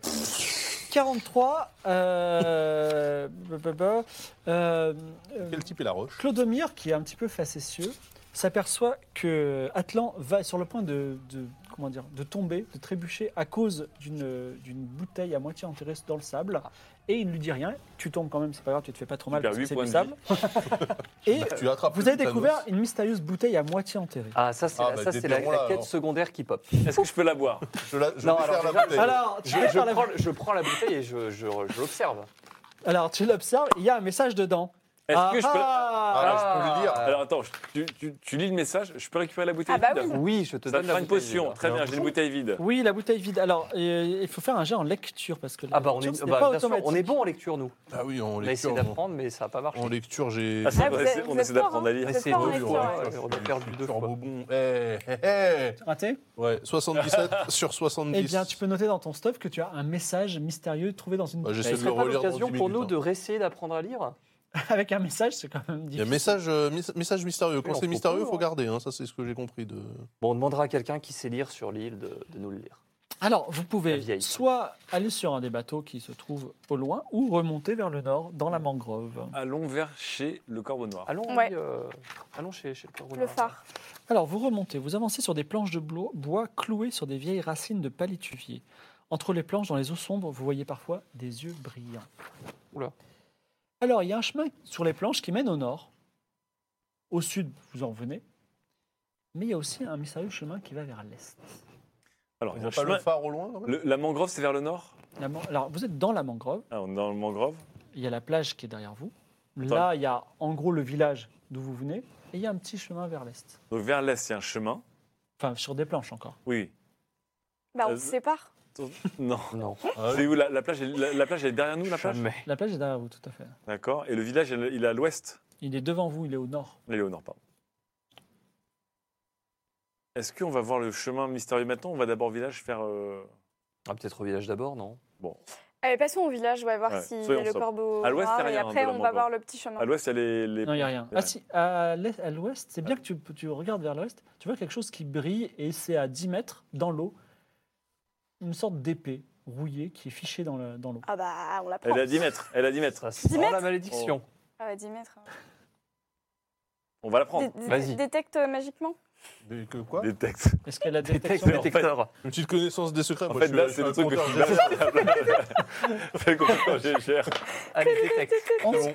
43, euh, bah, bah, bah, euh, euh,
Quel type est la roche
Clodomir, qui est un petit peu facétieux, s'aperçoit que Atlan va sur le point de, de- comment dire, de tomber, de trébucher à cause d'une d'une bouteille à moitié enterrée dans le sable. Et il ne lui dit rien. Tu tombes quand même, c'est pas grave, tu te fais pas trop mal
Tu perds
parce que
huit
c'est
points
du
de
sable. Et
Tu attrapes
Bah, vous
le
avez
Thanos.
découvert une mystérieuse bouteille à moitié enterrée.
Ah, ça, c'est
Ah,
la,
bah,
ça, c'est la- la
déterrons-la,
quête
alors.
secondaire qui pop.
Est-ce que je peux la boire
Je, la, je
Non,
vais
alors,
faire
déjà,
la bouteille.
Alors, tu
Je,
vas
je
par la-
prends, le- je prends la bouteille et je, je, je l'observe.
alors, tu l'observes, il y a un message dedans.
Est-ce que je peux.
Ah,
Alors, je peux lui dire.
Alors attends, je- tu, tu- tu lis le message, je peux récupérer la bouteille
Ah bah
vide
oui.
Oui, je te
Ça
donne
te
la
fera une
bouteille,
potion.
Lila.
Très bien, j'ai une bouteille vide.
Oui, la bouteille vide. Alors, euh, il faut faire un jet en lecture parce que la
Ah bah, on
lecture,
est,
ce n'est
bah,
pas
bien sûr,
automatique.
on est bon en lecture, nous.
Ah oui, en
On a essayé
lecture. on-
d'apprendre, mais ça n'a pas marché.
En lecture, j'ai.
Ah, c'est
Ah,
vrai,
vous êtes-
c'est- on
vous êtes
essaie d'apprendre
fort,
à
hein.
lire.
Vous êtes
Essayez
fort en
de-
lecture, ouais.
ouais, on a perdu deux fois.
Bon. Eh, eh, eh.
Raté
Ouais, 77 sur 70.
Eh bien, tu peux noter dans ton stuff que tu as un message mystérieux trouvé dans une
Bah,
Ce
j'essaie de
serait
le
pas
relire dans
l'occasion
10
pour
minutes,
nous
hein.
de réessayer d'apprendre à lire
avec un message, c'est quand même
Il y a
difficile.
message, euh, mis- message mystérieux. Quand
Oui, on
c'est
se
mystérieux,
retrouve,
faut garder. hein. Ça, c'est ce que j'ai compris. De...
Bon, on demandera à quelqu'un qui sait lire sur l'île de, de nous le lire.
Alors, vous
La
pouvez
vieille.
soit aller sur un des bateaux qui se trouve au loin ou remonter vers le nord dans la mangrove.
Allons vers chez le corbeau noir.
Allons, oui,
Ouais.
euh, allons chez, chez le corbeau
Le
noir.
phare.
Alors, vous remontez, vous avancez sur des planches de blo- bois clouées sur des vieilles racines de palétuvier. Entre les planches, dans les eaux sombres, vous voyez parfois des yeux brillants.
Oula.
Alors, il y a un chemin sur les planches qui mène au nord. Au sud, vous en venez. Mais il y a aussi un mystérieux chemin qui va vers l'est.
Alors,
On
il y a
voit
un
pas
chemin-
le phare au loin non
le- la mangrove, c'est vers le nord
La man- Alors, vous êtes dans la mangrove,
Ah, On est dans le mangrove
il y a la plage qui est derrière vous. Là, il y a en gros le village d'où vous venez, et il y a un petit chemin vers l'est.
Donc, vers l'est, il y a un chemin.
Enfin, sur des planches encore.
Oui.
Bah, on
Euh,
se sépare.
Non.
Non,
Ah,
C'est où la, la plage est- la, la plage, elle est derrière nous, la plage
jamais.
La plage est derrière vous, tout à fait.
D'accord. Et le village, il il est à l'ouest
Il est devant vous, il est au nord.
Il est au nord, pardon. Est-ce qu'on va voir le chemin mystérieux maintenant On va d'abord au village faire. euh,
Ah, peut-être au village d'abord, non
Bon.
Allez, passons au village, on va voir
Ouais,
s'il y
soyons
a le
sobres.
corbeau.
À l'ouest, il
noir,
y a
et
rien,
après,
de la
on va
mangrove.
voir le petit chemin.
À l'ouest, il y a les. les-
Non, il n'y a rien.
euh,
Ouais.
Ah si, à l'est- à l'ouest, c'est bien que tu, tu regardes vers l'ouest, tu vois quelque chose qui brille et c'est à 10 mètres dans l'eau. Une sorte d'épée rouillée qui est fichée dans le- dans l'eau.
Ah bah, on la prend.
Elle est à 10 mètres. Elle est à 10 mètres.
Ça sent la malédiction.
Ah bah, 10 mètres.
On va la
Dé-
prendre.
dé-
Vas-y.
Détecte magiquement.
mais que quoi
Des textes.
Est-ce qu'elle a
Détecte
détection
le détecteur.
Une petite connaissance des secrets.
En
Ah, moi,
fait,
je suis-
là,
je
c'est
suis
le
un
truc que je suis
conteur général.
Fait complètement GGR.
Allez, détecte.
Onze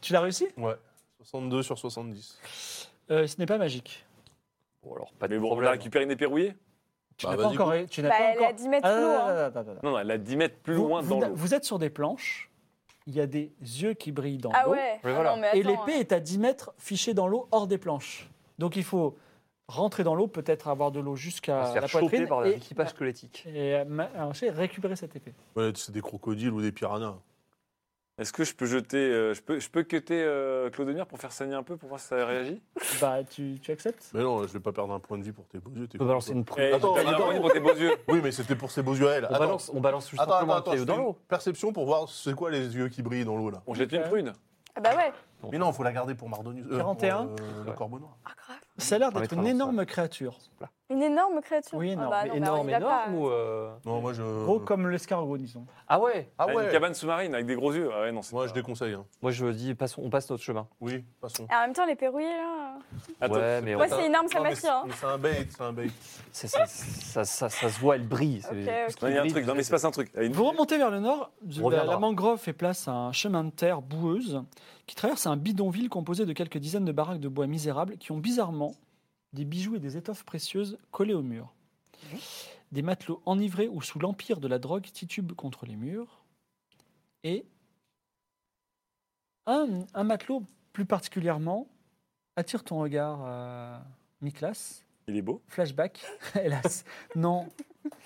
Tu l'as réussi
Ouais. 62 sur 70.
Euh, Ce n'est pas magique.
Bon, alors, pas de
Mais bon, on a
problème.
récupéré une épée rouillée
Tu
Bah,
n'as
vas-y,
pas encore. Tu n'as
Bah,
pas
elle est
encore-
à 10 mètres
Ah,
sous l'eau, hein.
non, non, non, non, non.
Non, non, elle est à 10 mètres plus
Vous-
loin
vous,
dans l'eau.
vous êtes sur des planches, il y a des yeux qui brillent dans
Ah
l'eau.
ouais.
Mais
Ah
voilà.
non, mais
Et
attends,
l'épée est à 10 mètres fichée dans l'eau hors des planches. Donc il faut rentrer dans l'eau, peut-être avoir de l'eau
On va
Ah,
jusqu'à
se
la
faire choper
poitrine
par
et,
l'équipage squelettique.
et, euh, ma- arracher, récupérer cette épée.
Ouais, c'est des crocodiles ou des piranhas.
Est-ce que je peux jeter. euh, je peux, je peux cutter euh, Claude Nier pour faire saigner un peu, pour voir si ça réagit
Bah, tu, tu acceptes
Mais non, je vais pas perdre un point de vie pour tes beaux yeux. t'es
On peut
con,
balancer
toi.
une
Eh,
prune.
Attends,
t'as
attends,
pas
attends.
pour tes beaux yeux.
Oui, mais c'était pour ses beaux yeux à elle.
On balance, on balance tout
Attends,
simplement
attends, attends,
un caillou
je
dans
fais une
l'eau.
Perception pour voir c'est quoi les yeux qui brillent dans l'eau là.
On jette une prune.
Ah bah ouais.
Bon.
Mais non, faut la garder pour Mardonius. euh,
41.
pour, euh, le
Ouais.
corbeau noir.
Ah grave.
Ça a l'air
On
d'être
mettra
une
dans ça.
énorme créature.
Une énorme créature.
Oui,
Ah
énorme.
bah
Mais
non, bah on
énorme,
y va pas.
énorme ou. euh,
Non, moi je.
Gros comme l'escargot, disons.
Ah ouais
Ah
Elle a Une
ouais.
cabane sous-marine avec des gros yeux. Ah ouais, non, c'est
Moi
pas-
je déconseille. hein.
Moi, je dis, passons, on passe notre chemin.
Oui, passons.
Et En même temps, les perrouillés, là.
Attends,
ouais, mais on-
Moi, c'est une arme, ça
Non, mais
m'attire, hein.
C'est c'est un bait, c'est un bait.
Ça, ça, ça, ça- ça se voit, elle brille. c'est-
Ok,
tout ce
ok.
qui
Non, il y a un
brille,
truc. Non, mais il se passe un truc. Il y a une-
Vous remontez vers le nord,
On
la,
reviendra.
la mangrove fait place à un chemin de terre boueuse qui traverse un bidonville composé de quelques dizaines de baraques de bois misérables qui ont bizarrement des bijoux et des étoffes précieuses collées au mur. Des matelots enivrés ou sous l'empire de la drogue titubent contre les murs. Et un, un matelot plus particulièrement attire ton regard, euh, Miklas.
Il est beau,
Flashback, hélas. Non,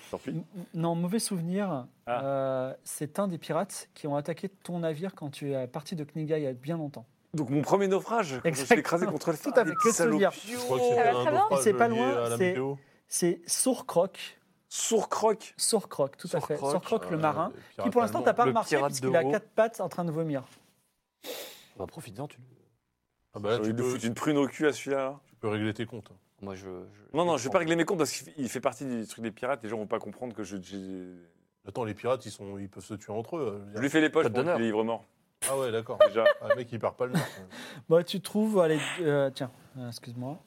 tant pis.
N- Non, mauvais souvenir.
Ah.
Euh, c'est un des pirates qui ont attaqué ton navire quand tu es parti de Kniga il y a bien longtemps.
Donc mon premier naufrage, quand je me suis
Exactement.
écrasé contre le phare.
Tout à fait,
des
que se
salauds.
dire.
Je crois que
Ça va
un
très bien.
naufrage
C'est pas
lié
loin,
à la
c'est-
météo. Euh,
C'est Sourcroc,
Sourcroc.
Sourcroc, tout à fait.
Sourcroc,
Sourcroc le
Euh,
marin, qui
pirate
pour l'instant
allemand.
t'as pas
le
remarqué
pirate de
puisqu'il a
haut.
quatre pattes en train de vomir.
Bah, Profite-en, tu.
Ah bah là,
J'ai envie
tu
de
peux-
foutre une prune au cul à celui-là.
tu peux régler tes comptes. hein.
Moi, je.
Non, non, je vais pas régler mes comptes parce qu'il fait partie du truc des pirates. Les gens vont pas comprendre que je. j'ai-
Attends, les pirates, ils, sont, ils peuvent se tuer entre eux. je veux
Je
dire.
lui fais les poches
Code
pour
d'honneur.
qu'il livre mort.
Ah ouais, d'accord.
Déjà.
Ah, le mec, il part pas le nord.
Bah, tu trouves, allez, euh, tiens, euh, excuse-moi.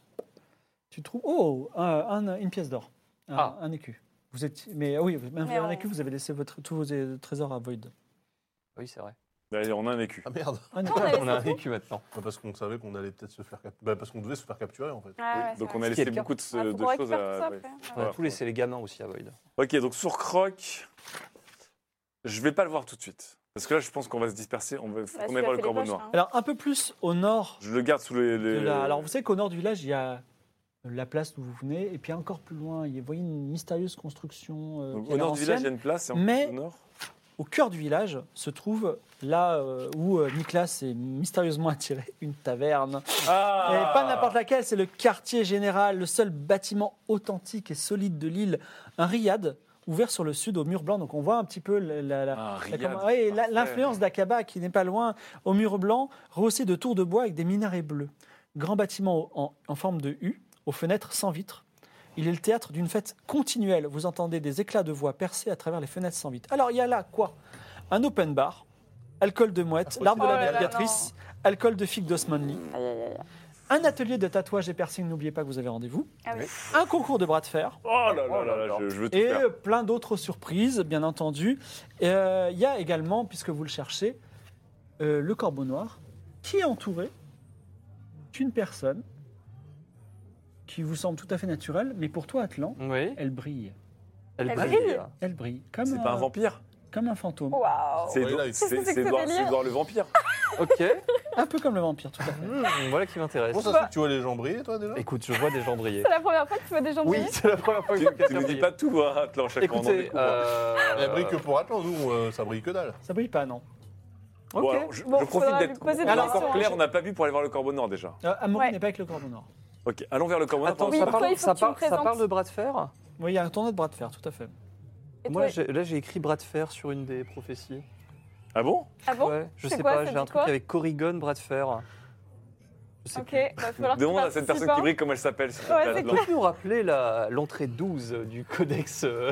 Tu trouves, oh, un- un- une pièce d'or, un,
Ah.
un écu. Vous êtes, mais ah oui, même
Mais
un
on-
écu, vous avez laissé votre, tous vos é- trésors à Void.
Oui, c'est vrai.
Bah, on a un écu.
Ah merde.
Un écu.
on avait
On a un
surtout-
vécu maintenant.
Bah, parce qu'on savait qu'on allait peut-être se faire cap- bah, parce qu'on devait se faire capturer en fait.
Ah Ouais, ouais,
donc
c'est
on
vrai.
a laissé
C'est le
beaucoup de,
Ah, faut
de
qu'on récupère
choses
tout
à.
ça
ouais.
après, Ah, ouais.
On a
Voilà.
tout laissé les gamins aussi à Void.
Ok, donc Sourcroc. Je vais pas le voir tout de suite. Parce que là, je pense qu'on va se disperser. On va, faut
Bah,
qu'on
celui-là
aille voir
fait
le
les
corbeau
poches,
noir.
hein.
Alors un peu plus au nord
Je le garde sous les. les-
de la- Alors, vous savez qu'au nord du village, il y a la place d'où vous venez, et puis encore plus loin, il y a, vous voyez une mystérieuse construction euh,
Donc,
qui a
au
l'air
nord du village, il y a
ancienne.
une place. Et en
Mais-
plus, au nord.
Au cœur du village se trouve, là euh, où euh, Nicolas est mystérieusement attiré, une taverne.
Ah
Et pas n'importe laquelle, c'est le quartier général, le seul bâtiment authentique et solide de l'île, un riad ouvert sur le sud au mur blanc. Donc on voit un petit peu la- la- la,
Ah,
La
Riyad,
com- ouais, la-
parfait.
L'influence d'Aqaba qui n'est pas loin, au mur blanc, rehaussé de tours de bois avec des minarets bleus. Grand bâtiment au- en, en forme de U, aux fenêtres sans vitres. Il est le théâtre d'une fête continuelle. Vous entendez des éclats de voix percés à travers les fenêtres sans vitres. Alors il y a là quoi Un open bar, alcool de mouette, l'arbre de
Oh
la
là
mère
là,
Béatrice, alcool de figue d'Osmanli,
Aïe, aïe, aïe.
un atelier de tatouage et piercing, n'oubliez pas que vous avez rendez-vous,
Ah oui.
un concours de bras de fer,
Oh là là là, là, je, je veux tout
et
faire.
plein d'autres surprises, bien entendu. Euh, Il y a également, puisque vous le cherchez, euh, le corbeau noir qui est entouré d'une personne qui vous semble tout à fait naturelle, mais pour toi, Atlan,
Oui.
elle brille.
Elle,
Elle
brille.
brille.
Elle brille comme
C'est
un,
pas un vampire.
comme un fantôme.
Waouh
C'est
Ouais,
Edouard-
là,
qu'est-ce que
c'est-
c'est
c'est
que ce
Edouard c'est
délire
Edouard le vampire.
Ok.
Un peu comme le vampire, tout à
Mmh.
fait.
Hmm, voilà qui m'intéresse.
Comment ça se fait que tu vois les gens briller, toi, déjà
Écoute, je vois des gens briller.
C'est la première fois que tu vois des gens
Oui,
briller
c'est la première fois que
Tu
je vois
tu
quelqu'un
nous dis
briller.
pas tout, hein, Atlan, chaque fois on en
Écoutez,
découvre.
euh,
Elle brille que pour Atlan, nous, euh, ça brille que dalle.
Ça brille pas, non.
Bon,
ok.
alors, je,
Bon,
je profite
faudra lui
d'être.
poser
on
des
est
questions,
encore clair,
hein.
on n'a pas vu pour aller voir le Corbeau Nord déjà.
Euh, Amaury
Ouais.
n'est pas avec le corps du Nord.
Ok, allons vers le Corbeau Nord.
Attends,
Oui,
ça,
toi, il
parle,
faut
ça
que tu
parle-
me
ça
présentes.
parle de bras de fer
Oui, il y a un tournoi de bras de fer, tout à fait.
Et
Moi,
toi,
j'ai- là, j'ai écrit bras de fer sur une des prophéties.
Ah bon
Ah bon
ouais, je
C'est
sais
quoi,
pas,
ça
j'ai un
dit
truc
quoi
avec Corrigan, bras de fer. Je sais
Ok, bah,
plus.
va falloir que tu
Demande à cette
participes,
personne
hein.
qui brille comment elle s'appelle. s'il te
Ouais,
plaît,
c'est
Atlan.
Peux-tu nous rappeler la- l'entrée 12 du codex, euh,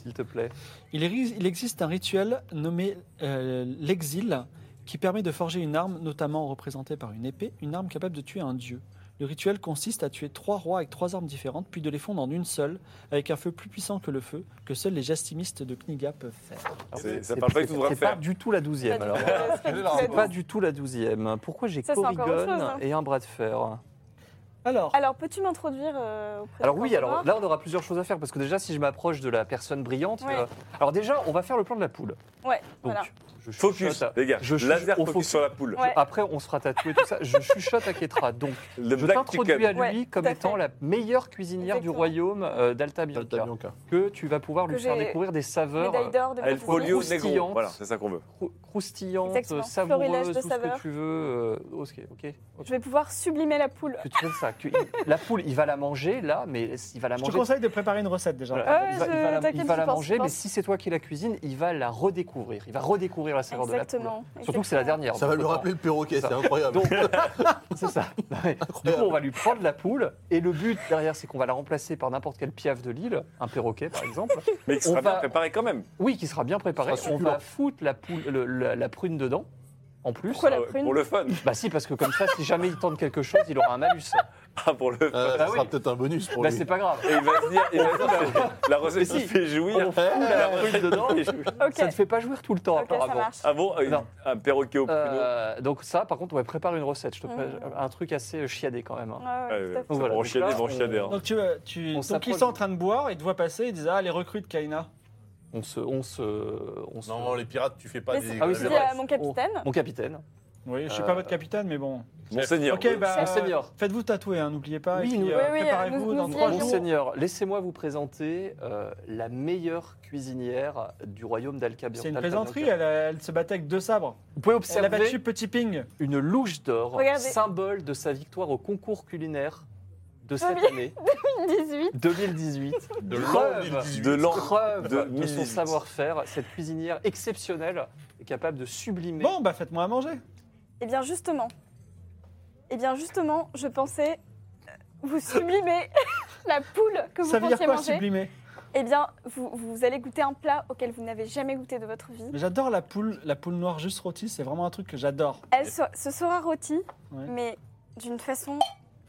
s'il te plaît
Il, ri- il existe un rituel nommé euh, l'exil qui permet de forger une arme, notamment représentée par une épée, une arme capable de tuer un dieu. Le rituel consiste à tuer trois rois avec trois armes différentes, puis de les fondre en une seule, avec un feu plus puissant que le feu, que seuls les jastimistes de Kniga peuvent faire.
C'est- ça
Alors, c'est-
parle pas du
c'est-
tout de bras de
C'est pas
fer.
du tout la douzième alors.
Euh, c'est pas du tout
C'est
la
pas
danse.
du tout la douzième. Pourquoi j'ai
Ça, c'est encore autre chose,
Corrigan
hein.
et un bras de fer
Alors,
Alors, peux-tu m'introduire euh, auprès
Alors
du
oui,
Corbeau
alors
Noir
là on aura plusieurs choses à faire parce que déjà si je m'approche de la personne brillante,
Ouais.
euh, alors déjà on va faire le plan de la poule.
Ouais,
Donc
voilà.
je chuchote.
Focus,
à-
les gars.
Je chuchote
Laser
au
focus
focus.
sur la poule.
Ouais.
Après on sera tatoué tout ça. Je chuchote à Ketra. Donc
Le
je
Black Chicken.
t'introduis à lui
Ouais,
comme
tout à
étant
fait.
la meilleure cuisinière
Exactement.
du royaume euh, d'Alta Bianca, que tu vas pouvoir lui
Que
faire
j'ai-
découvrir des saveurs
Médaille d'or de
El
Beautiful.
Folio Negro.
croustillante.
Voilà, c'est ça qu'on veut.
crou- croustillantes, euh,
Exactement. Florilège
savoureuses,
de
tout ce
saveurs.
que tu veux. euh, ok, ok. ok.
Je vais pouvoir sublimer la poule.
Que tu fasses ça. que- il- la poule, il va la manger là, mais il va la
je te
manger
conseille de préparer une recette déjà.
Voilà. Euh,
Ah ouais,
il va, il
je-
va la,
t'inquiète,
il va
j'y
la
pense,
manger,
j'y
mais
pense.
si c'est toi qui la cuisine, il va la redécouvrir. Il va redécouvrir la saveur de la poule.
Exactement.
Surtout que c'est la dernière.
Ça va
donc
lui
autant.
rappeler le perroquet,
Ça.
c'est incroyable.
Donc, c'est ça. Non, mais Du coup, on va lui prendre la poule, et le but derrière, c'est qu'on va la remplacer par n'importe quel piaf de l'île, un perroquet par exemple.
Mais il
On
sera bien
va-
préparé quand même.
Oui, qui sera bien préparé.
Ça sera
on
succulent.
va foutre la, poule, le- la, la prune dedans, en plus.
Pourquoi la
Ah ouais,
prune
Pour le fun.
Bah si, parce que comme ça, si jamais il tente quelque chose, il aura un malus.
Ah, pour le fun.
Euh,
bah
ça sera
oui.
peut-être un bonus pour
Bah
lui. Eh Euh,
c'est pas grave.
Et il va se dire, il va se dire, la recette
Mais
qui
si.
fait jouir.
On fout la
euh,
prune dedans.
Ok,
Ça ne fait pas jouir tout le temps,
ok, ça
apparemment.
marche.
Ah bon euh,
Non.
Un perroquet au pruneau.
Euh, donc ça, par contre, on va préparer une recette. Je te
Mm.
prépare un truc assez euh, chiadé quand même. hein.
Ouais, ouais, tout à
Ah Ouais,
fait.
ça
Voilà,
va
donc
enchaîner,
là,
va enchaîner,
on-
hein.
Donc tu, euh, tu-
On
donc ils
s'approche.
sont en train de boire et te voient passer et disent ah les recrues de Kaina.
On se, on se, on se-
Non, les pirates, tu fais pas
Mais
des.
c'est-
Ah oui,
Je
c'est
dis
vrai.
à mon capitaine.
Mon capitaine.
Oui, je suis
Euh,
pas votre capitaine mais bon.
Monseigneur.
Ok, bah,
Chef.
Monseigneur.
faites-vous tatouer, hein, n'oubliez pas.
Oui,
et
nous-
puis,
Oui, oui,
préparez-vous
nous-
dans
nous
trois
y allons.
jours.
Monseigneur, laissez-moi vous présenter euh, la meilleure cuisinière du royaume d'Alcabion.
C'est une plaisanterie, elle, a- elle se battait avec deux sabres.
Vous pouvez
Elle a battu
observer
Petit Ping.
une louche d'or,
Regardez.
symbole de sa victoire au concours culinaire de cette
Oui.
année
2018.
2018.
De l'an
Preuve.
2018.
De l'an
Preuve
de
de,
2018.
son savoir-faire, cette cuisinière exceptionnelle est capable de sublimer.
Bon, bah faites-moi à manger.
Eh bien justement, eh bien justement, je pensais euh, vous sublimer la poule que vous
Ça veut dire
pensiez
quoi
manger.
sublimer
Eh bien, vous, vous allez goûter un plat auquel vous n'avez jamais goûté de votre vie.
Mais J'adore la poule, la poule noire juste rôtie, c'est vraiment un truc que j'adore.
Elle se, ce sera rôtie,
Ouais.
mais d'une façon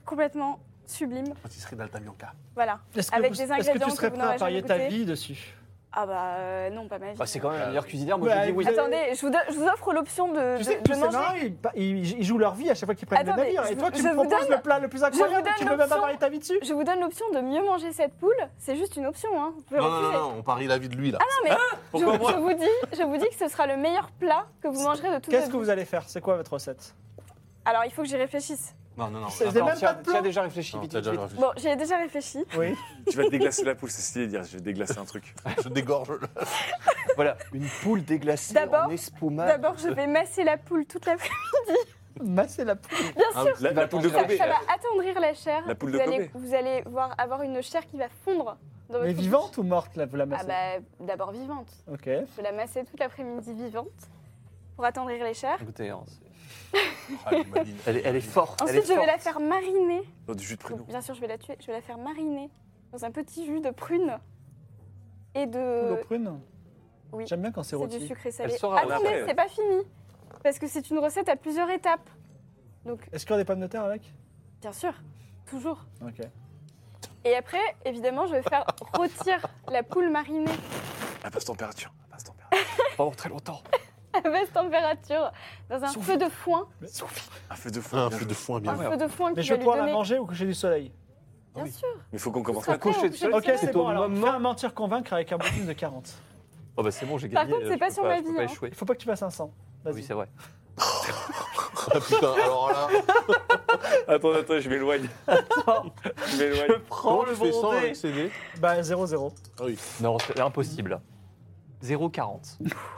complètement sublime.
Pâtisserie d'Alta Bianca.
Voilà.
Est-ce que,
Avec
vous-
des
est-ce que
ingrédients
tu
que
serais
vous
prêt à
n'aurez
parier
jamais
ta
goûté
vie dessus
Ah bah euh, non, pas ma vie.
Bah, c'est quand même la meilleure cuisinière, moi
Ouais,
je dis oui.
vous-
Attendez, je vous, do- je vous offre l'option de,
Tu
de-
sais que
de
tous ces
manger.
marins, ils, pa- ils- ils jouent leur vie à chaque fois qu'ils prennent
Euh, Attendez,
le navire. Et
je
toi,
vous-
tu
je
me
vous
proposes
donne-
le plat le plus incroyable,
donne
tu peux même pas
l'option.
parier ta vie dessus
Je vous donne l'option de mieux manger cette poule. C'est juste une option, hein. Vous pouvez
Non, non, non,
refuser.
non, on parie la vie de lui
Ah,
là.
Je,
Pourquoi moi
je vous dis, je vous dis que ce sera le meilleur plat que vous mangerez de toute
Qu'est-ce
votre
que
vie.
vous allez faire C'est quoi votre recette
Alors, il faut que j'y réfléchisse.
Non, non, non.
C'est-
attends.
J'ai même
tu as,
pas de
tu as
plan.
déjà réfléchi
Non,
vite,
t'as
vite,
déjà
vite.
réfléchi.
Bon, j'y ai déjà réfléchi.
Oui.
Tu vas déglacer la poule, c'est stylé de dire je vais déglacer un truc.
Je dégorge. le-
Voilà, une poule déglacée
D'abord-
en espumade.
D'abord, je vais masser la poule toute la
Masser la poule.
Bien
Ah,
sûr,
La,
va
la poule de
ça,
Kobe.
ça va attendrir la chair.
La poule
vous
de
allez,
Kobe.
vous allez voir avoir une chair qui va fondre dans votre
Mais
bouche.
vivante ou morte, là, vous la
Ah
massez
bah, d'abord vivante.
Ok.
Je vais la masser toute l'après-midi vivante pour attendrir les chairs.
Écoutez, hein, c'est-
Ah, elle est maligne.
elle, est, elle est forte. elle
Ensuite,
est
je vais la
forte.
faire mariner.
Dans du jus de pruneau.
Donc, bien sûr, je vais la tuer. Je vais la faire mariner dans un petit jus de prune et
Poule aux
de...
prunes
euh, oui.
J'aime bien quand c'est
C'est du
rôti.
sucré salé.
Elle sera
après,
Attendez,
ouais.
c'est pas fini. Parce que c'est une recette à plusieurs étapes. Donc,
Est-ce qu'il y a des pommes de terre avec
bien sûr, toujours.
Ok.
Et après, évidemment, je vais faire rôtir la poule marinée
À basse température. À basse température.
pendant très longtemps.
à basse température dans un
Souffle.
feu de foin.
Un feu de fou.
Ah, Un
bien
feu de
joué.
foin
Un
bien.
feu de foin
Mais
qui
je
va lui
crois la
donner.
manger au coucher du soleil.
Bien
oui.
sûr.
Mais faut qu'on commence
sera
maintenant.
prêt.
Coucher de
je le
Ok,
sais.
c'est
C'est
bon.
au
Alors,
moment-
fais un mentir convaincre avec un bonus de 40.
Oh bah c'est bon, j'ai
Par
gagné.
contre, c'est
je
pas
peux
sur ma
je peux
vie,
pas
hein.
échouer.
Il faut pas que tu passes 500. Vas-y.
Oui, c'est vrai.
Ah putain, alors là,
Attends, attends, je m'éloigne. je m'éloigne.
Je prends
comment
le
tu fais
bon
100
dé.
avec CD
Bah 0-0.
Ah oui,
Non, c'est impossible. 0,40.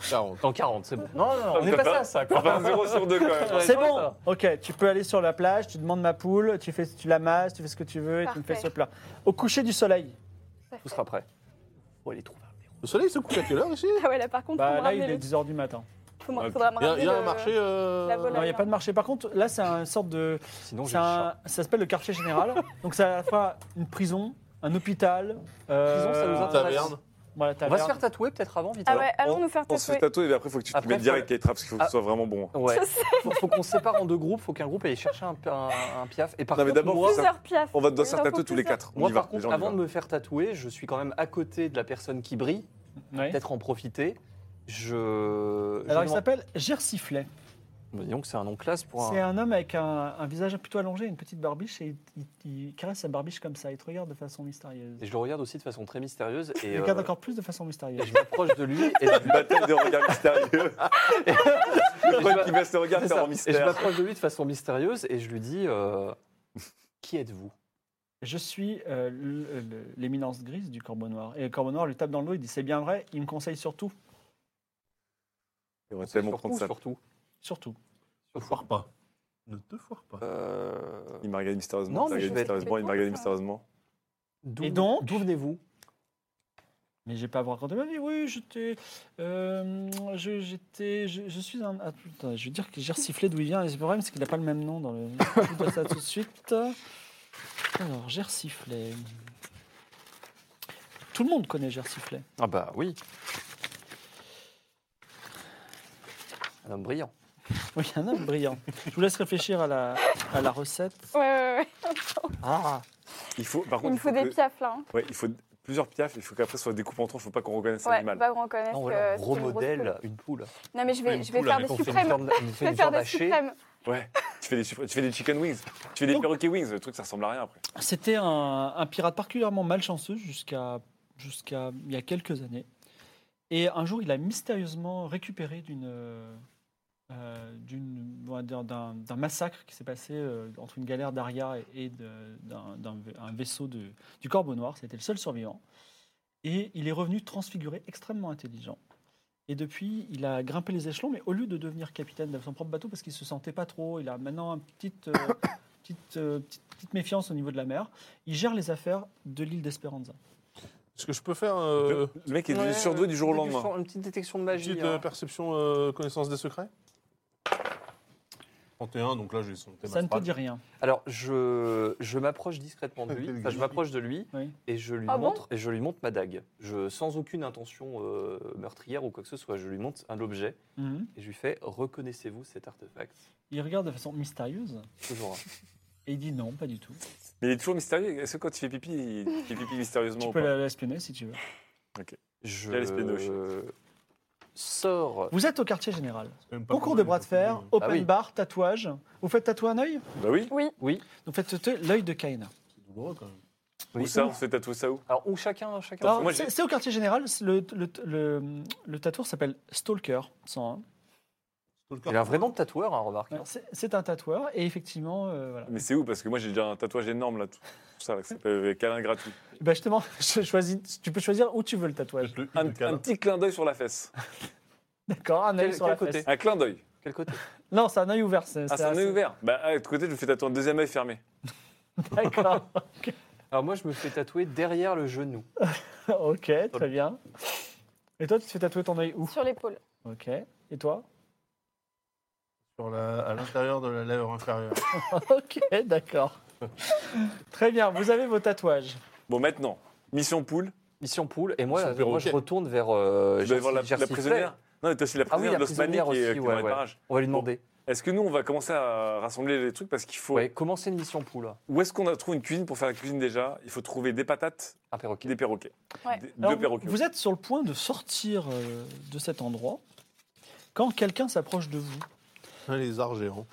40.
Dans 40, c'est bon. Non, non, non, on
T'as
est passé
pas-
à ça. quoi.
Enfin, 0 sur 2 quand même.
Ouais,
C'est
ça
bon.
va.
Ok, tu peux aller sur la plage, tu demandes ma poule, tu fais, tu l'amasses, tu fais ce que tu veux et tu me fais
Parfait.
ce plat. Au coucher du soleil.
Tout sera prêt. Oh, il est trop tard.
Le soleil se couche à quelle heure ici
Ah ouais, là par contre,
Bah
faut me
là, il
ramener
est
le...
10h du matin.
faut me- faudra me
Il y a,
ramener
il y a un
le-
marché. euh,
la volaille.
Non, il n'y a pas de marché. Par contre, là, c'est un sorte de.
Sinon,
c'est
j'ai
un-
un chat.
ça s'appelle le quartier général. Donc, c'est à la fois une prison, un hôpital. euh,
Prison, ça
Ah,
nous intéresse.
Taverne.
Voilà,
On va se
taverne.
faire tatouer peut-être avant, vite.
Ah
alors.
ouais, allons
on-
nous faire
On se fait
tatouer.
tatouer, mais après, faut que tu te
Après,
mettes
faut-
direct les trappes, parce qu'il faut que
Ah.
ce soit vraiment bon.
Ouais.
Je sais,
Faut, faut qu'on se sépare en deux groupes, faut qu'un groupe aille chercher un, un- un piaf. Et par
Non, mais
contre,
d'abord,
moi,
faut
plusieurs piafs.
On va doit
Il
se
en
faire
faut
tatouer tous les
plusieurs.
quatre. On
moi,
y va.
par
Déjà,
contre,
on y
avant
va.
de me faire tatouer, je suis quand même à côté de la personne qui brille.
Ouais.
Peut-être en profiter. Je. je
Alors, il
demande-
s'appelle Gersiflet.
Bah, dis donc, c'est un nom classe pour
C'est
un.
un homme avec un, un visage plutôt allongé, une petite barbiche, et il, il- il caresse sa barbiche comme ça. Il te regarde de façon mystérieuse.
Et je le regarde aussi de façon très mystérieuse. Et,
Il regarde
euh,
encore plus de façon
et
mystérieuse.
je m'approche de lui et
Une bataille de regards mystérieux. Le
je-
troll qui baisse le regard,
C'est
c'est
ça.
en
Et je
mystère.
m'approche de lui de façon mystérieuse et je lui dis euh, Qui êtes-vous
Je suis euh, le- le- l'éminence grise du corbeau noir. Et le corbeau noir lui tape dans le dos, il dit C'est bien vrai, il me conseille surtout.
On va tellement
Surtout,
prendre ça.
surtout.
Surtout.
Ne te foire pas. Ne te foire pas.
Euh,
Il m'a regardé mystérieusement,
Non,
il m'a
mais je
regardé
vais-
mystérieusement, il m'a regardé mystérieusement.
d'où-
Et donc
D'où venez-vous
Mais j'ai pas à vous raconter ma vie. Oui, j'étais. euh, je, j'étais. Je, je suis un. ah, putain, je veux dire que j'ai resifflé d'où il vient. Et le problème, c'est qu'il n'a pas le même nom dans le. Je vous donne ça tout de suite. Alors, Gersiflet. Tout le monde connaît Gersiflet.
Ah bah oui. Un homme brillant.
Oui, un homme brillant. Je vous laisse réfléchir à la, à la recette.
Ouais, ouais, ouais.
Ah
Il faut, par
Il
contre,
me faut des
que-
piafs là. hein.
ouais, il faut plusieurs piafs, il faut qu'après ce soit découpé en tranches, il faut pas qu'on reconnaisse
Ouais,
l'animal.
pas vous reconnaître.
Non,
euh,
voilà, on
c'était une grosse
remodèle une poule.
poule. Non, mais je vais,
Une
je vais
poule
faire
avec
des
On fait une
suprêmes.
viande, on
Je
fait
vais
une
faire
viande
des
hachée.
suprêmes.
Ouais, tu fais, des, sup- tu fais des chicken wings, tu fais des
Donc-
perroquets wings, le truc ça ressemble à rien après.
C'était un, un pirate particulièrement malchanceux jusqu'à jusqu'à il y a quelques années. Et un jour, il a mystérieusement récupéré d'une euh, d'une- ouais, d'un- d'un d'un massacre qui s'est passé euh, entre une galère d'Aria et, et de- d'un d'un ve- un vaisseau de- du Corbeau Noir. C'était le seul survivant. Et il est revenu transfiguré, extrêmement intelligent. Et depuis, il a grimpé les échelons, mais au lieu de devenir capitaine de son propre bateau, parce qu'il se sentait pas trop, il a maintenant une petite, euh, petite, euh, petite, petite méfiance au niveau de la mer. Il gère les affaires de l'île d'Espéranza.
Est-ce que je peux faire euh,
Le mec est devenu surdoué du jour au
euh,
lendemain.
Une petite détection de
une
magie.
petite euh, perception euh, connaissance des secrets 31, donc là j'ai sauté
Ça
ma
ne te
phrase.
dit rien.
Alors, je, je m'approche discrètement de lui.
Quel
Enfin, je
gris.
m'approche de lui
Oui.
et je lui
Ah bon
montre et je lui montre ma dague. Je, sans aucune intention euh, meurtrière ou quoi que ce soit, je lui montre un objet
Mhm.
et je lui fais reconnaissez-vous cet artefact
Il regarde de façon mystérieuse
Toujours. un.
et il dit non, pas du tout.
Mais il est toujours mystérieux. Est-ce que quand il fait pipi, il fait pipi mystérieusement
Tu
ou
peux
pas
la- l'espionner si tu veux.
Je
Quel espionage.
sors.
Vous êtes au quartier général.
C'est quand même pas
Concours
pour
de
mal,
bras de
quand même.
fer, open
Ah oui.
bar, tatouage. Vous faites tatouer un œil
Bah oui.
Oui,
Oui.
Vous faites tatouer l'œil de Kaina.
C'est douloureux quand même.
Où
Oui.
ça On se fait tatouer ça où
Alors, où chacun, chacun.
Alors,
moi,
C'est
j'ai-
c'est au quartier général. c'est Le, le, le, le tatoueur s'appelle Stalker 101.
Il a un vrai nom de tatoueur, hein, remarque.
Ouais, c'est- C'est un tatoueur et effectivement, euh, voilà.
Mais c'est où Parce que moi j'ai déjà un tatouage énorme là, tout, tout ça, là, qui s'appelle euh, câlin gratuit.
Bah, justement, je choisis, tu peux choisir où tu veux le tatouage.
Peut-être le
Un,
I de câlin.
un petit clin d'œil sur la fesse.
D'accord, un œil
Quel-
sur
quel
la
côté
fesse.
Un clin d'œil.
Quel côté
Non, c'est un œil ouvert. C'est
Ah,
c'est
c'est un œil
assez-
ouvert. Bah, à l'autre côté, je me fais tatouer un deuxième œil fermé.
D'accord.
Alors, moi, je me fais tatouer derrière le genou.
ok, très bien. Et toi, tu te fais tatouer ton œil où
sur l'épaule.
Ok. Et toi
Sur la- à l'intérieur de la lèvre inférieure.
Ok, d'accord. très bien, vous avez vos tatouages.
Bon, maintenant, mission poule.
Mission poule. Et moi,
Mission
là, moi, je
perroquet.
retourne vers. euh,
Je vais voir la,
Jersey-
la
Jersey
prisonnière. Non, mais t'as aussi la
Ah oui,
prisonnière
la
de l'Osmanie
prisonnière
qui est, qui
aussi.
est
Ouais,
dans les
ouais.
parages.
On va lui
Bon.
demander.
Est-ce que nous, on va commencer à rassembler les trucs Parce qu'il faut.
Ouais, commencer une mission poule.
Où est-ce qu'on a- trouve une cuisine pour faire la cuisine déjà Il faut trouver des patates,
Un perroquet.
des perroquets.
Ouais.
Des-
Alors,
deux perroquets.
vous êtes sur le point de sortir euh, de cet endroit quand quelqu'un s'approche de vous.
Ah, Les arts géants.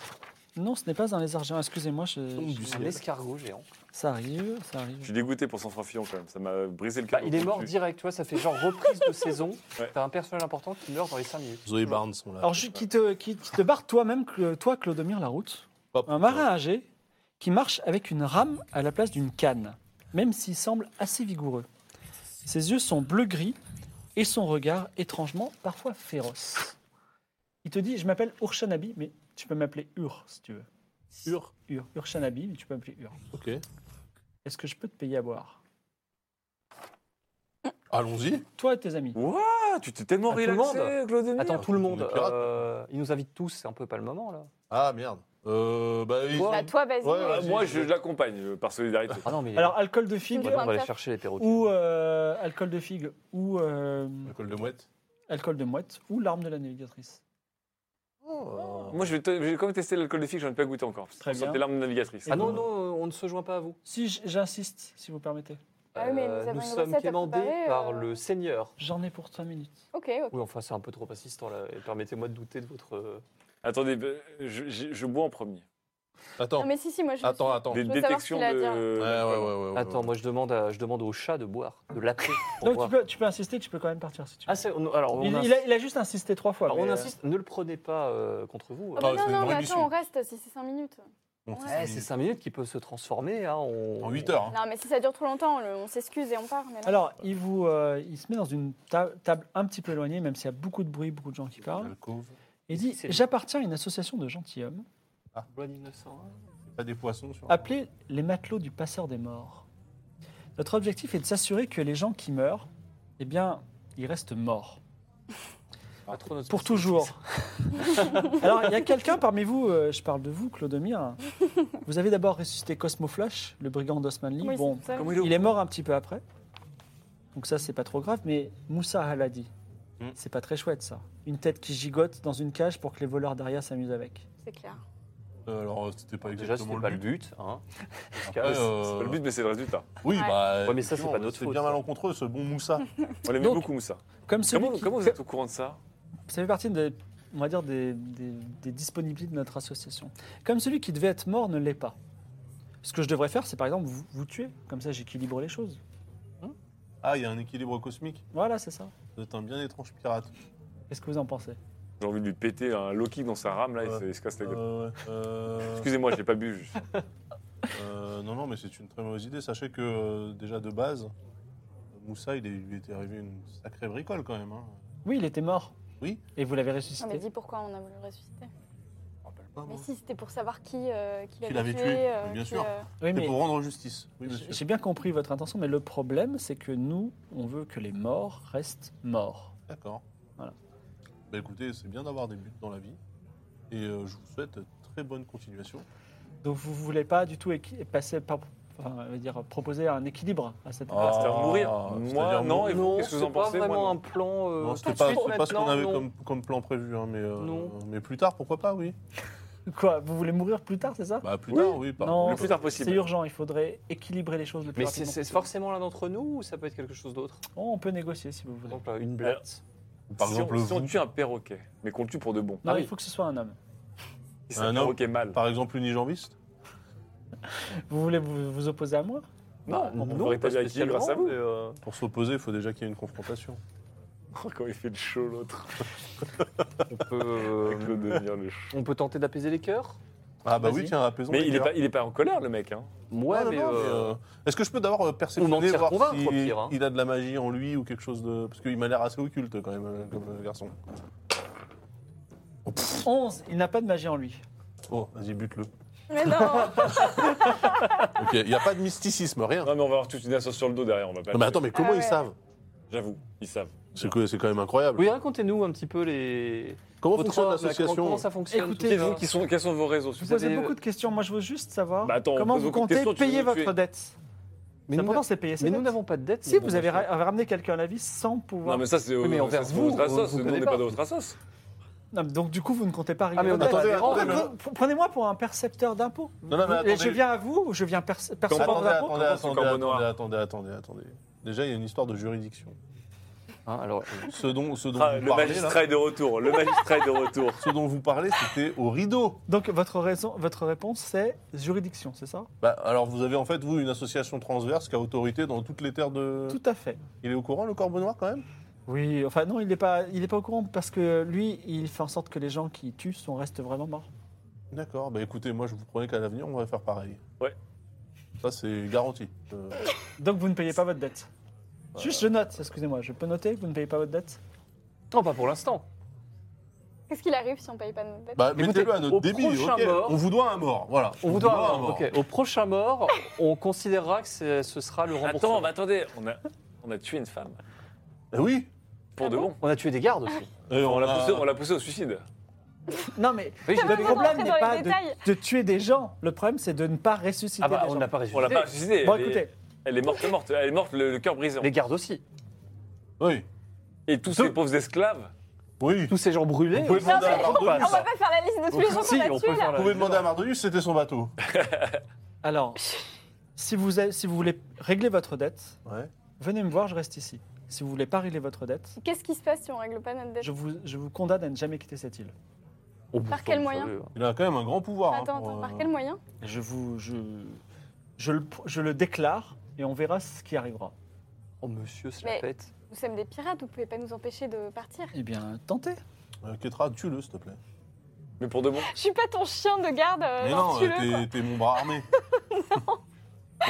Non, ce n'est pas un lézard géant. Excusez-moi, je-
Tombe du
je-
Un
ciel.
escargot géant.
ça arrive, ça
Je
arrive.
suis dégoûté pour François Fillon quand même, ça m'a brisé le
Bah,
cœur.
il est mort direct, tu vois, ça fait genre reprise de saison.
Ouais.
T'as un personnage important qui meurt dans les 5 minutes.
Zoé Barnes sont là.
Alors, je- qui, te, qui, qui te barre toi-même, Cl- toi, Clodomir Laroute,
Hop.
un marin âgé qui marche avec une rame à la place d'une canne, même s'il semble assez vigoureux. Ses yeux sont bleu-gris et son regard étrangement parfois féroce. Il te dit Je m'appelle Urshanabi, mais tu peux m'appeler Ur si tu veux.
Sûr.
Ur, Urshanabi, mais tu peux m'appeler Ur.
Ok.
Est-ce que je peux te payer à boire
Allons-y.
Toi et tes amis.
Ouah, tu t'es tellement
À Ah, tout le
relaxé,
monde.
Claude Demir.
Attends, tout le monde,
On est pirate.
euh, ils nous invitent tous, c'est un peu pas le moment là.
Ah merde. Euh, bah, il-
Bah, toi, vas-y.
Ouais, ouais.
Ah, Moi, je l'accompagne euh, par solidarité.
Ah non, mais.
Alors, alcool de
Bah
figue
non, on va aller chercher les perroquets.
ou euh, alcool de figue ou euh,
Le col de mouette.
alcool de mouette ou l'arme de la navigatrice.
Oh.
Moi, je vais, te- je vais quand même tester l'alcool de figue, j'en ai pas goûté encore.
Très bien.
C'était l'arme de navigatrice.
Ah non, non, on ne se joint pas à vous. Euh,
Si j- j'insiste, si vous permettez,
Ah oui, mais nous avons une
sommes
recette à
quémandés
préparer,
par
euh.
le Seigneur.
j'en ai pour 3 minutes.
Ok, ok.
Oui, enfin, c'est un peu trop assistant là. Et Permettez-moi de douter de votre. euh,
Attendez, euh, je, je- je bois en premier.
Euh, Attends.
Non, mais si, si, moi je.
Attends, attends.
Des
veux savoir ce
détections
qu'il a à dire.
de.
Ouais, ouais, ouais, ouais, ouais.
Attends, moi je demande, à- je demande au chat de boire, de l'appeler. pour
Donc
boire.
tu peux, tu peux insister, tu peux quand même partir si tu veux.
Ah, c'est. on- Alors, on,
il,
ins-
il a, il a juste insisté trois fois.
alors, on
mais, euh,
insiste, ne le prenez pas euh, contre vous.
Ah bah
Ah, c'est
non,
une
non,
vraie
mais
mission.
attends, on reste si c'est 5 minutes.
Bon, c'est
Ouais,
fini.
c'est 5 minutes qui peuvent se transformer. hein, on-
En 8 heures. hein.
Non, mais si ça dure trop longtemps, on, le- on s'excuse et on part. Mais non.
Alors, il, vous, euh, il se met dans une ta- table un petit peu éloignée, même s'il y a beaucoup de bruit, beaucoup de gens qui parlent.
Alcôve.
Et il dit
C'est-
J'appartiens à une association de gentilshommes
Blood Innocent, hein.
Pas des poissons sur.
appelée les matelots du passeur des morts. Notre objectif est de s'assurer que les gens qui meurent, eh bien, ils restent morts.
Pas trop notre
Pour
spécialité.
toujours. Alors, il y a quelqu'un parmi vous, euh, je parle de vous, Clodomir. Vous avez d'abord ressuscité Cosmo Flash, le brigand d'Osmanli.
Oui,
bon,
c'est ça.
Comment
il est mort un petit peu après. Donc ça, c'est pas trop grave, mais Moussa Haladi,
Hmm.
c'est pas très chouette ça. Une tête qui gigote dans une cage pour que les voleurs derrière s'amusent avec.
C'est clair.
Euh, Alors, euh, c'était pas
Ah, Déjà, c'était
exactement
pas
le
le
but.
but. Hein.
Après,
Ouais, c'est-
C'est
euh,
pas le but, mais c'est le résultat.
Oui,
Ouais.
bah.
Ouais, mais ça, c'est
effectivement,
pas notre
C'est
faute,
bien
ça.
malencontreux, ce bon Moussa.
On aimait
Donc,
beaucoup, ça.
Comme celui
Comment,
qui-
comment vous êtes au courant de ça
Ça fait partie des, on va dire des, des- des disponibilités de notre association. Comme celui qui devait être mort ne l'est pas. Ce que je devrais faire, c'est par exemple vous, vous tuer. Comme ça, j'équilibre les choses.
Ah, il y a un équilibre cosmique.
Voilà, c'est ça.
Vous êtes un bien étrange pirate.
Qu'est-ce que vous en pensez
J'ai envie de lui péter un low kick dans sa rame, là, et
Ouais.
se- il se casse la gueule.
Euh, ouais, euh,
Excusez-moi, je l'ai pas bu. je-
euh, non, non, mais c'est une très mauvaise idée. Sachez que, euh, déjà de base, Moussa, il est- lui était arrivé une sacrée bricole quand même. hein.
Oui, il était mort.
Oui.
Et vous l'avez
Non,
ressuscité.
Ah, mais dis pourquoi on a voulu le ressusciter. Mais
moi.
si, c'était pour savoir qui, euh, qui
Qui
l'avait
l'avait
tué.
tué,
euh,
bien
qui,
sûr.
euh,
oui,
C'est
mais
pour rendre justice. Oui,
j-
monsieur.
j'ai bien compris votre intention, mais le problème, c'est que nous, on veut que les morts restent morts.
D'accord.
Voilà.
Bah écoutez, c'est bien d'avoir des buts dans la vie. Et euh, je vous souhaite très bonne continuation.
Donc vous voulez pas du tout équi- passer par, enfin, je veux dire, proposer un équilibre à cette.
Ah,
C'était à mourir.
c'est-à-dire
Moi, non, et vous,
Non,
qu'est-ce que vous
c'est
en
pas
pensez moi,
vraiment
non.
un plan. euh,
non,
tout
c'était
de
pas,
suite,
pas ce qu'on
maintenant,
avait
non.
comme, comme plan prévu, hein, mais, euh,
Non.
mais plus tard, pourquoi pas, oui.
Quoi Vous voulez mourir plus tard, c'est ça
Bah plus
Oui.
tard, oui. par-
Non,
Le plus tard
C'est
possible.
urgent, il faudrait équilibrer les choses le plus
Mais c'est
rapidement
c'est
possible.
forcément l'un d'entre nous ou ça peut être quelque chose d'autre
Oh, on peut négocier si vous voulez.
Donc, euh, une blatte.
Par
si
exemple,
on, si on
vous.
tue un perroquet, mais qu'on le tue pour de bon.
Non,
Ah
il
oui.
faut que ce soit un homme.
Et c'est
Ah
un
non.
perroquet mal.
Par exemple, unijambiste
Vous voulez vous, vous opposer à moi
Bah,
on pourrait pas
pas
dire à qui
spécialement,
grâce à vous.
mais, euh,
Pour s'opposer, il faut déjà qu'il y ait une confrontation.
Oh, Quand il fait le chaud, l'autre.
on peut, euh,
Claude Demir, le chaud.
on peut tenter d'apaiser les cœurs
Ah bah
Vas-y.
oui, tiens, apaisons.
Mais
les
il est,
gars.
pas, il est pas en colère, le mec. Hein.
Ouais,
Non, non,
mais,
non, mais,
euh,
euh, Est-ce que je peux d'abord euh, perceptionner,
mentir,
voir
convaincre,
si
au pire, hein.
il a de la magie en lui ou quelque chose de... Parce qu'il m'a l'air assez occulte quand même, euh, comme euh, garçon.
11, il n'a pas de magie en lui.
Oh, vas-y, bute-le.
Mais non
Ok, il n'y a pas de mysticisme, rien.
Non, mais on va avoir toute une assaut sur le dos derrière. On va pas
Non, mais attends, mais comment
Ah ouais.
ils savent
J'avoue, ils savent.
C'est que- c'est quand même incroyable.
Oui, racontez-nous un petit peu les.
Comment
votre
fonctionne
œuvre, Comment,
l'association
comment ça fonctionne
Écoutez,
tout
Et
ça
vous, qui sont, quels sont vos réseaux
Je vous
Vous
posez
avez-
beaucoup de questions. Moi, je veux juste savoir
Bah attends, on
comment
pose
vous
beaucoup de
comptez
questions, tu
payer
veux nous
votre
tuer.
date.
Mais nous,
L'important, c'est payer
mais
ses
nous
dettes.
n'avons pas de dette.
Si
mon
vous
bon
avez
cher.
ra- ramené quelqu'un à la vie sans pouvoir.
Non, mais ça, c'est
Oui, mais
euh,
envers
ça, c'est
vous,
votre assos.
vous
Nous, on
connaissez
n'est pas
pas.
de votre assos.
Non, mais donc, du coup, vous ne comptez pas
Ah,
régler
mais on
vos dettes.
Attendez,
attendez,
attendez,
attendez.
Pre- pre- Prenez-moi pour un percepteur d'impôts.
Non, non, mais
Et Je
attendez.
viens à vous ou je viens perce- percevoir
Attendez,
d'impôts
attendez,
Comment c'est
attendez,
Corbeau Noir
attendez, attendez, attendez, attendez. Déjà, il y a une histoire de juridiction.
Hein, alors, euh,
Ce dont, ce dont
Ah,
vous
le
parlez, là,
magistrat est de retour. Le magistrat est de retour.
ce dont vous parlez, c'était au rideau.
Donc votre, raison, votre réponse, c'est juridiction, c'est ça
Bah, alors, vous avez en fait, vous, une association transverse qui a autorité dans toutes les terres de.
Euh.
Tout à fait.
Il est au courant, le corbeau noir, quand même
Oui, enfin non, il n'est pas, il est pas au courant parce que lui, il fait en sorte que les gens qui tuent sont, restent vraiment morts.
D'accord. Bah, écoutez, moi, je vous promets qu'à l'avenir, on va faire pareil.
Ouais.
Ça, c'est garanti. Euh,
Donc vous ne payez pas votre dette. Juste, je note, excusez-moi, je peux noter que vous ne payez pas votre dette
Non, pas pour l'instant.
Qu'est-ce qu'il arrive si on paye pas notre dette
Bah,
Écoutez,
mettez-le à notre
au
débit.
prochain
ok.
mort-
on vous doit un mort. Voilà.
On vous doit. ok. Au prochain mort, on considérera que c'est- ce sera le remboursement.
Attends, mais attendez, on a, on a tué une femme.
Eh Oui.
Pour de bon.
On a tué des gardes aussi.
Et
On l'a
a-
poussé, on l'a poussé au suicide.
Non, mais
Oui, j'ai
Ah,
le
pas
non,
dit-
non,
problème
rentrez
n'est
dans les
pas de,
détails.
de tuer des gens. Le problème, c'est de ne pas ressusciter
Ah bah,
des
on
gens.
n'a pas
On l'a
réussi.
pas suicidée.
Bon,
elle est-
écoutez,
Elle est morte, morte. Elle est morte, le, le cœur brisé.
Les gardes aussi.
Oui.
Et tous
Deux.
ces pauvres esclaves.
Oui.
Tous ces gens brûlés.
Vous pouvez
aussi.
demander à
mais-
Ah,
Mardonius.
On va pas faire la liste de tous les gens
Si, on
qu'on a
peut faire
tués là.
la-
Vous pouvez demander à Mardonius, c'était son bateau.
alors, si vous, avez- si vous voulez régler votre dette,
Ouais.
venez me voir, je reste ici. Si vous voulez pas régler votre dette,
Qu'est-ce qui se passe si on règle pas notre dette
je vous, je vous condamne à ne jamais quitter cette île.
Au bout,
Par quel
vous
moyen
savez, hein.
Il a quand même un grand pouvoir. hein,
Attends,
pour,
attends,
euh,
par quel moyen
Je vous, je, je le, je le déclare et on verra ce qui arrivera.
Oh, monsieur, se la
Mais-
pète.
Nous sommes des pirates, vous pouvez pas nous empêcher de partir.
Eh bien, tentez.
euh, Ketra, tue-le, s'il te plaît.
Mais pour de bon.
Je suis pas ton chien de garde, euh,
mais
genre,
non,
tue-le,
euh,
quoi.
t'es- t'es mon bras armé.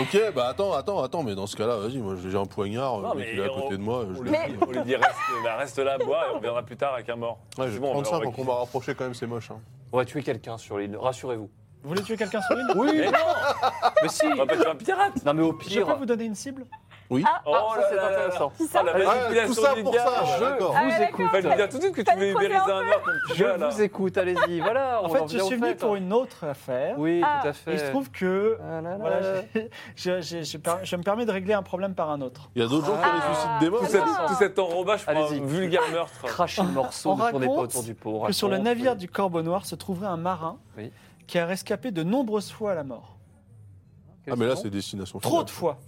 ok, bah attends, attends, attends, mais dans ce cas-là, vas-y, moi j'ai un poignard,
Non,
le mec
mais
il est à côté
on-
de moi.
On
Je
lui,
le
Mais-
dit, on lui dit reste, bah, reste là, bois, et on reviendra plus tard avec un mort.
Ouais,
C'est
j'ai
bon, on va-
35
on va
en combat rapproché quand même, c'est moche. Hein.
On va tuer quelqu'un sur l'île, rassurez-vous.
Vous voulez tuer quelqu'un sur l'île
Oui,
Mais
mais,
non
si
On va Ah, bah, pas tuer un pirate
Non, mais au
Je
pire,
peux vous donner une cible
Ah,
Oh
ah,
là
ça c'est
là là
intéressant.
qui
Ah,
ça
la
Ah,
manipulation
tout ça
du
pour
gars.
ça,
Je-
d'accord.
Ah ouais,
vous
d'accord.
Faut lui
écoute.
dire tout de suite que tu
Fallait
voulais
creuser
maîtriser
un
un mort comme tu
Je
vois, là.
vous écoute, allez-y, voilà.
En
on en
fait, je
vient au
suis venu
fait. hein.
pour une autre affaire.
Oui,
Ah.
tout à
Et
fait.
il se trouve que
Ah là là.
voilà, j'ai- je, j'ai- j'ai per- je me permets de régler un problème par un autre.
Il y a d'autres gens qui
Ah.
ressuscitent des
Tout
morts.
Ah,
cet,
non.
tout cet enrobage pour
Allez-y.
un vulgaire meurtre.
Cracher le morceau,
On
ne tournez pas
raconte
autour du pot. on
Que
raconte,
sur le navire
oui.
du Corbeau Noir se trouverait un marin
Oui.
qui a rescapé de nombreuses fois à la mort.
Ah, mais là, c'est destination
Trop
finale.
de fois.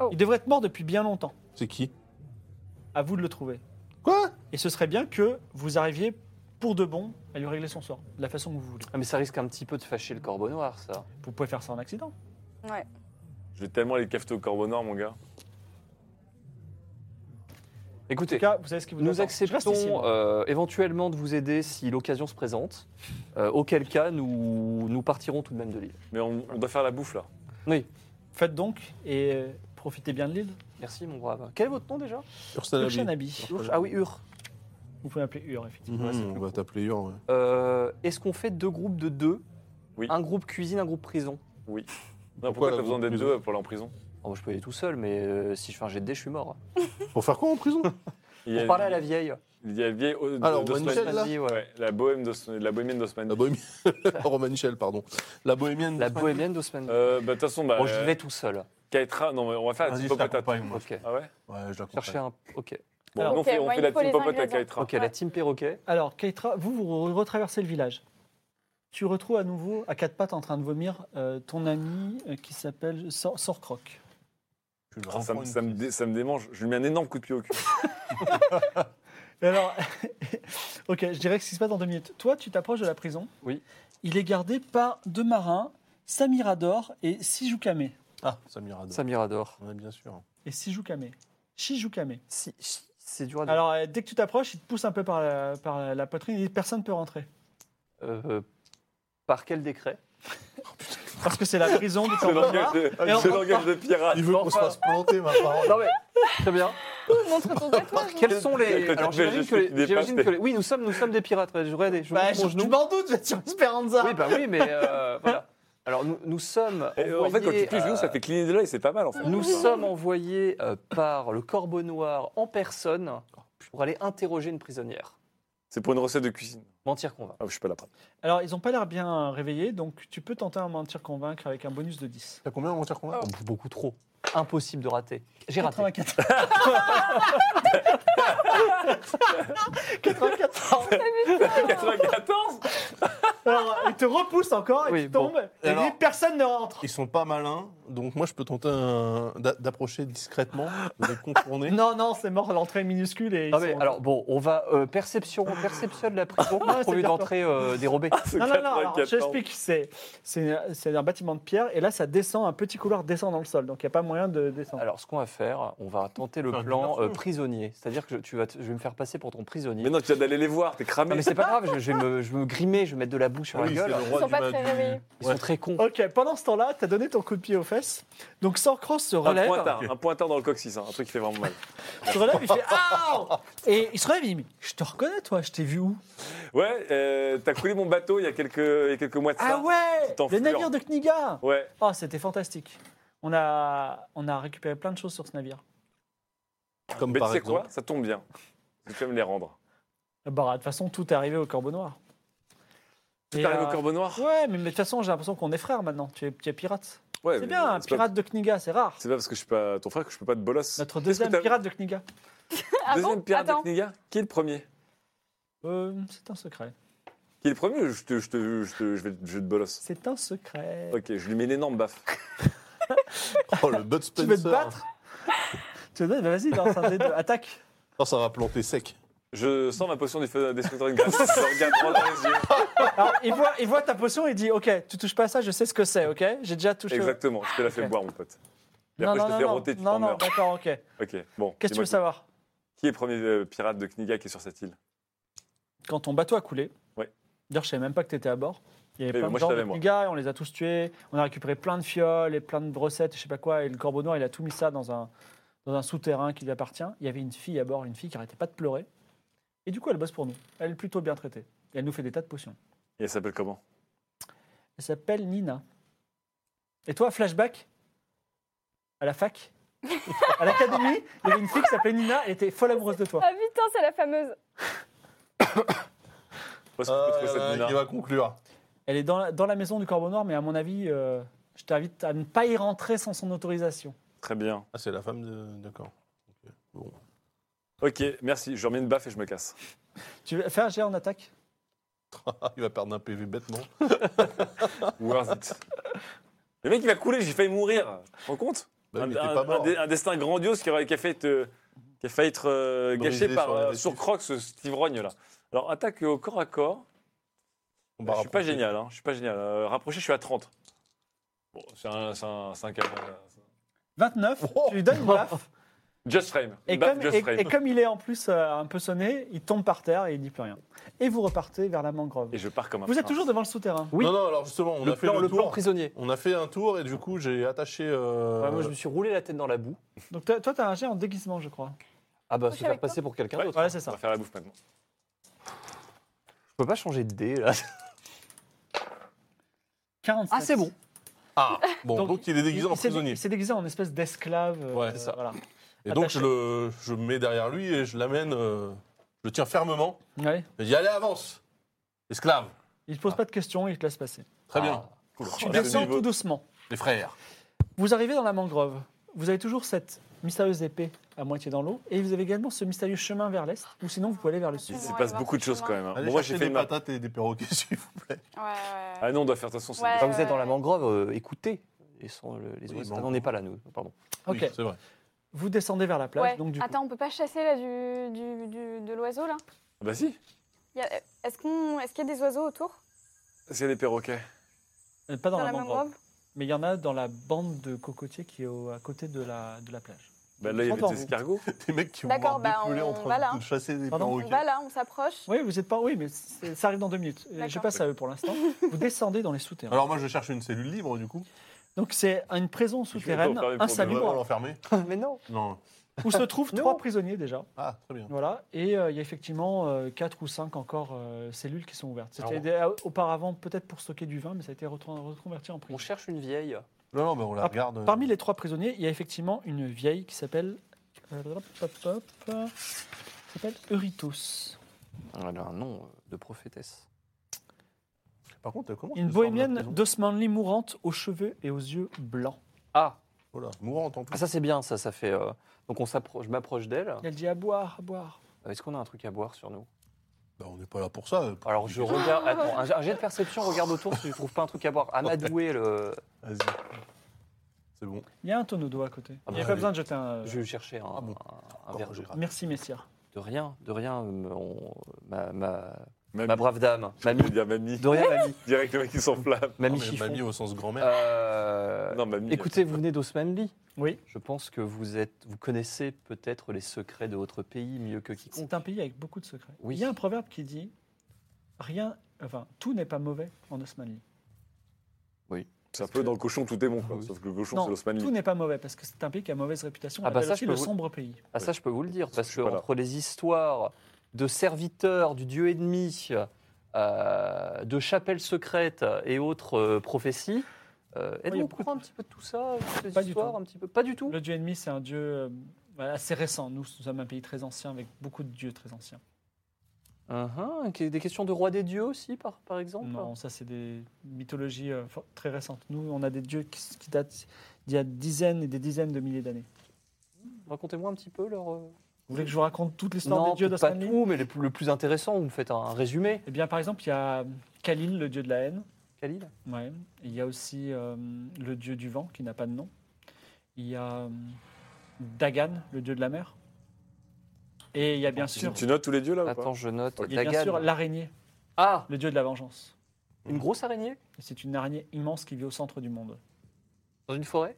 Oh.
Il devrait être mort depuis bien longtemps.
C'est qui
À vous de le trouver.
Quoi
Et ce serait bien que vous arriviez pour de bon à lui régler son sort, de la façon que vous voulez.
Ah, mais ça risque un petit peu de fâcher le corbeau noir, ça.
Vous pouvez faire ça en accident.
Oh
Ouais.
Je vais tellement les cafeter au corbeau noir, mon gars.
En
Écoutez,
tout cas, vous savez ce qui vous
nous
attend. Je reste ici,
acceptons
moi.
euh, éventuellement de vous aider si l'occasion se présente, euh, auquel cas nous, nous partirons tout de même de l'île.
Mais on, on doit faire la bouffe, là.
Faites donc et euh, profitez bien de l'île.
Merci, mon brave. Quel est votre nom déjà
Ursalabi.
Urshanabi.
Ursh- Ah oui, Ur.
Vous pouvez m'appeler Ur, effectivement.
Mhm,
Ouais, c'est
on
plus
va
cool.
t'appeler Yor. ouais.
Euh, Est-ce qu'on fait deux groupes de deux
Oui.
Un groupe cuisine, un groupe prison
Non,
Pourquoi
pourquoi
la
t'as besoin d'être
prison
deux pour aller en prison
Oh, moi, Je peux y aller tout seul, mais euh, si je fais un jet de dé, je suis mort.
Pour faire quoi en prison
Il y a-
Pour parler à la vieille.
Il y a le vieil euh, o- de-
Alors,
d'Haussmann.
Manuel, là
Vas-y, ouais.
Ouais, la, bohème d'Hauss- la bohémienne d'Haussmann.
La bohémienne. Romanichel, pardon. La bohémienne.
La
de-
bohémienne d'Haussmann.
Euh, bah, De toute façon, bah,
Bon, je
euh,
vais tout seul.
Kaetra- non, mais on va faire la
Vas-y,
team
je
popote à-
t'accompagne, moi.
Ok.
Ah ouais
Ouais, je
Chercher
l'accompagne.
un. Ok.
Bon,
Alors,
on
ok,
fait, on
moi,
fait
il
la
faut
team
les
popote à
ingrédients.
Kaetra.
Ok, la team perroquet.
Alors, Keitra, vous, vous retraversez le village. Tu retrouves à nouveau, à quatre pattes, en train de vomir, euh, ton ami euh, qui s'appelle Sor- Sorcroc.
Tu le
Ah, ça, me-
renforces.
ça me dé- ça me démange. Je lui mets un énorme coup de pied au cul.
Et Alors, ok, je dirais que ce qui se passe dans deux minutes. Toi, tu t'approches de la prison.
Oui.
Il est gardé par deux marins, Samirador et Sijukame.
Ah, Samira Dor.
Samirador.
Ouais, bien sûr.
Et Sijukame. Shijukame.
Si, si, c'est dur à dire.
Alors, euh, dès que tu t'approches, il te pousse un peu par la, par la- la poitrine et personne ne peut rentrer.
Euh, par quel décret
Parce que c'est la prison du
C'est le
corbeau
langage
noir.
de,
Et on-
c'est le langage de pirate.
Il veut qu'on se fasse planter, ma parole.
Non mais, très bien.
Montre ton tatouage.
Quels sont les...
Peut-être
Alors
que je
j'imagine que,
suis
les... j'imagine
dépassé.
que les- Oui, nous sommes, nous sommes des pirates. Je, regarde, je
Bah,
montre
je
mon
je
genou.
m'en doute, vous êtes sur Esperanza.
Oui, bah oui, mais euh, voilà. Alors nous, nous sommes
Et, euh, en fait, quand tu
envoyés,
touches nous,
euh,
ça fait cligner de l'œil, c'est pas mal en fait.
Nous sommes envoyés euh, par le Corbeau Noir en personne pour aller interroger une prisonnière.
C'est pour une recette de cuisine.
Mentir qu'on va.
Ah, je suis pas là.
Alors, ils n'ont pas l'air bien réveillés, donc tu peux tenter un mentir convaincre avec un bonus de 10.
T'as combien en mentir combien
Beaucoup trop. Impossible de rater. J'ai raté.
84. 94
94
Alors, euh, il te repousse encore et
Oui,
tu
bon.
tombes. Et
Alors-
lui, personne ne rentre.
Ils sont pas malins, donc moi je peux tenter un- d'a- d'approcher discrètement, de les contourner.
Non, non, c'est mort, l'entrée est minuscule. Et ils
Non, mais
sont-
alors bon, on va euh, perception, perception de la prison
Ouais, c'est
pour une
bien.
entrée euh, dérobée.
Non, non, non, alors,
94.
j'explique, c'est c'est une- c'est un bâtiment de pierre et là ça descend, un petit couloir descend dans le sol, donc il n'y a pas moyen de descendre.
Alors ce qu'on va faire, on va tenter le
Faire une
plan
diversion.
euh, prisonnier, c'est-à-dire que je, tu vas, te- je vais me faire passer pour ton prisonnier.
Mais non, tu viens d'aller les voir, t'es cramé.
Non, mais c'est pas grave, je, je vais me, je vais me grimer, je vais mettre de la boue sur la
Oui, c'est
gueule.
le roi
Ils sont
du
pas
ma-
très
du-
réveillés.
Ils sont très cons.
Ok, pendant ce temps-là, tu as donné ton coup de pied aux fesses, donc Sorcross se
un
relève.
pointard, un pointard dans le coccyx, hein, un truc qui fait vraiment mal.
se relève, il fait Ah Et il se relève, il dit Mais je te reconnais, toi, je t'ai vu où
Ouais, euh, t'as coulé mon bateau il y a quelques, il y a quelques mois de ça.
Ah ouais
t'enfures.
Le navire de Kniga
Ouais.
Oh, c'était fantastique. On a, on a récupéré plein de choses sur ce navire.
Comme
Mais tu
par
sais
exemple.
quoi Ça tombe bien. Tu peux me les rendre.
Bah, de toute façon, tout est arrivé au Corbeau Noir.
Tu
Et,
t'arrives
euh,
au Corbeau Noir
Ouais, mais mais de toute façon, j'ai l'impression qu'on est frères maintenant. Tu es, tu es pirate.
Ouais,
c'est
mais
bien, un
Euh, c'est pas-
pirate de Kniga, c'est rare.
C'est pas parce que je suis pas ton frère que je peux pas te bolos.
Notre
Qu'est-ce que
deuxième
t'as-
pirate de Kniga.
Ah
Deuxième
bon
pirate
Attends.
de Kniga Qui est le premier
Euh, c'est un secret.
Qui est le premier Je te, je te, je te, je vais, je te bolos.
C'est un secret.
Ok, je lui mets une énorme baffe.
Oh, le Bud
Tu
Spencer.
veux te battre Tu veux te battre Bah, Vas-y, lance un dé de attaque.
Oh, ça va planter sec.
Je sens ma potion du feu d'un destructeur de glace. Je le regarde droit dans les yeux.
Alors, il voit, il voit ta potion, il dit Ok, tu touches pas à ça, je sais ce que c'est, ok J'ai déjà touché.
Exactement, je te la fais
Ok.
boire, mon pote. Et
Non,
après,
non,
je te
non,
fais
non,
roter, tu
non,
t'en
non,
meurs.
d'accord, ok.
Ok, bon.
Qu'est-ce que tu
dis-moi
veux savoir
Qui est le premier euh, pirate de Kniga qui est sur cette île
Quand ton bateau a coulé,
Ouais.
d'ailleurs, je savais même pas que tu étais à bord. Il y avait
Mais
plein de
moi, je
gens,
savais,
de
moi.
gars, on les a tous tués. On a récupéré plein de fioles et plein de brossettes, et je sais pas quoi. Et le corbeau noir, il a tout mis ça dans un, dans un souterrain qui lui appartient. Il y avait une fille à bord, une fille qui arrêtait pas de pleurer. Et du coup, elle bosse pour nous. Elle est plutôt bien traitée. Et elle nous fait des tas de potions.
Et elle s'appelle comment
Elle s'appelle Nina. Et toi, flashback À la fac À l'académie, il y avait une fille qui s'appelait Nina, elle était folle amoureuse de toi.
Ah putain, c'est la fameuse.
Où est-ce qu'on peut trouver cette
Euh,
Nina
il va conclure.
Elle est dans la, dans la maison du Corbeau Noir, mais à mon avis, euh, je t'invite à ne pas y rentrer sans son autorisation.
Très bien.
Ah, c'est la femme de. D'accord. Ok, Bon.
Ok, merci. Je remets une baffe et je me casse.
Tu veux faire un jet en attaque
Ah, il va perdre un PV bêtement.
Worth it. Le mec, il va couler, j'ai failli mourir. Tu te rends compte
Bah oui,
un,
il était
un-
pas mort.
un dé- un destin grandiose qui, aurait- qui a faillet être, euh, qui a failli être euh,
Brisé
gâché par
sur la
euh,
vestige.
sur Croc, ce cet ivrogne là. Alors attaque au corps à corps.
On va
je suis pas
rapprocher.
génial, hein, je suis pas génial. Euh, rapproché, je suis à 30. Bon, c'est un, c'est un, c'est un cas-
29,
Oh.
tu lui donnes une baffe,
Just frame.
et,
Une baffe
comme,
just
et-
frame.
et comme il est en plus euh, un peu sonné, il tombe par terre et il dit plus rien. Et vous repartez vers la mangrove.
Et je pars comme un.
Vous êtes
prince.
toujours devant le souterrain.
Oui.
Non, non, alors justement, on
le
a
plan,
fait le,
le plan
tour.
prisonnier.
On a fait un tour et du coup, j'ai attaché. euh,
Ouais, moi, je me suis roulé la tête dans la boue.
Donc toi, tu as un jet en déguisement, je crois.
Ah bah,
Moi, je
se
suis
faire
avec toi.
passer pour quelqu'un
Ouais.
d'autre.
Voilà, c'est
On va
ça.
faire la bouffe maintenant.
Je peux pas changer de dé, là.
47.
Ah, c'est bon.
Ah, bon,
Donc,
donc, il est déguisé en
Il s'est dé-
prisonnier.
Il s'est déguisé en espèce d'esclave. euh,
Ouais, c'est ça.
voilà.
Et donc,
attaché.
je, le, je me mets derrière lui et je l'amène. euh, je le tiens fermement.
Ouais.
Je dis Allez, avance Esclave
Il ne
Ah.
pose pas de questions, il te laisse passer.
Très bien,
Tu
Oh,
descends
ce niveau.
tout doucement.
les frères.
Vous arrivez dans la mangrove. Vous avez toujours cette mystérieuse épée à moitié dans l'eau. Et vous avez également ce mystérieux chemin vers l'est. Ou sinon, vous pouvez aller vers le sud.
C'est
Il se
Bon,
passe
allez,
beaucoup de choses
voir.
quand même. hein.
Allez,
Bon, moi, j'ai
chercher
fait
des
une map.
patates et des perroquets, s'il vous plaît.
Ouais, ouais.
Ah non, on doit faire attention. c'est
Ouais.
Enfin, vous êtes dans la mangrove, euh, écoutez. Et sans le- les
Oui,
oiseaux.
bon.
Ah, on n'est pas là, nous. Pardon.
Ok.
Oui, c'est vrai.
Vous descendez vers la plage.
Ouais.
Donc, du coup.
Attends, on peut pas chasser là du, du- du- de l'oiseau là
Ah Bah si,
Il y a- Est-ce qu'on, est-ce qu'il y a des oiseaux autour
parce qu'il y a des perroquets.
Euh,
Ah
Pas dans,
dans
la,
la
mangrove.
mangrove
Mais il y en a dans la bande de cocotiers qui est au- à côté de la, de la plage.
Bah, là, il y avait
Attends,
des
vous-
escargots.
Des mecs qui vont voir
D'accord, bah,
décoller
on
en train
va là.
de chasser des
Pardon
On
perroquets.
va là, on s'approche.
Oui, vous êtes pas. Oui, mais c'est- ça arrive dans deux minutes. Euh, Je
D'accord.
passe à eux pour l'instant. vous descendez dans les souterrains.
Alors moi, je cherche une cellule libre, du coup.
Donc, c'est une prison souterraine,
faire les
un
problèmes.
On va pas
salubre,
l'enfermer
Mais non.
Non.
où se trouvent
Non.
trois prisonniers déjà.
Ah, très bien.
Voilà, et euh, il y a effectivement euh, quatre ou cinq encore euh, cellules qui sont ouvertes. C'était
Ah bon.
des- a- auparavant peut-être pour stocker du vin, mais ça a été retran- reconverti en
On
prison.
cherche une vieille.
Non, non, bah, on la
Ah,
regarde. euh,
Parmi les trois prisonniers, il y a effectivement une vieille qui s'appelle. euh, hop, hop, hop, euh, qui s'appelle Eurytos.
Oh, Elle a un nom euh, de prophétesse.
Par contre, comment tu
Une
sors de la
bohémienne
prison
d'Osmanli mourante aux cheveux et aux yeux blancs.
Ah,
Voilà, mourante en
Ah,
plus.
ça, c'est bien, ça, ça fait. euh, Donc, on s'appro- je m'approche d'elle. Euh,
Elle dit à boire, à boire.
Est-ce qu'on a un truc à boire sur nous
Bah, on n'est pas là pour ça. euh,
Alors, je regarde. Attends, un, un jet de perception, regarde autour si je trouve pas un truc à boire. Amadoué, le.
Vas-y. C'est bon.
Il y a un tonneau d'eau à côté.
Ah
Il n'y
bah
a pas
oui.
besoin de jeter un.
Je vais chercher un,
Ah bon.
un, un verre d'eau.
Encore,
Merci, messire.
De rien, de rien, euh, on- ma, ma,
Mamie.
ma brave dame,
Je veux
mamie.
dire mamie.
De rien, mamie.
Direct le mec qui s'enflamme.
Non,
Mamie
mais
chiffon.
mamie au sens
Ah.
grand-mère.
Euh,
Non, mamie.
écoutez, vous venez d'Osmanli.
Oui.
Je pense que vous, êtes, vous connaissez peut-être les secrets de votre pays mieux que quiconque.
C'est un pays avec beaucoup de secrets.
Oui.
Il y a un proverbe qui dit rien, enfin, tout n'est pas mauvais en Osmanli.
C'est un peu dans le cochon, tout est bon. quoi.
Oui.
Sauf que le cochon,
Non,
c'est l'Osmanli.
tout n'est pas mauvais parce que c'est un pays qui a mauvaise réputation.
Mm. Ah
Ah
bah ça,
aussi
je peux
le
vous-
sombre pays.
Ah ça, je peux vous le dire, parce
Je suis
que
pas là.
entre les histoires de serviteurs du dieu ennemi, euh, de chapelles secrètes et autres euh, prophéties, euh,
il y a
êtes-vous au
beaucoup
courant un petit peu de tout ça, toutes ces
Pas du
histoires,
tout.
un petit peu Pas du tout.
Le dieu ennemi, c'est un dieu euh, voilà, assez récent. Nous, nous sommes un pays très ancien avec beaucoup de dieux très anciens.
Uhum, que- Ah, Des questions de roi des dieux aussi, par, par exemple
Non, ça, c'est des mythologies euh, fort- très récentes. Nous, on a des dieux qui, qui datent d'il y a dizaines et des dizaines de milliers d'années.
Racontez-moi un petit peu leur... euh,
Vous voulez que je vous raconte toute l'histoire
Non,
des dieux
peut-être pas
d'Osmanli
tout, mais les plus- le plus intéressant, vous me faites un, un résumé,
Eh bien, par exemple, il y a Khalil, le dieu de la haine.
Khalil.
Ouais. Et Il y a aussi euh, le dieu du vent qui n'a pas de nom. Il y a euh, Dagan, le dieu de la mer. Et il y a bien sûr,
Tu notes tous les dieux là ou pas
Attends, je note.
il y a bien
Dagan.
sûr l'araignée,
Ah,
le dieu de la vengeance.
une grosse araignée
Et C'est une araignée immense qui vit au centre du monde.
dans une forêt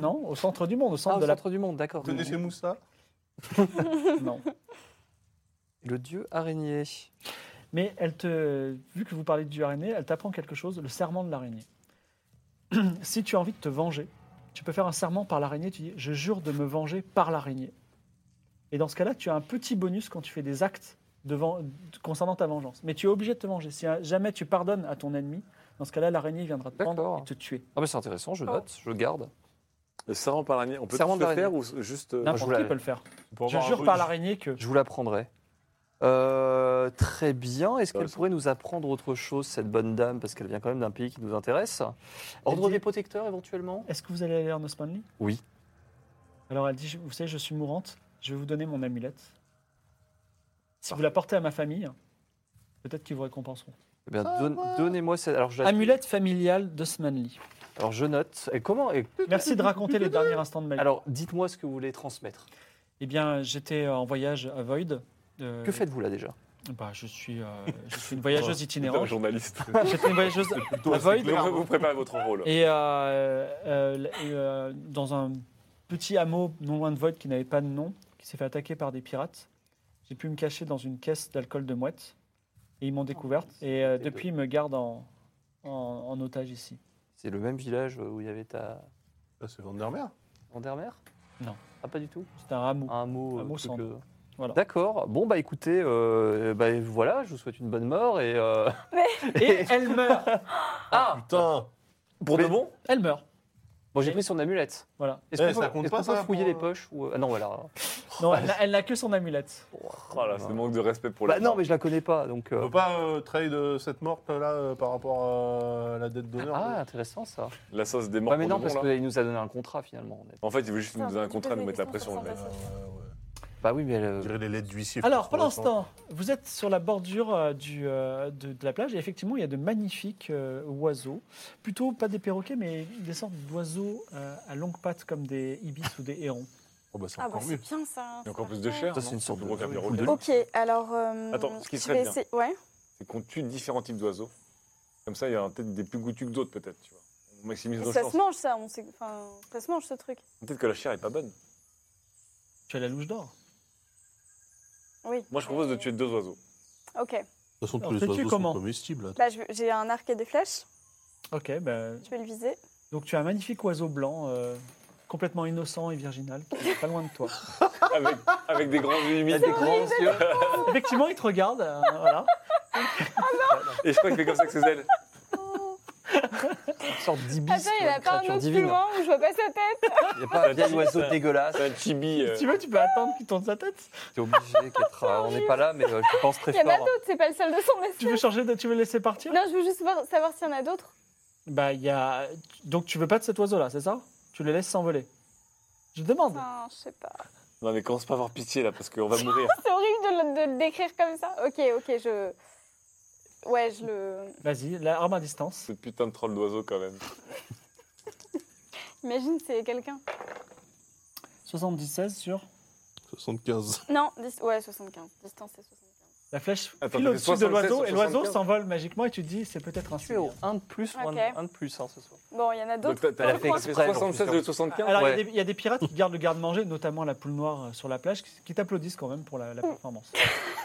Non, au centre du monde, au
Ah,
centre
au
de la.
centre du monde, d'accord.
Connaissez-vous ça
Non.
Le dieu araignée.
Mais elle te, vu que vous parlez du araignée, elle t'apprend quelque chose, le serment de l'araignée. si tu as envie de te venger, tu peux faire un serment par l'araignée. Tu dis, je jure de me venger par l'araignée. Et dans ce cas-là, tu as un petit bonus quand tu fais des actes de ven- concernant ta vengeance. Mais tu es obligé de te venger. Si euh, jamais tu pardonnes à ton ennemi, dans ce cas-là, l'araignée viendra te prendre
D'accord.
et te tuer.
Ah, mais c'est intéressant,
Oh.
je note, je garde.
Le serment par l'araignée, on peut
Serment
tout
par
le faire ou juste. euh,
N'importe qui
l'avais.
peut le faire.
Pour
Je
avoir un
jure
peu-
par l'araignée que
Je vous l'apprendrai. Euh, très bien. Est-ce qu'elle
Intéressant.
pourrait nous apprendre autre chose, cette bonne dame, parce qu'elle vient quand même d'un pays qui nous intéresse Ordre
dit-
des protecteurs, éventuellement
Est-ce que vous allez aller en Osmanli
Oui.
Alors elle dit, je- vous savez, je suis mourante, je vais vous donner mon amulette.
Ah.
Si vous la portez à ma famille, peut-être qu'ils vous récompenseront.
Eh bien, don- donnez-moi cette. Alors, je, la-
Amulette familiale d'Osmanli.
alors, je note. Et comment et-
Merci de raconter les derniers instants de ma vie.
Alors, dites-moi ce que vous voulez transmettre.
eh bien, j'étais en voyage à Void. euh,
Que faites-vous là déjà
bah, je, suis, euh, je suis une voyageuse
putain,
itinérante.
journaliste.
J'étais une voyageuse à Void.
Mais vous vous préparez votre rôle.
Et euh, euh, et, euh, dans un petit hameau non loin de Void qui n'avait pas de nom, qui s'est fait attaquer par des pirates, j'ai pu me cacher dans une caisse d'alcool de mouette. Et ils m'ont découverte. Et euh,
de-
depuis, ils me gardent en, en- en otage ici.
C'est le même village où il y avait ta.
Ah, C'est Vandermeer.
Andermer
Non.
Ah, pas du tout
C'est un hameau.
Un mot.
Un
euh,
mot
truc,
sans
euh,
Voilà.
D'accord. Bon, bah écoutez, euh, bah, voilà, je vous souhaite une bonne mort et. euh,
Et elle meurt
Ah
Putain
Pour
Mais-
de bon
Elle meurt
Bon, j'ai pris son amulette.
Voilà.
Est-ce
Eh,
qu'on
ça
peut,
compte
est-ce
pas,
qu'on peut
ça,
fouiller
pour- euh,
les poches ou... Ah non, voilà.
Non, elle n'a- elle n'a que son amulette.
Oh là, c'est le manque de respect pour
Bah
la.
non, mais je la connais pas, donc...
On
euh,
peut pas euh, trade euh, cette morte là euh, par rapport à la dette d'honneur
Ah,
là
intéressant ça.
La sauce des morts.
Ouais, mais
pour
non,
de
parce
bon, là.
qu'il nous a donné un contrat finalement. on est-
En fait, il veut juste nous donner un contrat, nous mettre la pression.
Ouais,
le mec.
ouais.
Euh, ouais.
Bah oui, mais... elle,
On
euh,
dirait les lettres d'huissier.
Alors, pour
franchement, récentes.
l'instant, vous êtes sur la bordure euh, du, euh, de, de la plage et effectivement, il y a de magnifiques euh, oiseaux. Plutôt pas des perroquets, mais des sortes d'oiseaux euh, à longues pattes comme des ibis ou des hérons.
Oh, bah, c'est
Ah, bah,
encore
c'est
mieux.
bien ça.
Il y a encore plus de
parfait.
chair.
Ça,
non
c'est une sorte
Pour
de-
refaire les
de-
requins.
Ok, alors. euh,
Attends, ce qui
je
serait
vais
bien.
essayer- Ouais.
C'est qu'on tue différents types d'oiseaux. Comme ça, il y en a peut-être des plus goûtus que d'autres, peut-être. Tu vois. On maximise
Et
nos
ça
chances.
se mange, ça. On sait... enfin, ça se mange, ce truc.
Peut-être que la chair est pas bonne.
Tu as la louche d'or.
Oui.
Moi, je propose de tuer deux oiseaux.
Ok.
De toute façon, tous
Alors,
les
sais-tu
oiseaux
comment
sont comestibles. là.
Là, je vais- j'ai un arc et des flèches.
Ok, ben,
Je vais le viser.
donc tu as un magnifique oiseau blanc, euh, complètement innocent et virginal, qui est pas loin de toi.
Avec, avec des grands yeux
Il a
humides.
des
Ah,
grands yeux.
Effectivement, il te regarde. euh, voilà.
Et je crois qu'il fait comme ça avec ses ailes.
Une sorte d'ibis,
Attends, Ah, il
quoi,
a
une créature
pas un autre plus
divine.
loin où je vois pas sa tête.
Il n'y a pas un vieil oiseau
Ça-
dégueulasse.
C'est un chibi. euh,
Si tu veux, tu peux attendre qu'il tourne sa tête.
T'es obligé, Kétra. On n'est pas là, mais euh, je pense très
Il y en a
fort.
d'autres, c'est pas le seul de son
Tu veux
espèce.
changer de, tu veux laisser partir
Non, je veux juste voir- savoir s'il y en a d'autres.
Bah, il y a. Donc tu veux pas de cet oiseau-là, c'est ça Tu les laisses s'envoler. Je demande.
Enfin, je sais pas.
Non, mais commence pas à avoir pitié là, parce qu'on va mourir.
C'est horrible de le, de le décrire comme ça. Ok, ok, je. Ouais, je le.
Vas-y, la arme à distance.
Ce putain de troll d'oiseau quand même.
Imagine, c'est quelqu'un.
76 sur
75.
Non, dis- ouais, 75. Distance, c'est 75.
la flèche pile
Attends, t'as fait
au-dessus de
76
l'oiseau
sur
et l'oiseau
75.
s'envole magiquement et tu te dis c'est peut-être un
Tu es au
signe.
1 de plus ou un,
Ok.
un de plus hein, ce soir.
Euh,
Bon, il y en a
Donc
d'autres.
t'as t'as
Elle a fait
t'as fait
exprès, j'en suis
76
sûr.
de 75
Alors il y a
Ouais.
des- il y, a des pirates qui gardent le garde-manger, notamment la poule noire euh, sur la plage, qui- qui t'applaudissent quand même pour la, la performance.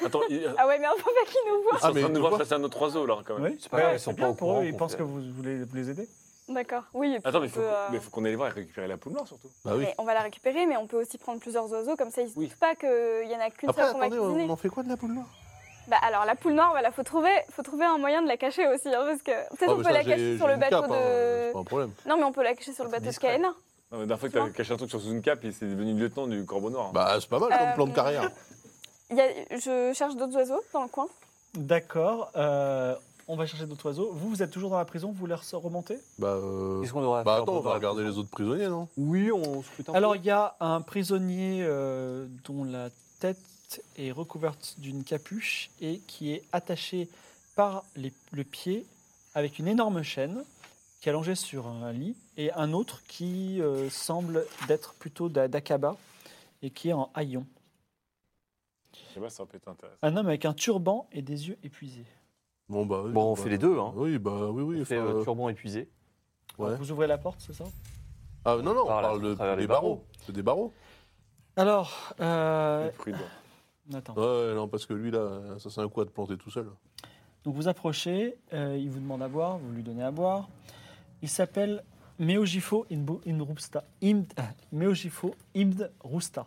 Attends, il- ils sont
Ah ouais, mais on peut pas qu'il nous voit.
en
mais
train de nous
ils
voir
voient.
chasser un autre oiseau là quand même.
Oui,
C'est pas grave,
ouais,
ils sont
c'est
pas
bien
au
pour
courant
eux, ils
qu'on
pensent
fait-
que vous voulez vous les aider.
D'accord. Oui, et puis
Attends, mais
on
faut,
peut,
qu'on-
euh,
mais faut qu'on aille les voir et récupérer la poule noire surtout.
Bah oui.
mais on va la récupérer, mais on peut aussi prendre plusieurs oiseaux, comme ça ils se
Oui.
disent pas qu'il y en a qu'une
Après,
seule qu'on va
attendez,
cuisiner.
on en fait quoi de la poule Ah, noire
Bah alors la poule noire, voilà, faut trouver, faut trouver un moyen de la cacher aussi, hein, parce que peut-être
Ah,
on
mais
peut
ça,
la
j'ai-
cacher sur
j'ai
le
une
bateau
cape, hein,
de.
C'est pas un problème.
Non, mais on peut la cacher sur le
C'est
bateau de
discret.
Kaena.
Non, mais la dernière fois que
Tu vois
t'avais caché un truc sur une cape, il s'est devenu lieutenant du corbeau noir.
Bah, c'est pas mal comme
Euh,
plan de carrière.
Il y a- je cherche d'autres oiseaux dans le coin.
D'accord, euh, on va chercher d'autres oiseaux. Vous, vous êtes toujours dans la prison, vous voulez re- remonter
Bah, euh,
Qu'est-ce qu'on devrait
bah attends,
faire
on
pour
va
voir
regarder les autres prisonniers, non
Oui, on scrute un
Alors,
peu.
il y a un prisonnier euh, dont la tête est recouverte d'une capuche et qui est attaché par les- le pied avec une énorme chaîne qui est allongée sur un lit et un autre qui euh, semble d'être plutôt d'a- d'Akaba et qui est en haillon.
Je sais pas, ça peut être intéressant.
Un homme avec un turban et des yeux épuisés.
Bon, bah. oui,
Bon, on
bah,
fait les deux, hein.
Oui, bah, oui, oui.
on fait
enfin,
euh,
euh,
turban épuisé.
Ouais.
Vous ouvrez la porte, c'est ça
Ah, non, non, on
Par là,
parle de-
à travers les
des barreaux. C'est des barreaux
Alors, euh,
Le prudent.
attends.
Ouais, non, parce que lui, là, ça, c'est un coup à te planter tout seul.
Donc vous approchez, euh, il vous demande à boire, vous lui donnez à boire. Il s'appelle Meojifo Inbu- Inrusta. Imd, euh, Meojifo Ibn Rusta.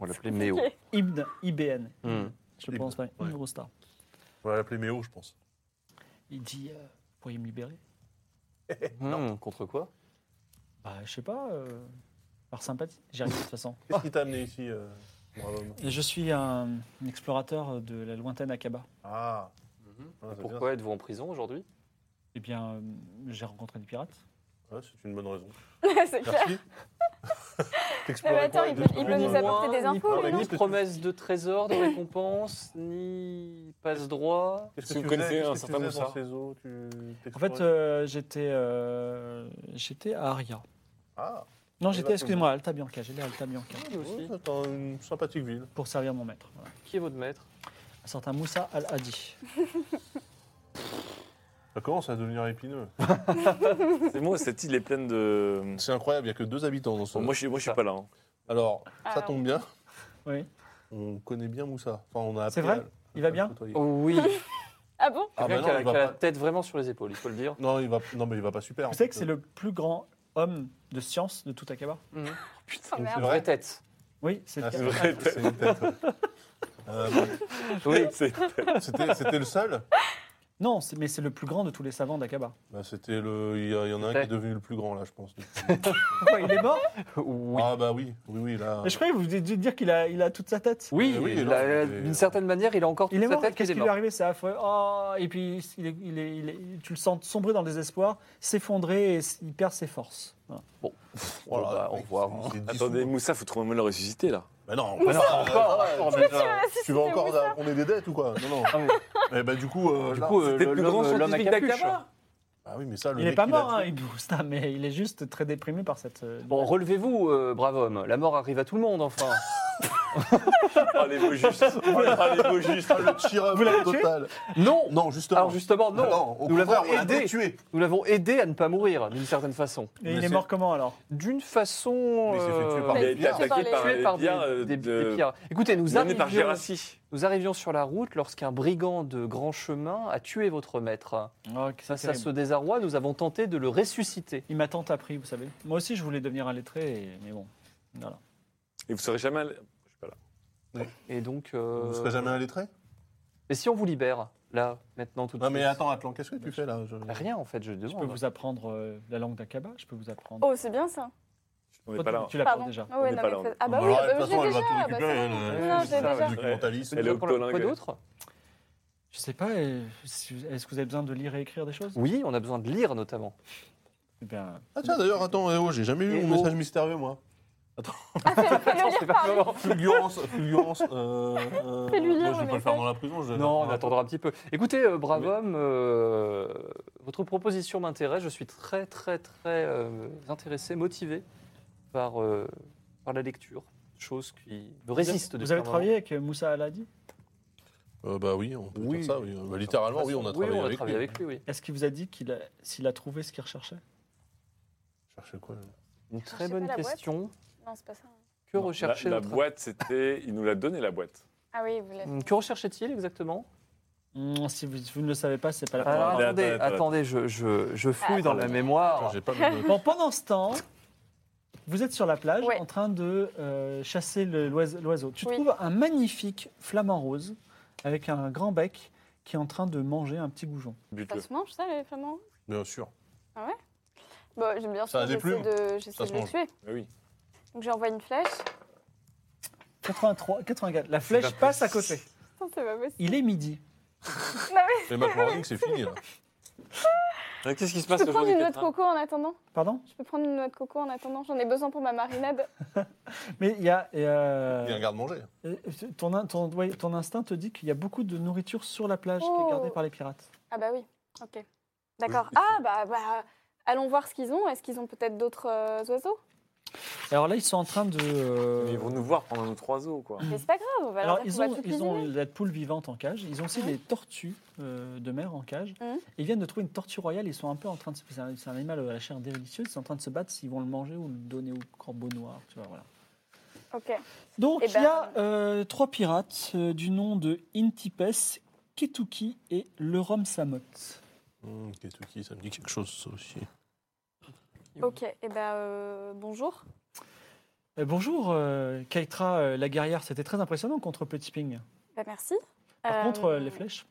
On l'appelait Méo.
Ok.
Ibn, IBN.
Hmm.
Je le prononce pas,
ouais.
Inrusta.
On va l'appeler Méo, je pense.
Il dit euh, Vous pourriez me libérer
Hmm, Contre quoi
Bah, je sais pas, euh, par sympathie. J'y arrive de toute façon.
Qu'est-ce qui t'a amené ici, euh, brave homme
Je suis un, un explorateur de la lointaine Akaba.
Ah,
Et
ouais, c'est bien,
Mhm. Pourquoi êtes-vous en prison aujourd'hui
Eh bien, euh, j'ai rencontré des pirates.
ça. Ouais, c'est une bonne raison.
c'est clair.
Merci.
Non,
T'explores
mais attends,
quoi, les
il peut,
deux
il peut nous
prisonniers
apporter des infos,
parle
lui,
avec
non
nous.
Ni promesse de trésor, de récompense, ni passe-droit.
Qu'est-ce
Si
que
vous
tu
connaissez
faisais-
un
qu'est-ce que tu
certain
faisais dans
Moussa.
ces eaux, tu
En
t'explorais
fait, euh, j'étais euh, j'étais à Aria.
Ah,
Non,
Il va
j'étais,
te
excusez-moi, à Alta Bianca. J'étais à Alta Bianca
Ah, nous aussi.
ouais, t'as une sympathique ville.
pour servir mon maître. Voilà.
Qui est votre maître
Un certain Moussa Al-Hadi. Bah,
Ça commence à devenir épineux.
C'est moi, cette île est pleine de.
C'est incroyable, il n'y a que deux habitants dans ce
Bon, moi, je suis, moi, je suis pas là. hein.
Alors, ça
Alors.
tombe bien,
Oui.
on connaît bien Moussa. Enfin, on a
C'est
appris
vrai
à-
Il va
à le
bien
côtoyer.
Oh Oui.
Ah bon
Ah bah
Quelqu'un
non,
qui a,
il va
qui a la
pas-
tête vraiment sur les épaules, il faut le dire.
non, il va, non, mais il va pas super. hein, en
Vous savez
fait.
que c'est le plus grand homme de science de tout Akaba
Donc,
Putain,
c'est
merde.
vrai.
Vraie tête.
Oui, c'est
Ah,
le
c'est
cas.
vrai, c'est une tête. ouais. Euh,
Oui.
C'est-
c'était c'était le seul
Non, c'est- mais c'est le plus grand de tous les savants d'Akaba.
Bah, C'était le. Il y, a- il y en a un qui
Ouais.
est devenu le plus grand, là, je pense.
Pourquoi il est mort
Oui.
Ah, bah oui, oui, oui, là.
Mais Je croyais que vous venez de dire qu'il a, il a toute sa tête.
Oui,
Euh, oui,
il
non,
a-
mais-
d'une certaine manière, il a encore toute
Il est
sa
mort,
tête qu'il
qu'est-ce
est
qui lui est
mort.
arrivé C'est affreux. Oh, et puis il est- il est- il est- tu le sens sombrer dans le désespoir, s'effondrer et s- il perd ses forces. Voilà.
Oh
Voilà,
Bon, bah, au
mec,
revoir.
c'est- c'est dissous.
hein. Attendez, Moussa, faut trouver un moyen de le ressusciter là.
Bah non,
Ah non,
Moussa,
encore,
euh,
encore,
tu
mais
veux- Tu veux encore
Moussa
qu'on ait des dettes ou quoi Non, non.
Ah oui.
Eh bah, du coup. euh,
Du
là-
coup, euh,
C'était
le-
le plus grand
l'homme- l'homme à
scientifique
capuche.
d'Akaba.
Ah oui, mais ça, le
Il n'est
mec,
pas
il a
mort,
tué-
hein, Ibn Rusta, mais il est juste très déprimé par cette. euh,
Bon, relevez-vous, euh, brave homme. La mort arrive à tout le monde, enfin.
Ah, les beaux justes. Ah, les beaux justes.
Ah, le cheer-up
Vous l'avez tué
total.
Non
Non, justement.
Alors justement, non.
au
nous l'avons
contraire, on l'a
aidé.
tué.
Nous l'avons aidé à ne pas mourir, d'une certaine façon.
Et il
mais
est
c'est-
mort comment alors
D'une façon...
Mais il s'est fait tuer par
Il a
des
été attaqué par
tué
les
par
biens,
des,
euh,
des-
de-
des pirates. Écoutez, nous
menés par
arrivions,
Gérassi.
nous arrivions sur la route lorsqu'un brigand de grand chemin a tué votre maître.
Oh, c'est
Face à
terrible.
ce désarroi, nous avons tenté de le ressusciter.
Il m'a tant appris, vous savez. Moi aussi, je voulais devenir un lettré, et- mais bon. Voilà.
Et vous serez jamais. allé- Je suis pas là.
Et donc... euh,
Vous ne serez jamais un lettré
Et si on vous libère, là, maintenant, tout de
Non, mais
suite
attends, Atlan, qu'est-ce que tu fais là Je-
Rien, en fait, je demande.
Je peux vous apprendre euh, la langue d'Akaba, je peux vous apprendre.
Oh, c'est bien ça.
On n'est pas là.
Tu l'apprends
Pardon.
déjà.
Ah ouais,
On
non,
est pas
mais
là,
fais-
on-
Ah bah
Bah,
oui,
alors,
ah bah
de
oui,
toute
je
façon,
l'ai
elle va tout
déjà. bah
récupérer. elle,
c'est bon.
bon.
elle,
Non,
elle,
j'ai
elle,
déjà.
documentaliste.
Elle est
Pour la-
octologue.
Quoi d'autre
Je sais pas, euh, si- est-ce que vous avez besoin de lire et écrire des choses
Oui, on a besoin de lire, notamment.
Eh bien,
Ah tiens, d'ailleurs, attends, eh oh, j'ai jamais lu
Et
mon
oh.
message mystérieux, moi.
Fais-le
c'est
lire
pas
par lui.
vraiment-
Fulgurance, fulgurance. Euh, euh,
Fais-lui
moi,
lire le
je vais pas le
message.
faire dans la prison. Je vais
Non, on
attendre.
attendra un petit peu. Écoutez, euh, brave
Mais-
homme, euh, votre proposition m'intéresse. Je suis très, très, très euh, intéressé, motivé par, euh, par la lecture. Chose qui me résiste.
vous
depuis
avez
un moment.
travaillé avec Moussa Aladi
Euh, bah oui, on peut
Oui.
dire ça. Oui. Bah, littéralement, oui, on a travaillé avec lui.
oui.
Est-ce qu'il vous a dit qu'il a- s'il a trouvé ce qu'il recherchait
Cherchez quoi là
Une
Cherchez
très
pas
bonne
la boîte
question.
Non, c'est pas ça.
Que
Non,
recherchait
La, la
notre-
boîte, c'était. Il nous l'a donné, la boîte.
Ah oui, vous l'avez.
Hum, Que recherchait-il exactement
Hum, Si vous, vous ne le savez pas, c'est pas la
Alors,
peine.
attends,
Attendez,
attends, attends.
attendez, je, je- je fouille
Ah,
dans la
attendez.
Attends,
mémoire.
J'ai pas le-
Bon, pendant ce temps, vous êtes sur la plage
Ouais.
en train de euh, chasser le- l'oise- l'oiseau. Tu
Oui.
trouves un magnifique flamant rose avec un grand bec qui est en train de manger un petit goujon.
Bute-le.
Ça se mange, ça, les flamands
Bien sûr.
Bon, j'aime bien
Ça a
ça.
des
J'essaie
plumes.
de, j'essaie
se
de les
mange.
tuer.
Ah oui.
Donc j'envoie une flèche.
83, 84. La flèche passe à côté.
Putain, c'est pas possible.
Il est midi.
Les McMorning, c'est fini. Là.
Mais Qu'est-ce qui se
Je
passe
peux prendre
aujourd'hui
une noix
hein.
de
Catherine
coco en attendant
Pardon
Je peux prendre une noix de coco en attendant J'en ai besoin pour ma marinade.
Mais il y a. euh,
Il y a un garde-manger.
euh, ton, in- ton- ouais, ton instinct te dit qu'il y a beaucoup de nourriture sur la plage qui
Oh.
est gardée par les pirates.
Ah bah oui, ok. D'accord. Ah bah, bah, allons voir ce qu'ils ont. Est-ce qu'ils ont peut-être d'autres euh, oiseaux
Alors là, ils sont en train de. euh,
Mais Ils vont nous voir pendant nos trois os, quoi.
Mais c'est pas grave, on va
Alors,
leur
ils
dire qu'on va
ont,
tout
ils ont
cuisiner.
la poule vivante en cage. Ils ont aussi
Mhm.
les tortues euh, de mer en cage.
Mhm.
Ils viennent de trouver une tortue royale. Ils sont un peu en train de se. C'est un, c'est un animal à la chair délicieuse. Ils sont en train de se battre s'ils vont le manger ou le donner au corbeau noir. Tu vois, voilà.
Ok.
Donc,
Eh
il y a
ben-
euh, trois pirates euh, du nom de Intipes, Ketuki et Lerom Samot.
Hum, Ketuki, ça me dit quelque chose ça aussi.
Ok, et ben euh, bonjour.
Euh, bonjour, euh, Keitra, euh, la guerrière. C'était très impressionnant contre Petit Ping.
Bah merci.
Par
Euh,
contre, euh, les flèches.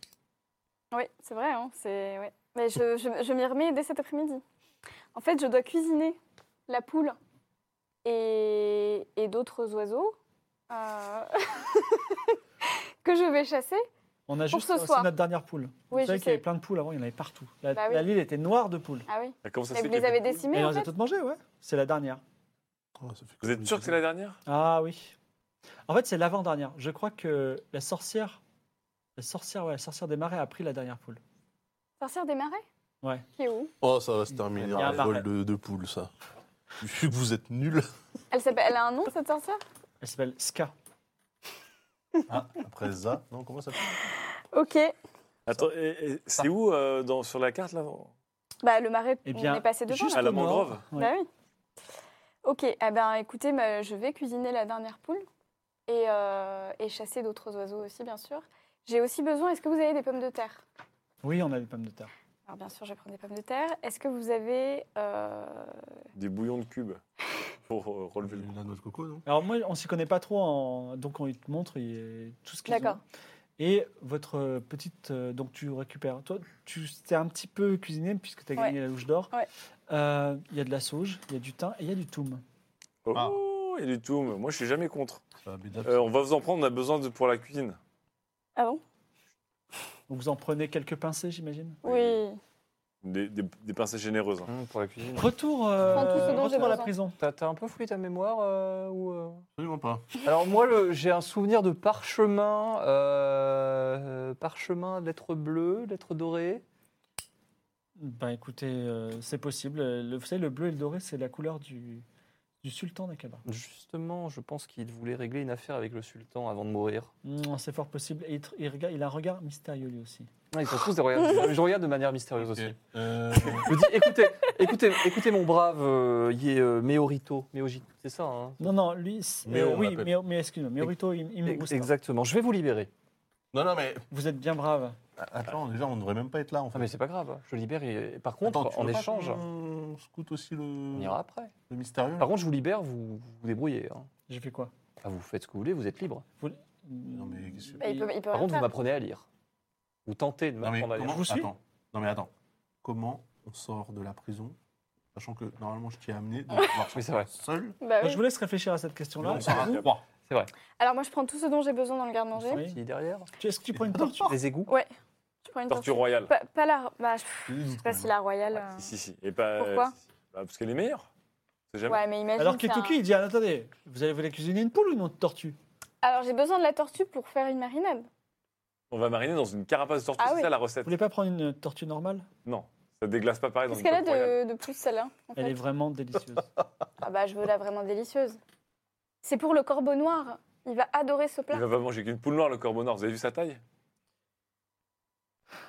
Oui, c'est vrai, hein, c'est ouais. Mais je, je- je m'y remets dès cet après-midi. En fait, je dois cuisiner la poule et, et d'autres oiseaux euh, que je vais chasser.
On a
Pour
juste
ce
c'est
soir.
notre dernière poule.
Oui,
Vous savez
je
qu'il y avait
sais.
plein de poules avant, il y en avait partout. La,
Bah oui.
la l'île était noire de poules.
Ah oui.
Ah, Comment ça
Mais
se
vous
fait
les
que-
avez décimés
et on
en
les a
fait.
toutes mangées, ouais. C'est la dernière.
Ah, ça fait
Vous êtes sûr que c'est la dernière
Ah oui. En fait, c'est l'avant-dernière. Je crois que la sorcière, la sorcière, ouais, la sorcière des marais a pris la dernière poule.
Sorcière des marais
Ouais.
Qui est où
Oh, ça va se terminer
Il y a
en
un
vol
parfait.
de, de poule, ça. Vu que vous êtes nuls.
elle, s'appelle- elle a un nom cette sorcière
Elle s'appelle Ska.
Ah, après ça. Non, comment ça s'appelle
Ok.
Attends, et- et c'est où euh, dans- sur la carte, là
Bah le marais,
Eh
on
bien,
est passé devant.
Juste
là.
À la
au nord.
mangrove
Ouais.
Bah oui. Ok, eh ben, écoutez, bah, je vais cuisiner la dernière poule et, euh, et chasser d'autres oiseaux aussi, bien sûr. J'ai aussi besoin, est-ce que vous avez des pommes de terre
Oui, on a des pommes de terre.
Alors bien sûr, je vais prendre des pommes de terre. Est-ce que vous avez... euh,
Des bouillons de cubes pour euh, relever le coup.
La noix de coco, non
Alors moi, on s'y connaît pas trop, en... donc on te montre il- tout ce qu'ils ont.
D'accord.
Et votre euh, petite, euh, donc tu récupères. Toi, tu t'es un petit peu cuisiné puisque tu as
Ouais.
gagné la louche d'or.
Ouais.
Euh, Il y a de la sauge, il y a du thym et il y a du toum.
Ah.
Oh, il y a du tout. mais Moi, je suis jamais contre.
Ça va, mesdames.
Euh, on va vous en prendre, on a besoin de, pour la cuisine.
Ah bon
Donc vous en prenez quelques pincées, j'imagine.
Oui.
Des, des, des pincées généreuses. hein.
Hum, pour la cuisine.
Retour, euh,
Prends tout ce dont j'ai
retour à la
besoin.
prison.
T'as t'as un peu fouillé ta mémoire euh, ou euh
Absolument pas.
Alors moi, le- j'ai un souvenir de parchemin, euh, parchemin, lettres bleues, lettres dorées.
Ben écoutez, euh, c'est possible. Euh, Le, vous savez, le bleu et le doré, c'est la couleur du, du sultan d'Aqaba.
Justement, je pense qu'il voulait régler une affaire avec le sultan avant de mourir.
Mm, c'est fort possible. Et il, tr- il regarde- il a un regard mystérieux lui aussi.
Ah, Ils sont tous des regards. Je regarde de manière mystérieuse
Ok.
aussi.
Euh,
Je me dis, écoutez, écoutez, écoutez mon brave, euh, il est euh, Méorito, Méogito, c'est ça. hein
Non, non, lui, c'est-
Mais on
oui,
l'appelle.
mais, mais excuse-moi, mais Horito, il, il me
Ex-
booste. hein.
Exactement. Je vais vous libérer.
non, non, mais.
Vous êtes bien brave.
Ah, Attends, déjà, on ne devrait même pas être là, en fait.
Ah mais c'est pas grave. Je libère. Et... Par contre,
Attends, tu
en
veux pas
échange,
qu'on scoute aussi le,
on ira après.
le mystérieux
Par contre, je vous libère, vous vous vous débrouillez. hein.
J'ai fait quoi
Enfin, vous faites ce que vous voulez, vous êtes libre.
Non,
mais qu'est-ce que-
Bah, il peut, il peut
Par
rien
contre, vous
faire.
m'apprenez à lire. Vous tentez de
Non, mais
m'apprendre à lire.
comment...
vous suis
attends. Non, mais attends. Comment on sort de la prison, sachant que normalement, je t'y ai amené, donc
Ah.
on va
Oui, c'est vrai.
seul
Bah oui.
Je vous laisse réfléchir à cette
mais
question-là.
on sort à
Vous-
trois.
C'est vrai.
Alors moi, je prends tout ce dont j'ai besoin dans le garde-manger.
Oui.
Qui est derrière
Tu- Est-ce que tu prends une
Oh
tortue
Les égouts
Ouais. Je prends une
Tortue
tortue.
royale.
Pas, pas la... Bah, je je sais
Vas-y,
pas si la royale...
Ah,
euh,
si, si, si. Et pas,
Pourquoi
si, si. Bah, parce qu'elle est meilleure. C'est jamais.
Ouais, mais imagine.
Alors
c'est un-
Ketuki, il dit Ah, attendez, vous allez vous cuisiner une poule ou une autre tortue
Alors j'ai besoin de la tortue pour faire une marinade.
On va mariner dans une carapace de tortue,
Ah
c'est
oui.
ça la
Vous
recette
voulez pas prendre une tortue normale
Non, ça déglace pas pareil dans
Qu'est-ce
une
qu'elle a
tortue royale.
de, de plus celle-là en
Elle
fait
est vraiment délicieuse.
Ah bah je veux la vraiment délicieuse. C'est pour le corbeau noir. Il va adorer ce plat.
Il va pas manger qu'une poule noire, le corbeau noir. Vous avez vu sa taille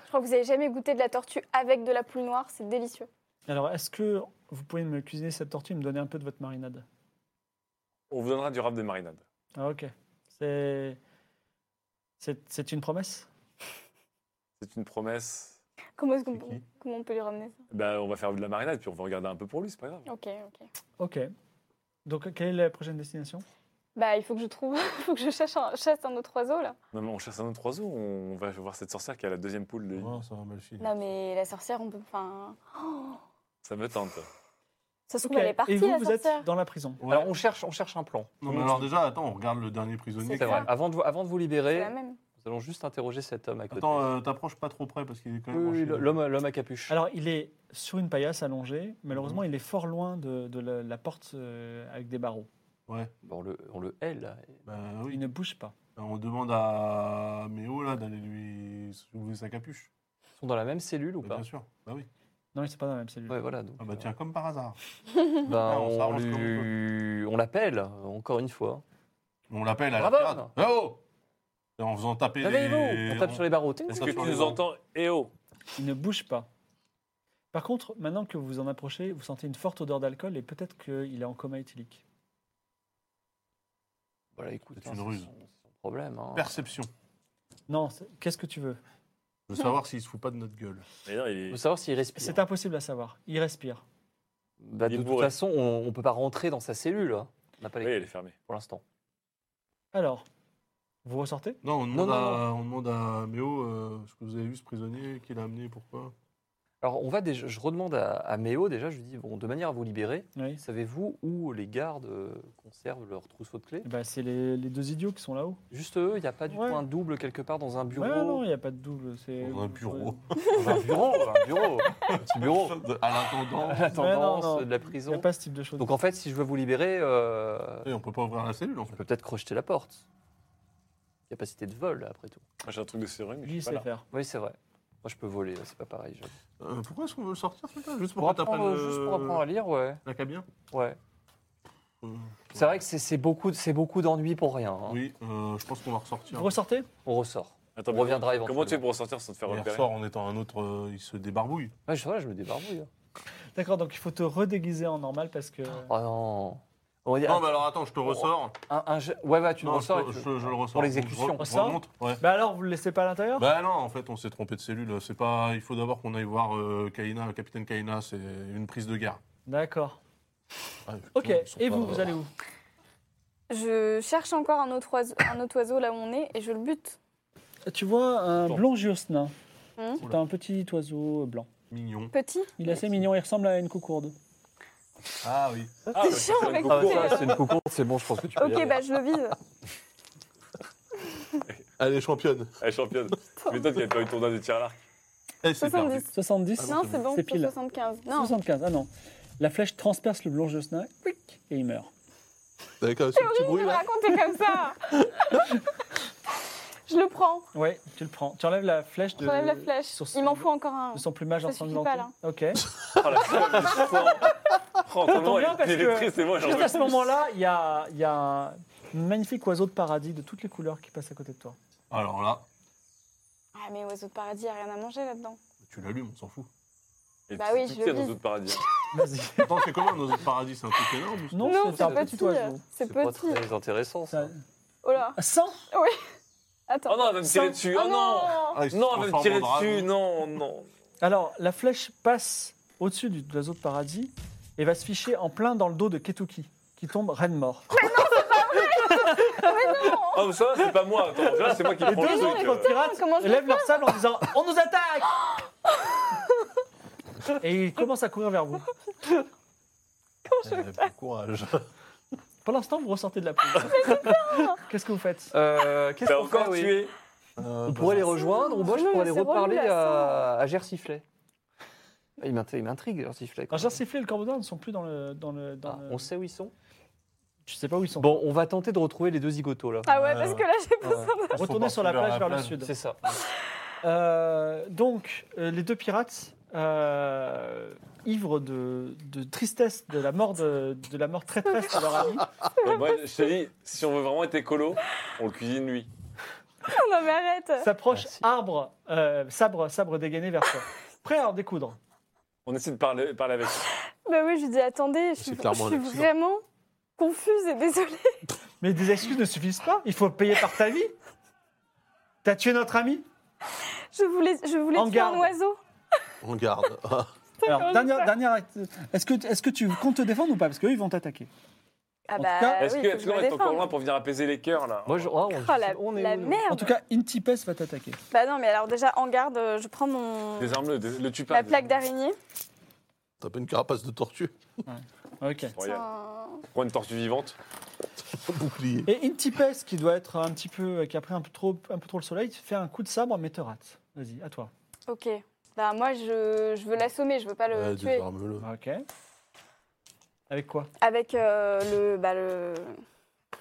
Je crois que vous n'avez jamais goûté de la tortue avec de la poule noire. C'est délicieux.
Alors, est-ce que vous pouvez me cuisiner cette tortue et me donner un peu de votre marinade
On vous donnera du rap des marinades.
Ah, ok. C'est. C'est c'est une promesse
C'est une promesse.
Comment est-ce qu'on
C'est qui
comment on peut lui ramener ça
Ben, on va faire de la marinade, puis on va regarder un peu pour lui, c'est pas grave.
Ok, ok.
Ok. Donc, quelle est la prochaine destination
Bah il faut que je trouve, il faut que je cherche un, chasse un autre oiseau là.
Non, mais on chasse un autre oiseau, on va voir cette sorcière qui a la deuxième poule de l'île.
Ouais, ça va mal filer.
Non mais la sorcière, on peut, enfin,
Ça me tente.
ça se trouve
Ok.
elle est partie
Et vous,
la
vous
sorcière.
êtes dans la prison.
Ouais.
Alors on cherche, on cherche un plan.
Non, mais alors déjà, attends, on regarde le dernier prisonnier.
C'est
C'est vrai.
ça.
Avant de, vous- avant de vous
C'est
libérer,
la même.
nous allons juste interroger cet homme à côté.
Attends, euh, t'approches pas trop près parce qu'il est quand
Oui,
même.
oui,
branché.
l'homme, l'homme à capuche.
Alors, il est sur une paillasse allongée. Malheureusement, il est fort loin de, de la, la porte euh, avec des barreaux.
Ouais.
Bon, on, le, on le hait là.
Bah
Il
oui.
ne bouge pas.
Bah, on demande à Méo là d'aller lui soulever sa capuche.
Ils sont dans la même cellule ou
Bah,
pas
bien sûr. Bah oui.
Non, ils ne sont pas dans la même cellule.
Ouais, voilà. donc,
Ah bah
euh,
tiens, comme par hasard.
ben,
Ah, on
on,
s'arrange comme
lui- on l'appelle, euh, encore une fois.
On l'appelle à la
Bravo.
pirate. Eh oh Et En faisant taper les...
Réveillez-vous On tape sur les barreaux. ting,
Est-ce
Ça
que
ting,
tu
sent
ting.
nous
le vent.
entends Eh oh
Il ne bouge pas. Par contre, maintenant que vous vous en approchez, vous sentez une forte odeur d'alcool et peut-être qu'il est en coma éthylique.
Voilà, écoute,
C'est
hein,
une
c'est
ruse.
son- c'est son problème. hein.
Perception.
Non, c'est- qu'est-ce que tu veux
Je veux savoir s'il se fout pas de notre gueule.
Mais non, il
Il
est-
faut savoir s'il respire.
C'est impossible à savoir. Il respire.
Bah,
Il
de
est
toute
bourré.
façon, on ne peut pas rentrer dans sa cellule. hein. On n'a pas les
Oui,
clés
elle est fermée.
pour l'instant.
Alors, vous ressortez
Non, on
Non,
demande,
non,
à, on demande à Méo euh, ce que vous avez vu ce prisonnier, qui l'a amené, pourquoi.
Alors, on va déjà, je redemande à, à Méo, déjà, je lui dis, bon, de manière à vous libérer,
Oui.
savez-vous où les gardes euh, conservent leur trousseau de clés
Eh ben, c'est les, les deux idiots qui sont là-haut.
Juste eux, il n'y a pas du
Ouais.
tout un double quelque part dans un bureau
Ouais, non, il n'y a pas de double. C'est
Dans un bureau.
Dans un bureau, un bureau, un petit bureau.
À l'intendant.
À la tendance
non.
de la
Il n'y a
prison.
pas ce type de choses.
Donc, en fait, si je veux vous libérer, euh,
Et on peut pas ouvrir la cellule en
je
fait.
peux peut-être crocheter la porte. Capacité de vol, après tout.
Moi, J'ai un truc de serrure, mais je
Lui, il
suis pas
sait
là.
faire.
Oui, c'est vrai. Moi, je peux voler, c'est pas pareil. je-
Euh, pourquoi est-ce qu'on veut le sortir ce truc-là Juste pour,
Pour
que t'apprennes
apprendre, Juste pour apprendre à lire, ouais.
la cabine
ouais.
Euh,
C'est vrai que c'est- c'est beaucoup, de- c'est beaucoup d'ennuis pour rien. hein.
Oui, euh, je pense qu'on va ressortir.
Vous ressortez
On ressort.
Attends,
On
mais
reviendra
comment- Comment
éventuellement.
tu es pour ressortir sans te faire
Il
repérer
ressort en étant un autre, euh, il se débarbouille.
Ouais, je, ouais, je me débarbouille. hein.
D'accord, donc il faut te redéguiser en normal parce que.
Oh non. On va dire,
Non, mais alors attends, je te ressors.
un, un jet- Ouais, ouais, Oh, tu le
non,
ressors.
je,
et
te-
tu-
je- je le ressors.
Pour l'exécution.
Donc, je re-
Ça
remonte, ouais.
Bah alors, vous le laissez pas à l'intérieur
Bah non, en fait, on s'est trompé de cellule. C'est pas. Il faut d'abord qu'on aille voir euh, Kaina, le capitaine Kaina. C'est une prise de guerre.
D'accord.
Ouais,
Ok,
ils sont
et
pas-
vous, vous allez où
Je cherche encore un autre oiseau, un autre oiseau là où on est et je le bute.
Tu vois un
Bon.
blond giosnin.
Hum.
C'est un petit oiseau blanc.
Mignon.
Petit.
Il est assez mignon, il ressemble à une cocourde.
Ah oui.
Ah,
T'es
bah,
chiant
c'est un
avec
Ah,
concours.
tes-
ça, c'est une couconde, c'est bon, je pense que tu peux. y
Ok,
aller.
bah je le vise.
Allez, championne.
Elle est championne. Mais toi, tu n'as pas eu ton dinde de tir à l'arc.
Eh, c'est perdu.
70.
70
Ah
Non, c'est bon,
C'est
c'est
pile.
75. Non,
75, ah non. La flèche transperce le blond giosnin, clic, et il meurt.
T'avais quand même ce
c'est
petit bruit
horrible de me
là.
raconter comme ça. je le prends.
Ouais, tu le prends. Tu enlèves la flèche de,
J'enlève la flèche.
Euh, sur son-
Il m'en faut encore un.
de son plumage
Ça suffit
ensanglanté.
pas, là.
Ok.
Ah
Oh la fleur du sang. Oh, vraiment,
bien, parce
elle
que-
est triste, et moi, j'en
Juste à ce
veux plus.
moment-là, il y a, il y a un magnifique oiseau de paradis de toutes les couleurs qui passe à côté de toi.
Alors là,
Ah, mais oiseau de paradis, y a rien à manger là-dedans.
tu l'allumes, on s'en fout.
Et
Bah
tout-
oui,
tout
je
est
le
dans
vis.
d'autres paradis.
Vas-y.
Attends, c'est comment dans autres paradis C'est un truc énorme ou ça
Non, c'est un petit, oiseau.
C'est
C'est pas
petit.
très intéressant ça.
Ça-
Oh là.
Ah, 100
Attends.
Oh non, elle va me tirer
Sans-
dessus. Oh non
Ah, il se
Non, elle va me
transforme
tirer
en dragon.
dessus. Non, non.
Alors, la flèche passe au-dessus du- de l'oiseau de paradis et va se ficher en plein dans le dos de Ketuki, qui tombe reine mort.
Ah, mais ça, va, c'est pas moi. Attends, là, c'est moi qui
Les
prends
deux
non, mais
le
autres
truc. Bah,
pirates
comment je vais
lèvent leur sable en disant « On nous attaque !» Et ils commencent à courir vers vous.
Eh, bon courage.
Pour l'instant, vous ressortez de la prison. Qu'est-ce que vous faites
Euh, Qu'est-ce
T'as
qu'on fait
encore
oui
tué.
Euh,
On
bah,
pourrait les
ça.
rejoindre ou moi je
Non,
pourrais
mais
les
c'est relou,
reparler
là, ça.
à, à Gersiflet. Ah, Il m'int- il m'intrigue, leur sifflet. quand
Alors, j'ai
même.
sifflé le corbeau d'or ne sont plus dans le. Dans le, dans
Ah,
le-
On sait où ils sont.
Je sais pas où ils sont.
Bon, on va tenter de retrouver les deux zigotos là.
Ah ouais,
Ouais,
parce
ouais.
que là, j'ai
Ouais.
besoin
Faut
Retournez
partir
sur la
vers
plage
la
vers le
plage.
sud.
C'est ça.
Euh, donc, euh, les deux pirates, euh, ivres de, de tristesse de la mort, de, de la mort traîtresse de leur ami,
Bon, bref, Euh, je te dis, si on veut vraiment être écolo, on le cuisine lui.
de... Non, mais arrête
s'approchent,
Merci.
arbre, euh, sabre, sabre dégainé vers toi. Prêt à en découdre.
On essaie de parler, parler avec lui.
Bah oui, je lui dis, attendez, je suis,
C'est clairement
je
un
suis
accident.
vraiment confuse et désolée.
Mais des excuses ne suffisent pas. Il faut payer par ta vie. T'as tué notre ami
Je voulais, je voulais
En
tuer un
garde.
oiseau.
On garde. Ah,
Alors,
D'accord,
dernière,
j'espère.
dernière act- Est-ce que, est que tu comptes te défendre ou pas Parce qu'eux, ils vont t'attaquer.
Ah
En
bah
tout cas,
oui,
Est-ce
faut
que
que
est-ce
je
qu'on
me
reste encore
défende.
loin pour venir apaiser les cœurs là
Moi, je- ah, on,
Oh, la,
on est
la
où, nous
merde
En tout cas, Intipes va t'attaquer.
Bah non, mais alors déjà, en garde, euh, je prends mon...
Désarme-le, dés- le tue pas.
La plaque d'araignée.
T'as pas une carapace de tortue
Ok.
Royal.
Tiens.
Prends une tortue vivante.
Bouclier.
Et Intipes, qui doit être un petit peu, qui a pris un peu trop, un peu trop le soleil, fait un coup de sabre, mais te rate. Vas-y, à toi.
Ok. Bah moi, je, je veux l'assommer, je veux pas le
Ouais,
tuer.
désarme-le.
Ok. Avec quoi
Avec euh, le... Bah le...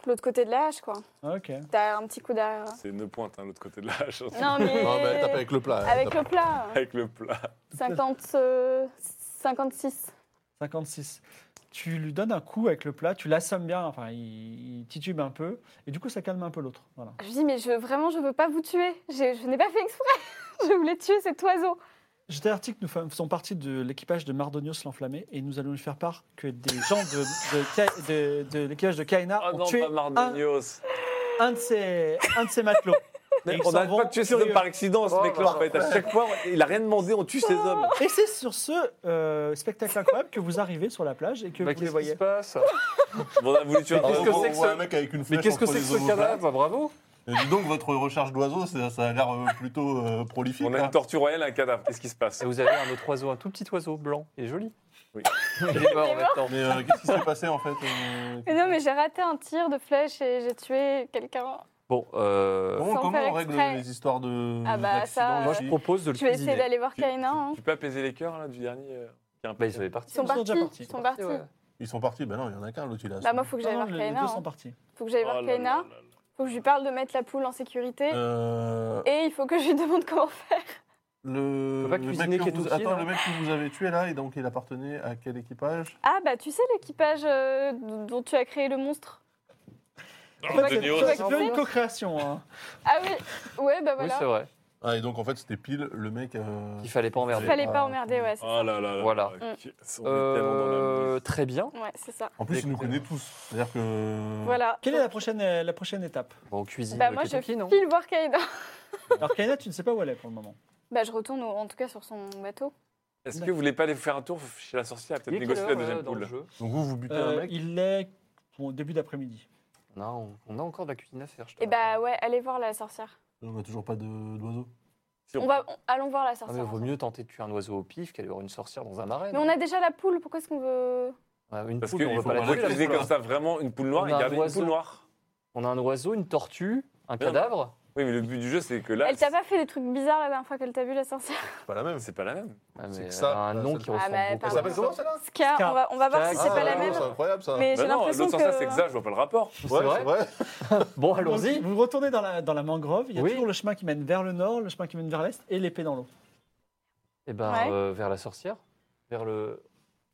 L'autre côté de la hache, quoi.
Ok.
T'as un petit coup derrière.
C'est une pointe, hein, l'autre côté de la hache.
Non, mais...
Non, mais tape avec le plat.
Avec
tape.
le plat. hein.
Avec le plat.
50, euh, 56.
56. Tu lui donnes un coup avec le plat, tu l'assommes bien, enfin, il, il titube un peu, et du coup, ça calme un peu l'autre. Voilà.
Je dis, mais je, vraiment, je veux pas vous tuer. Je, je n'ai pas fait exprès. Je voulais tuer cet oiseau.
J'étais article, nous faisons partie de l'équipage de Mardonios l'enflammé, et nous allons lui faire part que des gens de, de, Ka- de- de l'équipage de Kaina
Oh
ont
non,
tué
pas
un,
Mardonios.
un de ses, un de ses matelots. Et
Mais
ils
on
s'en
n'arrête
vont
pas de tuer ces hommes
furieux.
par accident, ce
Oh,
mec-là, en
bah,
pardon.
fait. À chaque fois, on- il a rien demandé, on tue ces
Oh.
hommes.
Et c'est sur ce euh, spectacle incroyable que vous arrivez sur la plage et que vous les
Bah, Qu'est-ce qui se
voyez.
passe
Bon, on a voulu tuer un
Mais qu'est-ce que
On
c'est
voit
que ce-
Euh, un mec avec une
Mais
flèche
qu'est-ce que
entre
c'est que
les
ce
oiseaux blancs.
cadavre Ah, Bravo
Et Dis donc, votre recherche d'oiseaux, ça, ça a l'air euh, plutôt euh, prolifique.
On a
là.
une tortue royale et un cadavre. Qu'est-ce qui se passe
Et vous avez un autre oiseau, un tout petit oiseau blanc. Il est joli.
Oui.
Il est mort en même temps.
Mais euh, qu'est-ce qui s'est passé en fait euh,
Mais non, mais j'ai raté un tir de flèche et j'ai tué quelqu'un.
Bon, euh,
Comment,
Sans
comment
faire
on règle
exprès.
les histoires de.
Ah bah, ça,
d'accidents
euh,
moi
ici
je propose de le
Je vais essayer
cuisiner.
d'aller voir
tu,
Kaina. hein.
tu- tu peux apaiser les cœurs, là, du dernier euh, qui a un
Bah,
peu-
ils sont partis.
Ils sont
Ils sont déjà partis.
partis. Ils sont partis.
Ouais.
Ils sont partis, ben non, il y en a qu'un, l'autre il a.
Bah, moi, faut que j'aille
Non,
voir
les, les
Kaina.
deux
hein.
sont partis.
Faut que j'aille
Oh là
voir
là
Kaina.
là là.
Faut que je lui parle de mettre la poule en sécurité.
Euh,
Et il faut que je lui demande comment faire.
le,
peut pas
le mec
cuisiner
que
qui est
vous,
tout petit,
attends,
là.
le mec que vous avez tué là, et donc il appartenait à quel équipage
Ah, bah, tu sais l'équipage euh, dont tu as créé le monstre
En fait, c'est-
Ah, bah, Mardonios.
c'est un peu une co-création. hein.
Ah oui Ouais, bah
Oui,
voilà.
c'est vrai.
Ah, et donc en fait c'était pile le mec. euh,
Il fallait pas
Il
emmerder.
fallait pas
Ah.
emmerder, ouais. c'est-
Oh là là là.
Voilà.
Ok, On est tellement dans la
Euh,
merde.
très bien.
Ouais, c'est ça.
En plus, il nous
Écoutez.
connaît tous. C'est-à-dire que.
Voilà.
Quelle est la prochaine, euh, la prochaine étape
Bon, on cuisine.
Bah,
le
moi, je
kétaki, non
file voir Kaina.
Alors, Kaina, tu ne sais pas où elle est pour le moment.
Bah, je retourne au- en tout cas sur son bateau.
Est-ce que vous voulez pas aller faire un tour chez la sorcière Peut-être
Il est quelle
négocier
heure,
la
euh,
deuxième
dans le
poule.
jeu
Donc vous, vous butez
Euh,
un mec.
il est au début d'après-midi.
On a- on- on a encore de la cuisine à faire. je te
Et bah
rappelle.
ouais, allez voir la sorcière.
On a toujours pas de- d'oiseau.
Si
On va, on- allons voir la
Ah, mais
sorcière.
vaut mieux tenter de tuer un oiseau au pif qu'aller voir une sorcière dans un marais.
Mais on a déjà la poule, pourquoi est-ce qu'on veut...
On a une
Parce
poule, on
qu'il
veut
faut
pas la
pas
tuer. la
cuisiner
poule,
comme
hein.
ça, vraiment une poule noire
On
et
a un
garder une
oiseau.
poule noire.
On a un oiseau, une tortue, un
Mais non.
cadavre.
Oui, mais le but du jeu, Bah, c'est que là.
Elle t'a pas fait des trucs bizarres la dernière fois qu'elle t'a vu, la sorcière
C'est pas la même.
C'est pas la même.
Ah,
C'est
mais
que ça,
un
là,
nom
ça-
qui
Ah,
ressemble
mais
beaucoup.
pardon.
à ça.
celle-là
Ska,
Ska.
on va, on va voir
Ska,
si c'est
ah,
pas la
ouais,
même.
C'est incroyable euh, ça.
Mais j'ai
Bah non,
l'impression
l'autre
que...
sorcière, c'est Xa, je vois pas le rapport.
C'est vrai Bon,
Donc,
allons-y.
Vous retournez dans la, dans la mangrove, il y a
Oui.
toujours le chemin qui mène vers le nord, le chemin qui mène vers l'est et l'épée dans l'eau.
Et ben,
Ouais.
euh, vers la sorcière. Vers le.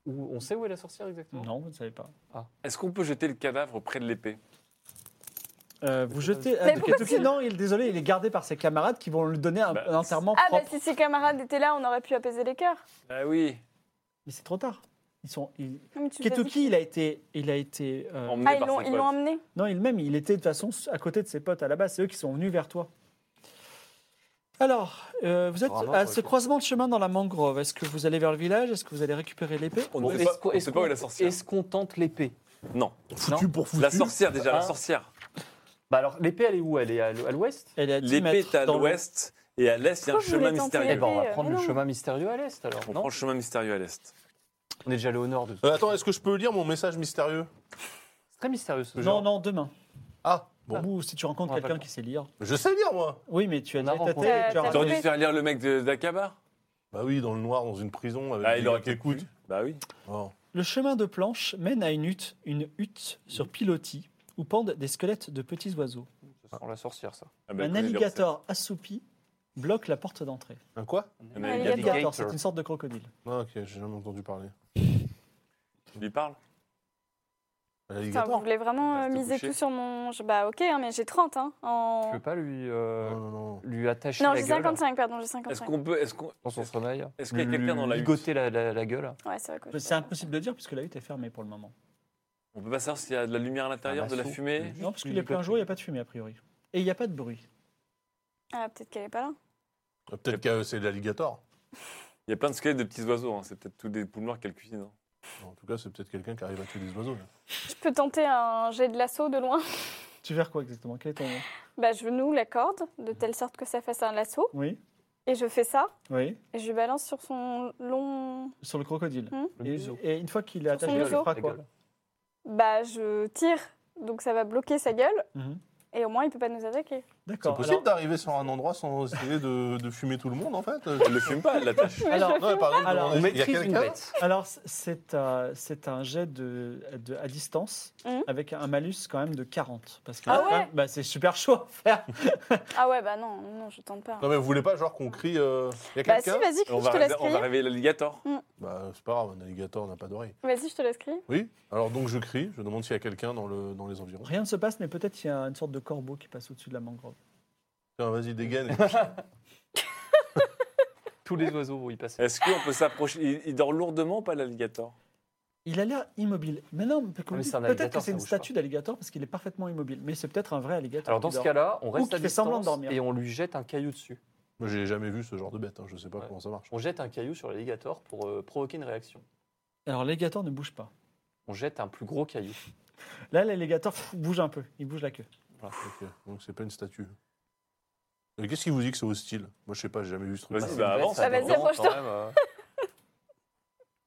Où... On sait où est la sorcière exactement
Non, vous ne savez pas.
Est-ce qu'on peut jeter le cadavre près de l'épée
Euh, vous jetez.
Mais
Ah, de
pourquoi
Katuki,
tu-
non, il, désolé, il est gardé par ses camarades qui vont lui donner un,
Bah,
un enterrement
Ah bah
propre.
si ses camarades étaient là, on aurait pu apaiser les cœurs.
Ah oui.
Mais c'est trop tard. Ils sont. ils-
Non, mais tu l'as dit.
Ketuki, il a été. Il a été euh,
Emmené
Ah, ils
par
l'ont
ses
ils l'ont
potes.
emmené.
Non, il même, il était de toute façon à côté de ses potes à la base. C'est eux qui sont venus vers toi. Alors, euh, vous êtes
Vraiment,
à
ouais,
ce
quoi.
croisement de chemin dans la mangrove. Est-ce que vous allez vers le village Est-ce que vous allez récupérer l'épée
On
Bon,
ne sait
est-ce
pas-
qu'on-
on sait pas
est-ce
où
qu'on-
est la sorcière.
Est-ce qu'on tente l'épée
Non.
Foutu pour foutu.
La sorcière, déjà, la
Ah.
sorcière.
Bah alors, l'épée, elle est où Elle est à l'ou- à l'ouest
Elle est à 10
L'épée
mètres
est à
dans le-
l'ouest et à l'est, il y a un
Pourquoi vous
chemin
voulez tenter
Eh
mystérieux.
ben, on va
euh,
prendre
mais
le
non.
chemin mystérieux à l'est alors.
On
non
prend le chemin mystérieux à l'est.
On est déjà allé au nord de.
Euh, attends, est-ce que je peux lire mon message mystérieux
C'est très mystérieux ce
Non,
genre.
non, demain.
Ah, bon.
Ou si tu rencontres
On va pas
quelqu'un
le
qui sait lire.
Je sais lire moi.
Oui, mais tu as
On a
déjà tâté.
rencontré-
tu as
Euh,
T'aurais
rencontré-
dû faire lire le mec de- d'Akabar
Bah oui, dans le noir, dans une prison, avec
Ah,
des
il
gars
aurait
qui écoutent.
écoute. Bah oui.
Oh.
Le chemin de planche mène à une hutte, une hutte sur pilotis où pendent des squelettes de petits oiseaux.
Ça sent la sorcière, ça.
Ah bah,
un
il connaît les
alligator assoupi bloque la porte d'entrée.
Un quoi
recettes. Un
Un
alligator.
alligator.
Alligator, c'est une sorte de crocodile.
Ah, ok, j'ai jamais entendu parler.
Tu lui parles
Putain, vous
L'alligator
voulez vraiment
Reste
euh, miser
couché.
tout sur mon. je- Bah ok, hein, mais j'ai 30 hein,
Tu
en.
peux pas lui,
Non,
euh,
non, non.
lui attacher
Non,
la
j'ai
gueule
55, pardon, j'ai 55.
Est-ce qu'on peut. Est-ce qu'on.
dans son sommeil
Est-ce qu'il y a
Lui
quelqu'un dans la hutte
ligoter la, la, la gueule
Ouais, c'est vrai que.
C'est impossible de dire puisque la hutte est fermée pour le moment.
On peut pas savoir s'il y a de la lumière à l'intérieur, de la
masseau.
fumée.
Non, parce qu'il
lui
est plein
goûte.
jour, il n'y a pas de fumée a priori. Et il n'y a pas de bruit.
Ah, peut-être qu'elle est pas là.
Ah, Peut-être que euh, c'est de l'alligator.
Il y a plein de squelettes de petits oiseaux. hein. C'est peut-être tous des poules noires qu'elle cuisine. hein.
En tout cas, c'est peut-être quelqu'un qui arrive à tuer des oiseaux. là.
Je peux tenter un jet de l'assaut de loin.
Tu vers quoi exactement Quel est ton nom
Bah, je noue la corde de telle sorte que ça fasse un lasso.
Oui,
Et je fais ça.
oui,
Et je lui balance sur son long.
sur le crocodile.
Hmm
Et, et une fois qu'il est
Sur
attaché,
son
il
museau.
fera
La
quoi
gueule.
Bah, je tire. Donc ça va bloquer sa gueule.
Mhm.
Et au moins, il peut pas nous attaquer.
C'est
D'accord.
possible
alors-
d'arriver sur un endroit sans essayer de, de fumer tout le monde, en fait
Elle le fume pas, elle l'attache.
Mais
Alors,
je-
Non, mais par exemple,
Alors,
on
On
est- il y a
maîtrise une
quelqu'un
bête.
Alors, c- c'est euh, c'est un jet de, de- à distance
Mhm.
avec un malus quand même de 40. Parce que
Ah
quand
ouais
même, bah, c'est super chaud à faire.
Ah ouais, bah non, non, je tente pas.
Non, mais vous voulez pas, genre, qu'on crie. euh, Il y a
Bah si,
quelqu'un
vas-y,
On
crie, je
va,
te laisse
réve- on va
crier.
réveiller l'alligator.
Bah, c'est pas grave, un alligator n'a pas d'oreille.
Vas-y, je te laisse crier.
Oui Alors, donc, je crie, je demande s'il y a quelqu'un dans, le, dans les environs.
Rien ne se passe, mais peut-être il y a une sorte de corbeau qui passe au-dessus de la mangrove.
Tiens, vas-y, dégaine.
Tous les oiseaux vont y passer.
Est-ce qu'on peut s'approcher il, il dort lourdement, pas l'alligator
Il a l'air immobile. Mais non, mais comme
Ah, mais
vous
c'est un
dites, peut-être que c'est
alligator, ça
une
bouge pas.
statue d'alligator parce qu'il est parfaitement immobile. Mais c'est peut-être un vrai alligator.
Alors dans
qui
ce
dort.
cas-là, on reste
qui
à
fait semblant de
distance
dormir.
et on lui jette un caillou dessus.
Moi, j'ai jamais vu ce genre de bête, hein, je sais pas
Ouais.
comment ça marche.
On jette un caillou sur l'alligator pour euh, provoquer une réaction.
Alors l'alligator ne bouge pas.
On jette un plus gros caillou.
Là, l'alligator pff, bouge un peu. Il bouge la queue.
Ok, donc c'est pas une statue. Et Qu'est-ce qui vous dit que c'est hostile Moi, je sais pas, j'ai jamais vu ce truc.
Vas-y,
c'est
bah,
une bête,
avance.
ça
Ah, vas-y,
dort quand
approche-toi.
même, euh.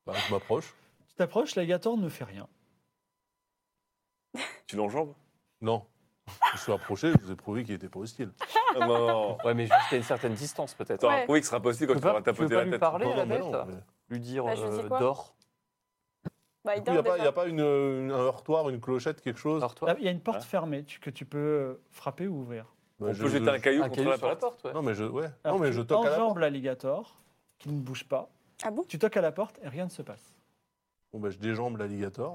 Bah, je m'approche.
Tu t'approches, l'alligator ne fait rien.
Tu l'enjambes
Non. Je suis approché, je vous ai prouvé qu'il était pas hostile.
bah
Ah, Non.
Ouais, mais juste à une certaine distance peut-être.
T'auras
Ouais.
prouvé que ce sera possible quand
Tu
tu
peux
auras
pas- tu peux
tapoté
pas
la
lui
tête.
parler à la
mais
bête
mais-
Lui dire
Bah, je lui dis
euh,
quoi
dors.
Bah,
Du
il
coup, Il
dort
n'y a, pas-
déjà.
y a pas une, euh, un heurtoir, une clochette, quelque chose
Dors-toi.
Là, il y a une porte
Ah.
fermée tu- que tu peux euh, frapper ou ouvrir.
Bah,
On
je-
peut jeter un caillou
un
contre la
caillou sur la
porte.
porte, ouais.
Non, mais je, ouais.
Alors,
non, mais
tu
je toque à la porte.
enjambes l'alligator qui ne bouge pas.
Ah bon
Tu toques à la porte et rien ne se passe.
Bon, bah, je déjambe l'alligator.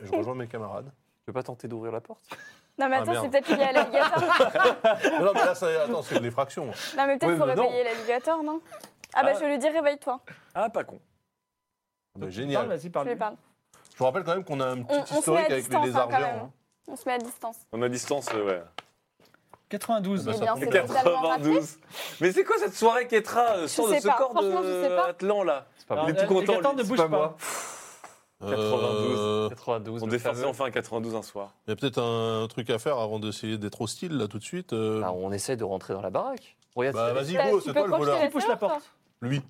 et je rejoins mes camarades.
Tu veux pas tenter d'ouvrir la porte
Non, mais
Ah,
attends,
merde.
c'est peut-être lié à l'alligator.
Mais non, mais là, ça, attends, c'est une effraction.
non, mais peut-être
Oui,
faut
mais non.
réveiller l'alligator, non Ah, bah,
Ah.
je lui dis réveille-toi.
Ah, pas con.
Mais
Donc, tu
génial.
parles, Vas-y,
Je
parle.
lui parle.
Je vous rappelle quand même qu'on a un petit
On- on se met à
historique avec les
distance, hein,
lézards
quand
géants.
même.
hein.
On se met à distance.
On a distance, euh, ouais.
92.
Bah,
Eh
ça
bien,
tombe
c'est
bien.
totalement raté.
92. Mais c'est quoi cette soirée Ketra Sors de
sais
euh, ce
pas.
corps
Franchement, je sais
de
pas.
Atlan là.
C'est pas
Alors,
moi.
Il est tout content,
Euh, L'alligator
lui.
ne
C'est
bouge
pas
pas.
moi.
hein.
92.
Euh,
92.
On
le
défonce
fameux.
enfin 92 un soir.
Il y a peut-être un truc à faire avant d'essayer d'être hostile, là, tout de suite. euh.
Bah, on essaie de rentrer dans la baraque. Regarde.
Bah,
c'est-
vas-y,
Bah,
go,
tu
c'est
peux
toi le
projeter
voleur.
la-
Il pousse la
D'accord.
porte.
Lui.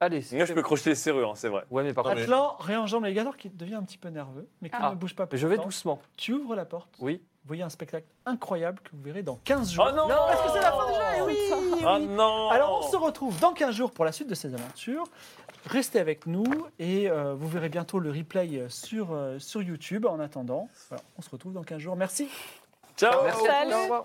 Allez.
Moi, je peux crocheter les serrures, hein, c'est vrai.
Ouais, mais par
Non,
contre,
mais-
Atlan réenjambe l'alligator qui devient un petit peu nerveux, mais qui
Ah.
ne bouge pas.
je vais
pourtant.
doucement.
Tu ouvres la porte.
Oui.
Vous voyez un spectacle incroyable que vous verrez dans 15 jours.
Oh non
Parce que c'est la fin du jeu, oui, oui.
Ah non
Alors, on se retrouve dans 15 jours pour la suite de ces aventures. Restez avec nous et euh, vous verrez bientôt le replay euh, sur, euh, sur YouTube. En attendant, voilà, on se retrouve dans 15 jours. Merci.
Ciao
Merci à tous.
Salut.
Au revoir.